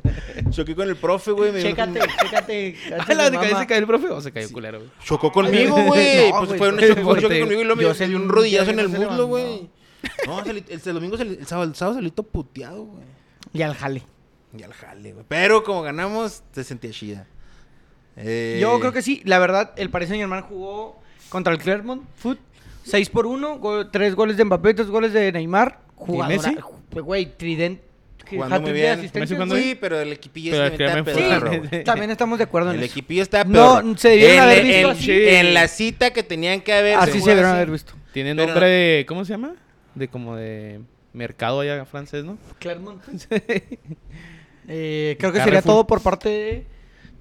[SPEAKER 2] Choqué con el profe, güey. me dio-
[SPEAKER 1] chécate, chécate.
[SPEAKER 3] Ah,
[SPEAKER 1] cachas
[SPEAKER 3] la
[SPEAKER 1] de
[SPEAKER 3] de cabeza
[SPEAKER 1] mama.
[SPEAKER 3] se cayó el profe o se cayó culero, güey.
[SPEAKER 2] Chocó conmigo, güey.
[SPEAKER 1] No,
[SPEAKER 2] pues
[SPEAKER 1] güey,
[SPEAKER 2] fue un
[SPEAKER 1] pero-
[SPEAKER 2] choque, fue un choque conmigo y luego
[SPEAKER 1] Yo
[SPEAKER 2] me
[SPEAKER 1] sé,
[SPEAKER 2] dio un
[SPEAKER 1] un
[SPEAKER 2] rodillazo en
[SPEAKER 1] día
[SPEAKER 2] el
[SPEAKER 1] no se
[SPEAKER 2] muslo, güey.
[SPEAKER 1] levantó.
[SPEAKER 2] No, salí- el, el domingo, salí- el sábado, el sábado salí todo puteado, güey.
[SPEAKER 1] Y al jale.
[SPEAKER 2] Y al jale, güey. Pero como ganamos, te sentía chida. Eh,
[SPEAKER 1] Yo creo que sí. La verdad, el Paris Saint Germain jugó contra el Clermont Foot. 6 por 1, 3 goles de Mbappé, 2 goles de Neymar. Jugadora.
[SPEAKER 3] Messi?
[SPEAKER 1] Pues, Güey, Trident. que
[SPEAKER 2] Jugando muy
[SPEAKER 1] hat-trick de
[SPEAKER 2] bien.
[SPEAKER 1] asistencias,
[SPEAKER 3] Messi jugando
[SPEAKER 1] güey.
[SPEAKER 2] Sí, pero el equipillo este
[SPEAKER 3] Pero
[SPEAKER 2] se
[SPEAKER 3] el
[SPEAKER 2] inventaba
[SPEAKER 3] Clemen fue-
[SPEAKER 2] pedorro,
[SPEAKER 3] Sí.
[SPEAKER 2] güey.
[SPEAKER 1] Sí, también estamos de acuerdo en
[SPEAKER 2] El
[SPEAKER 1] eso.
[SPEAKER 2] equipillo estaba
[SPEAKER 1] No,
[SPEAKER 2] peor.
[SPEAKER 1] se debieron haber
[SPEAKER 2] en,
[SPEAKER 1] visto
[SPEAKER 2] en-
[SPEAKER 3] así.
[SPEAKER 2] en la cita que tenían que haber.
[SPEAKER 1] Así se debieron haber visto.
[SPEAKER 3] Tiene
[SPEAKER 2] Pero-
[SPEAKER 3] nombre de... ¿Cómo se llama? De como de... Mercado allá francés, ¿no?
[SPEAKER 1] Clermont. Eh, creo que
[SPEAKER 3] Carrefour.
[SPEAKER 1] sería todo por parte de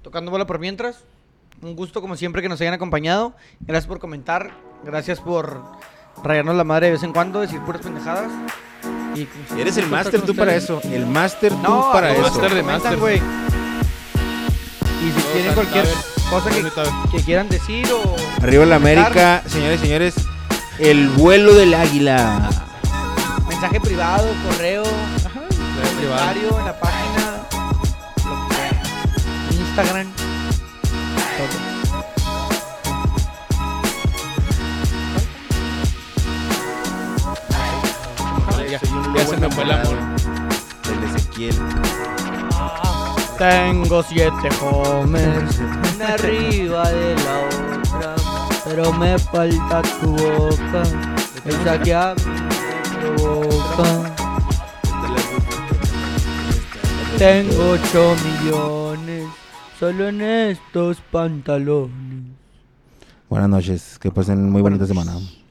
[SPEAKER 1] Tocando Bola por Mientras. Un gusto, como siempre, que nos hayan acompañado. Gracias por comentar. Gracias por rayarnos la madre de vez en cuando, decir puras pendejadas. Y-
[SPEAKER 2] Eres el
[SPEAKER 1] Un gusto estar
[SPEAKER 2] máster
[SPEAKER 1] con
[SPEAKER 2] tú para
[SPEAKER 1] ustedes.
[SPEAKER 2] eso. El máster tú
[SPEAKER 1] No,
[SPEAKER 2] para
[SPEAKER 1] no,
[SPEAKER 2] eso.
[SPEAKER 3] máster de
[SPEAKER 1] comentan,
[SPEAKER 3] máster.
[SPEAKER 1] güey. Y si tienen
[SPEAKER 3] saben,
[SPEAKER 1] cualquier
[SPEAKER 3] saben.
[SPEAKER 1] cosa
[SPEAKER 3] Todos saben.
[SPEAKER 1] que, que quieran decir o
[SPEAKER 2] Arriba la América, señores y señores. El vuelo del águila.
[SPEAKER 1] mensaje privado, correo, comentario en la página, lo que sea. Instagram, todo.
[SPEAKER 3] Ya,
[SPEAKER 2] Soy un
[SPEAKER 3] ya
[SPEAKER 2] lobo
[SPEAKER 3] se me fue el amor.
[SPEAKER 2] enamorado Del Ezequiel.
[SPEAKER 1] Tengo siete homers, una arriba de la otra, pero me falta tu boca, esa que a mí me provoca. Tengo ocho millones, solo en estos pantalones.
[SPEAKER 2] Buenas noches. Que pasen muy bonita semana.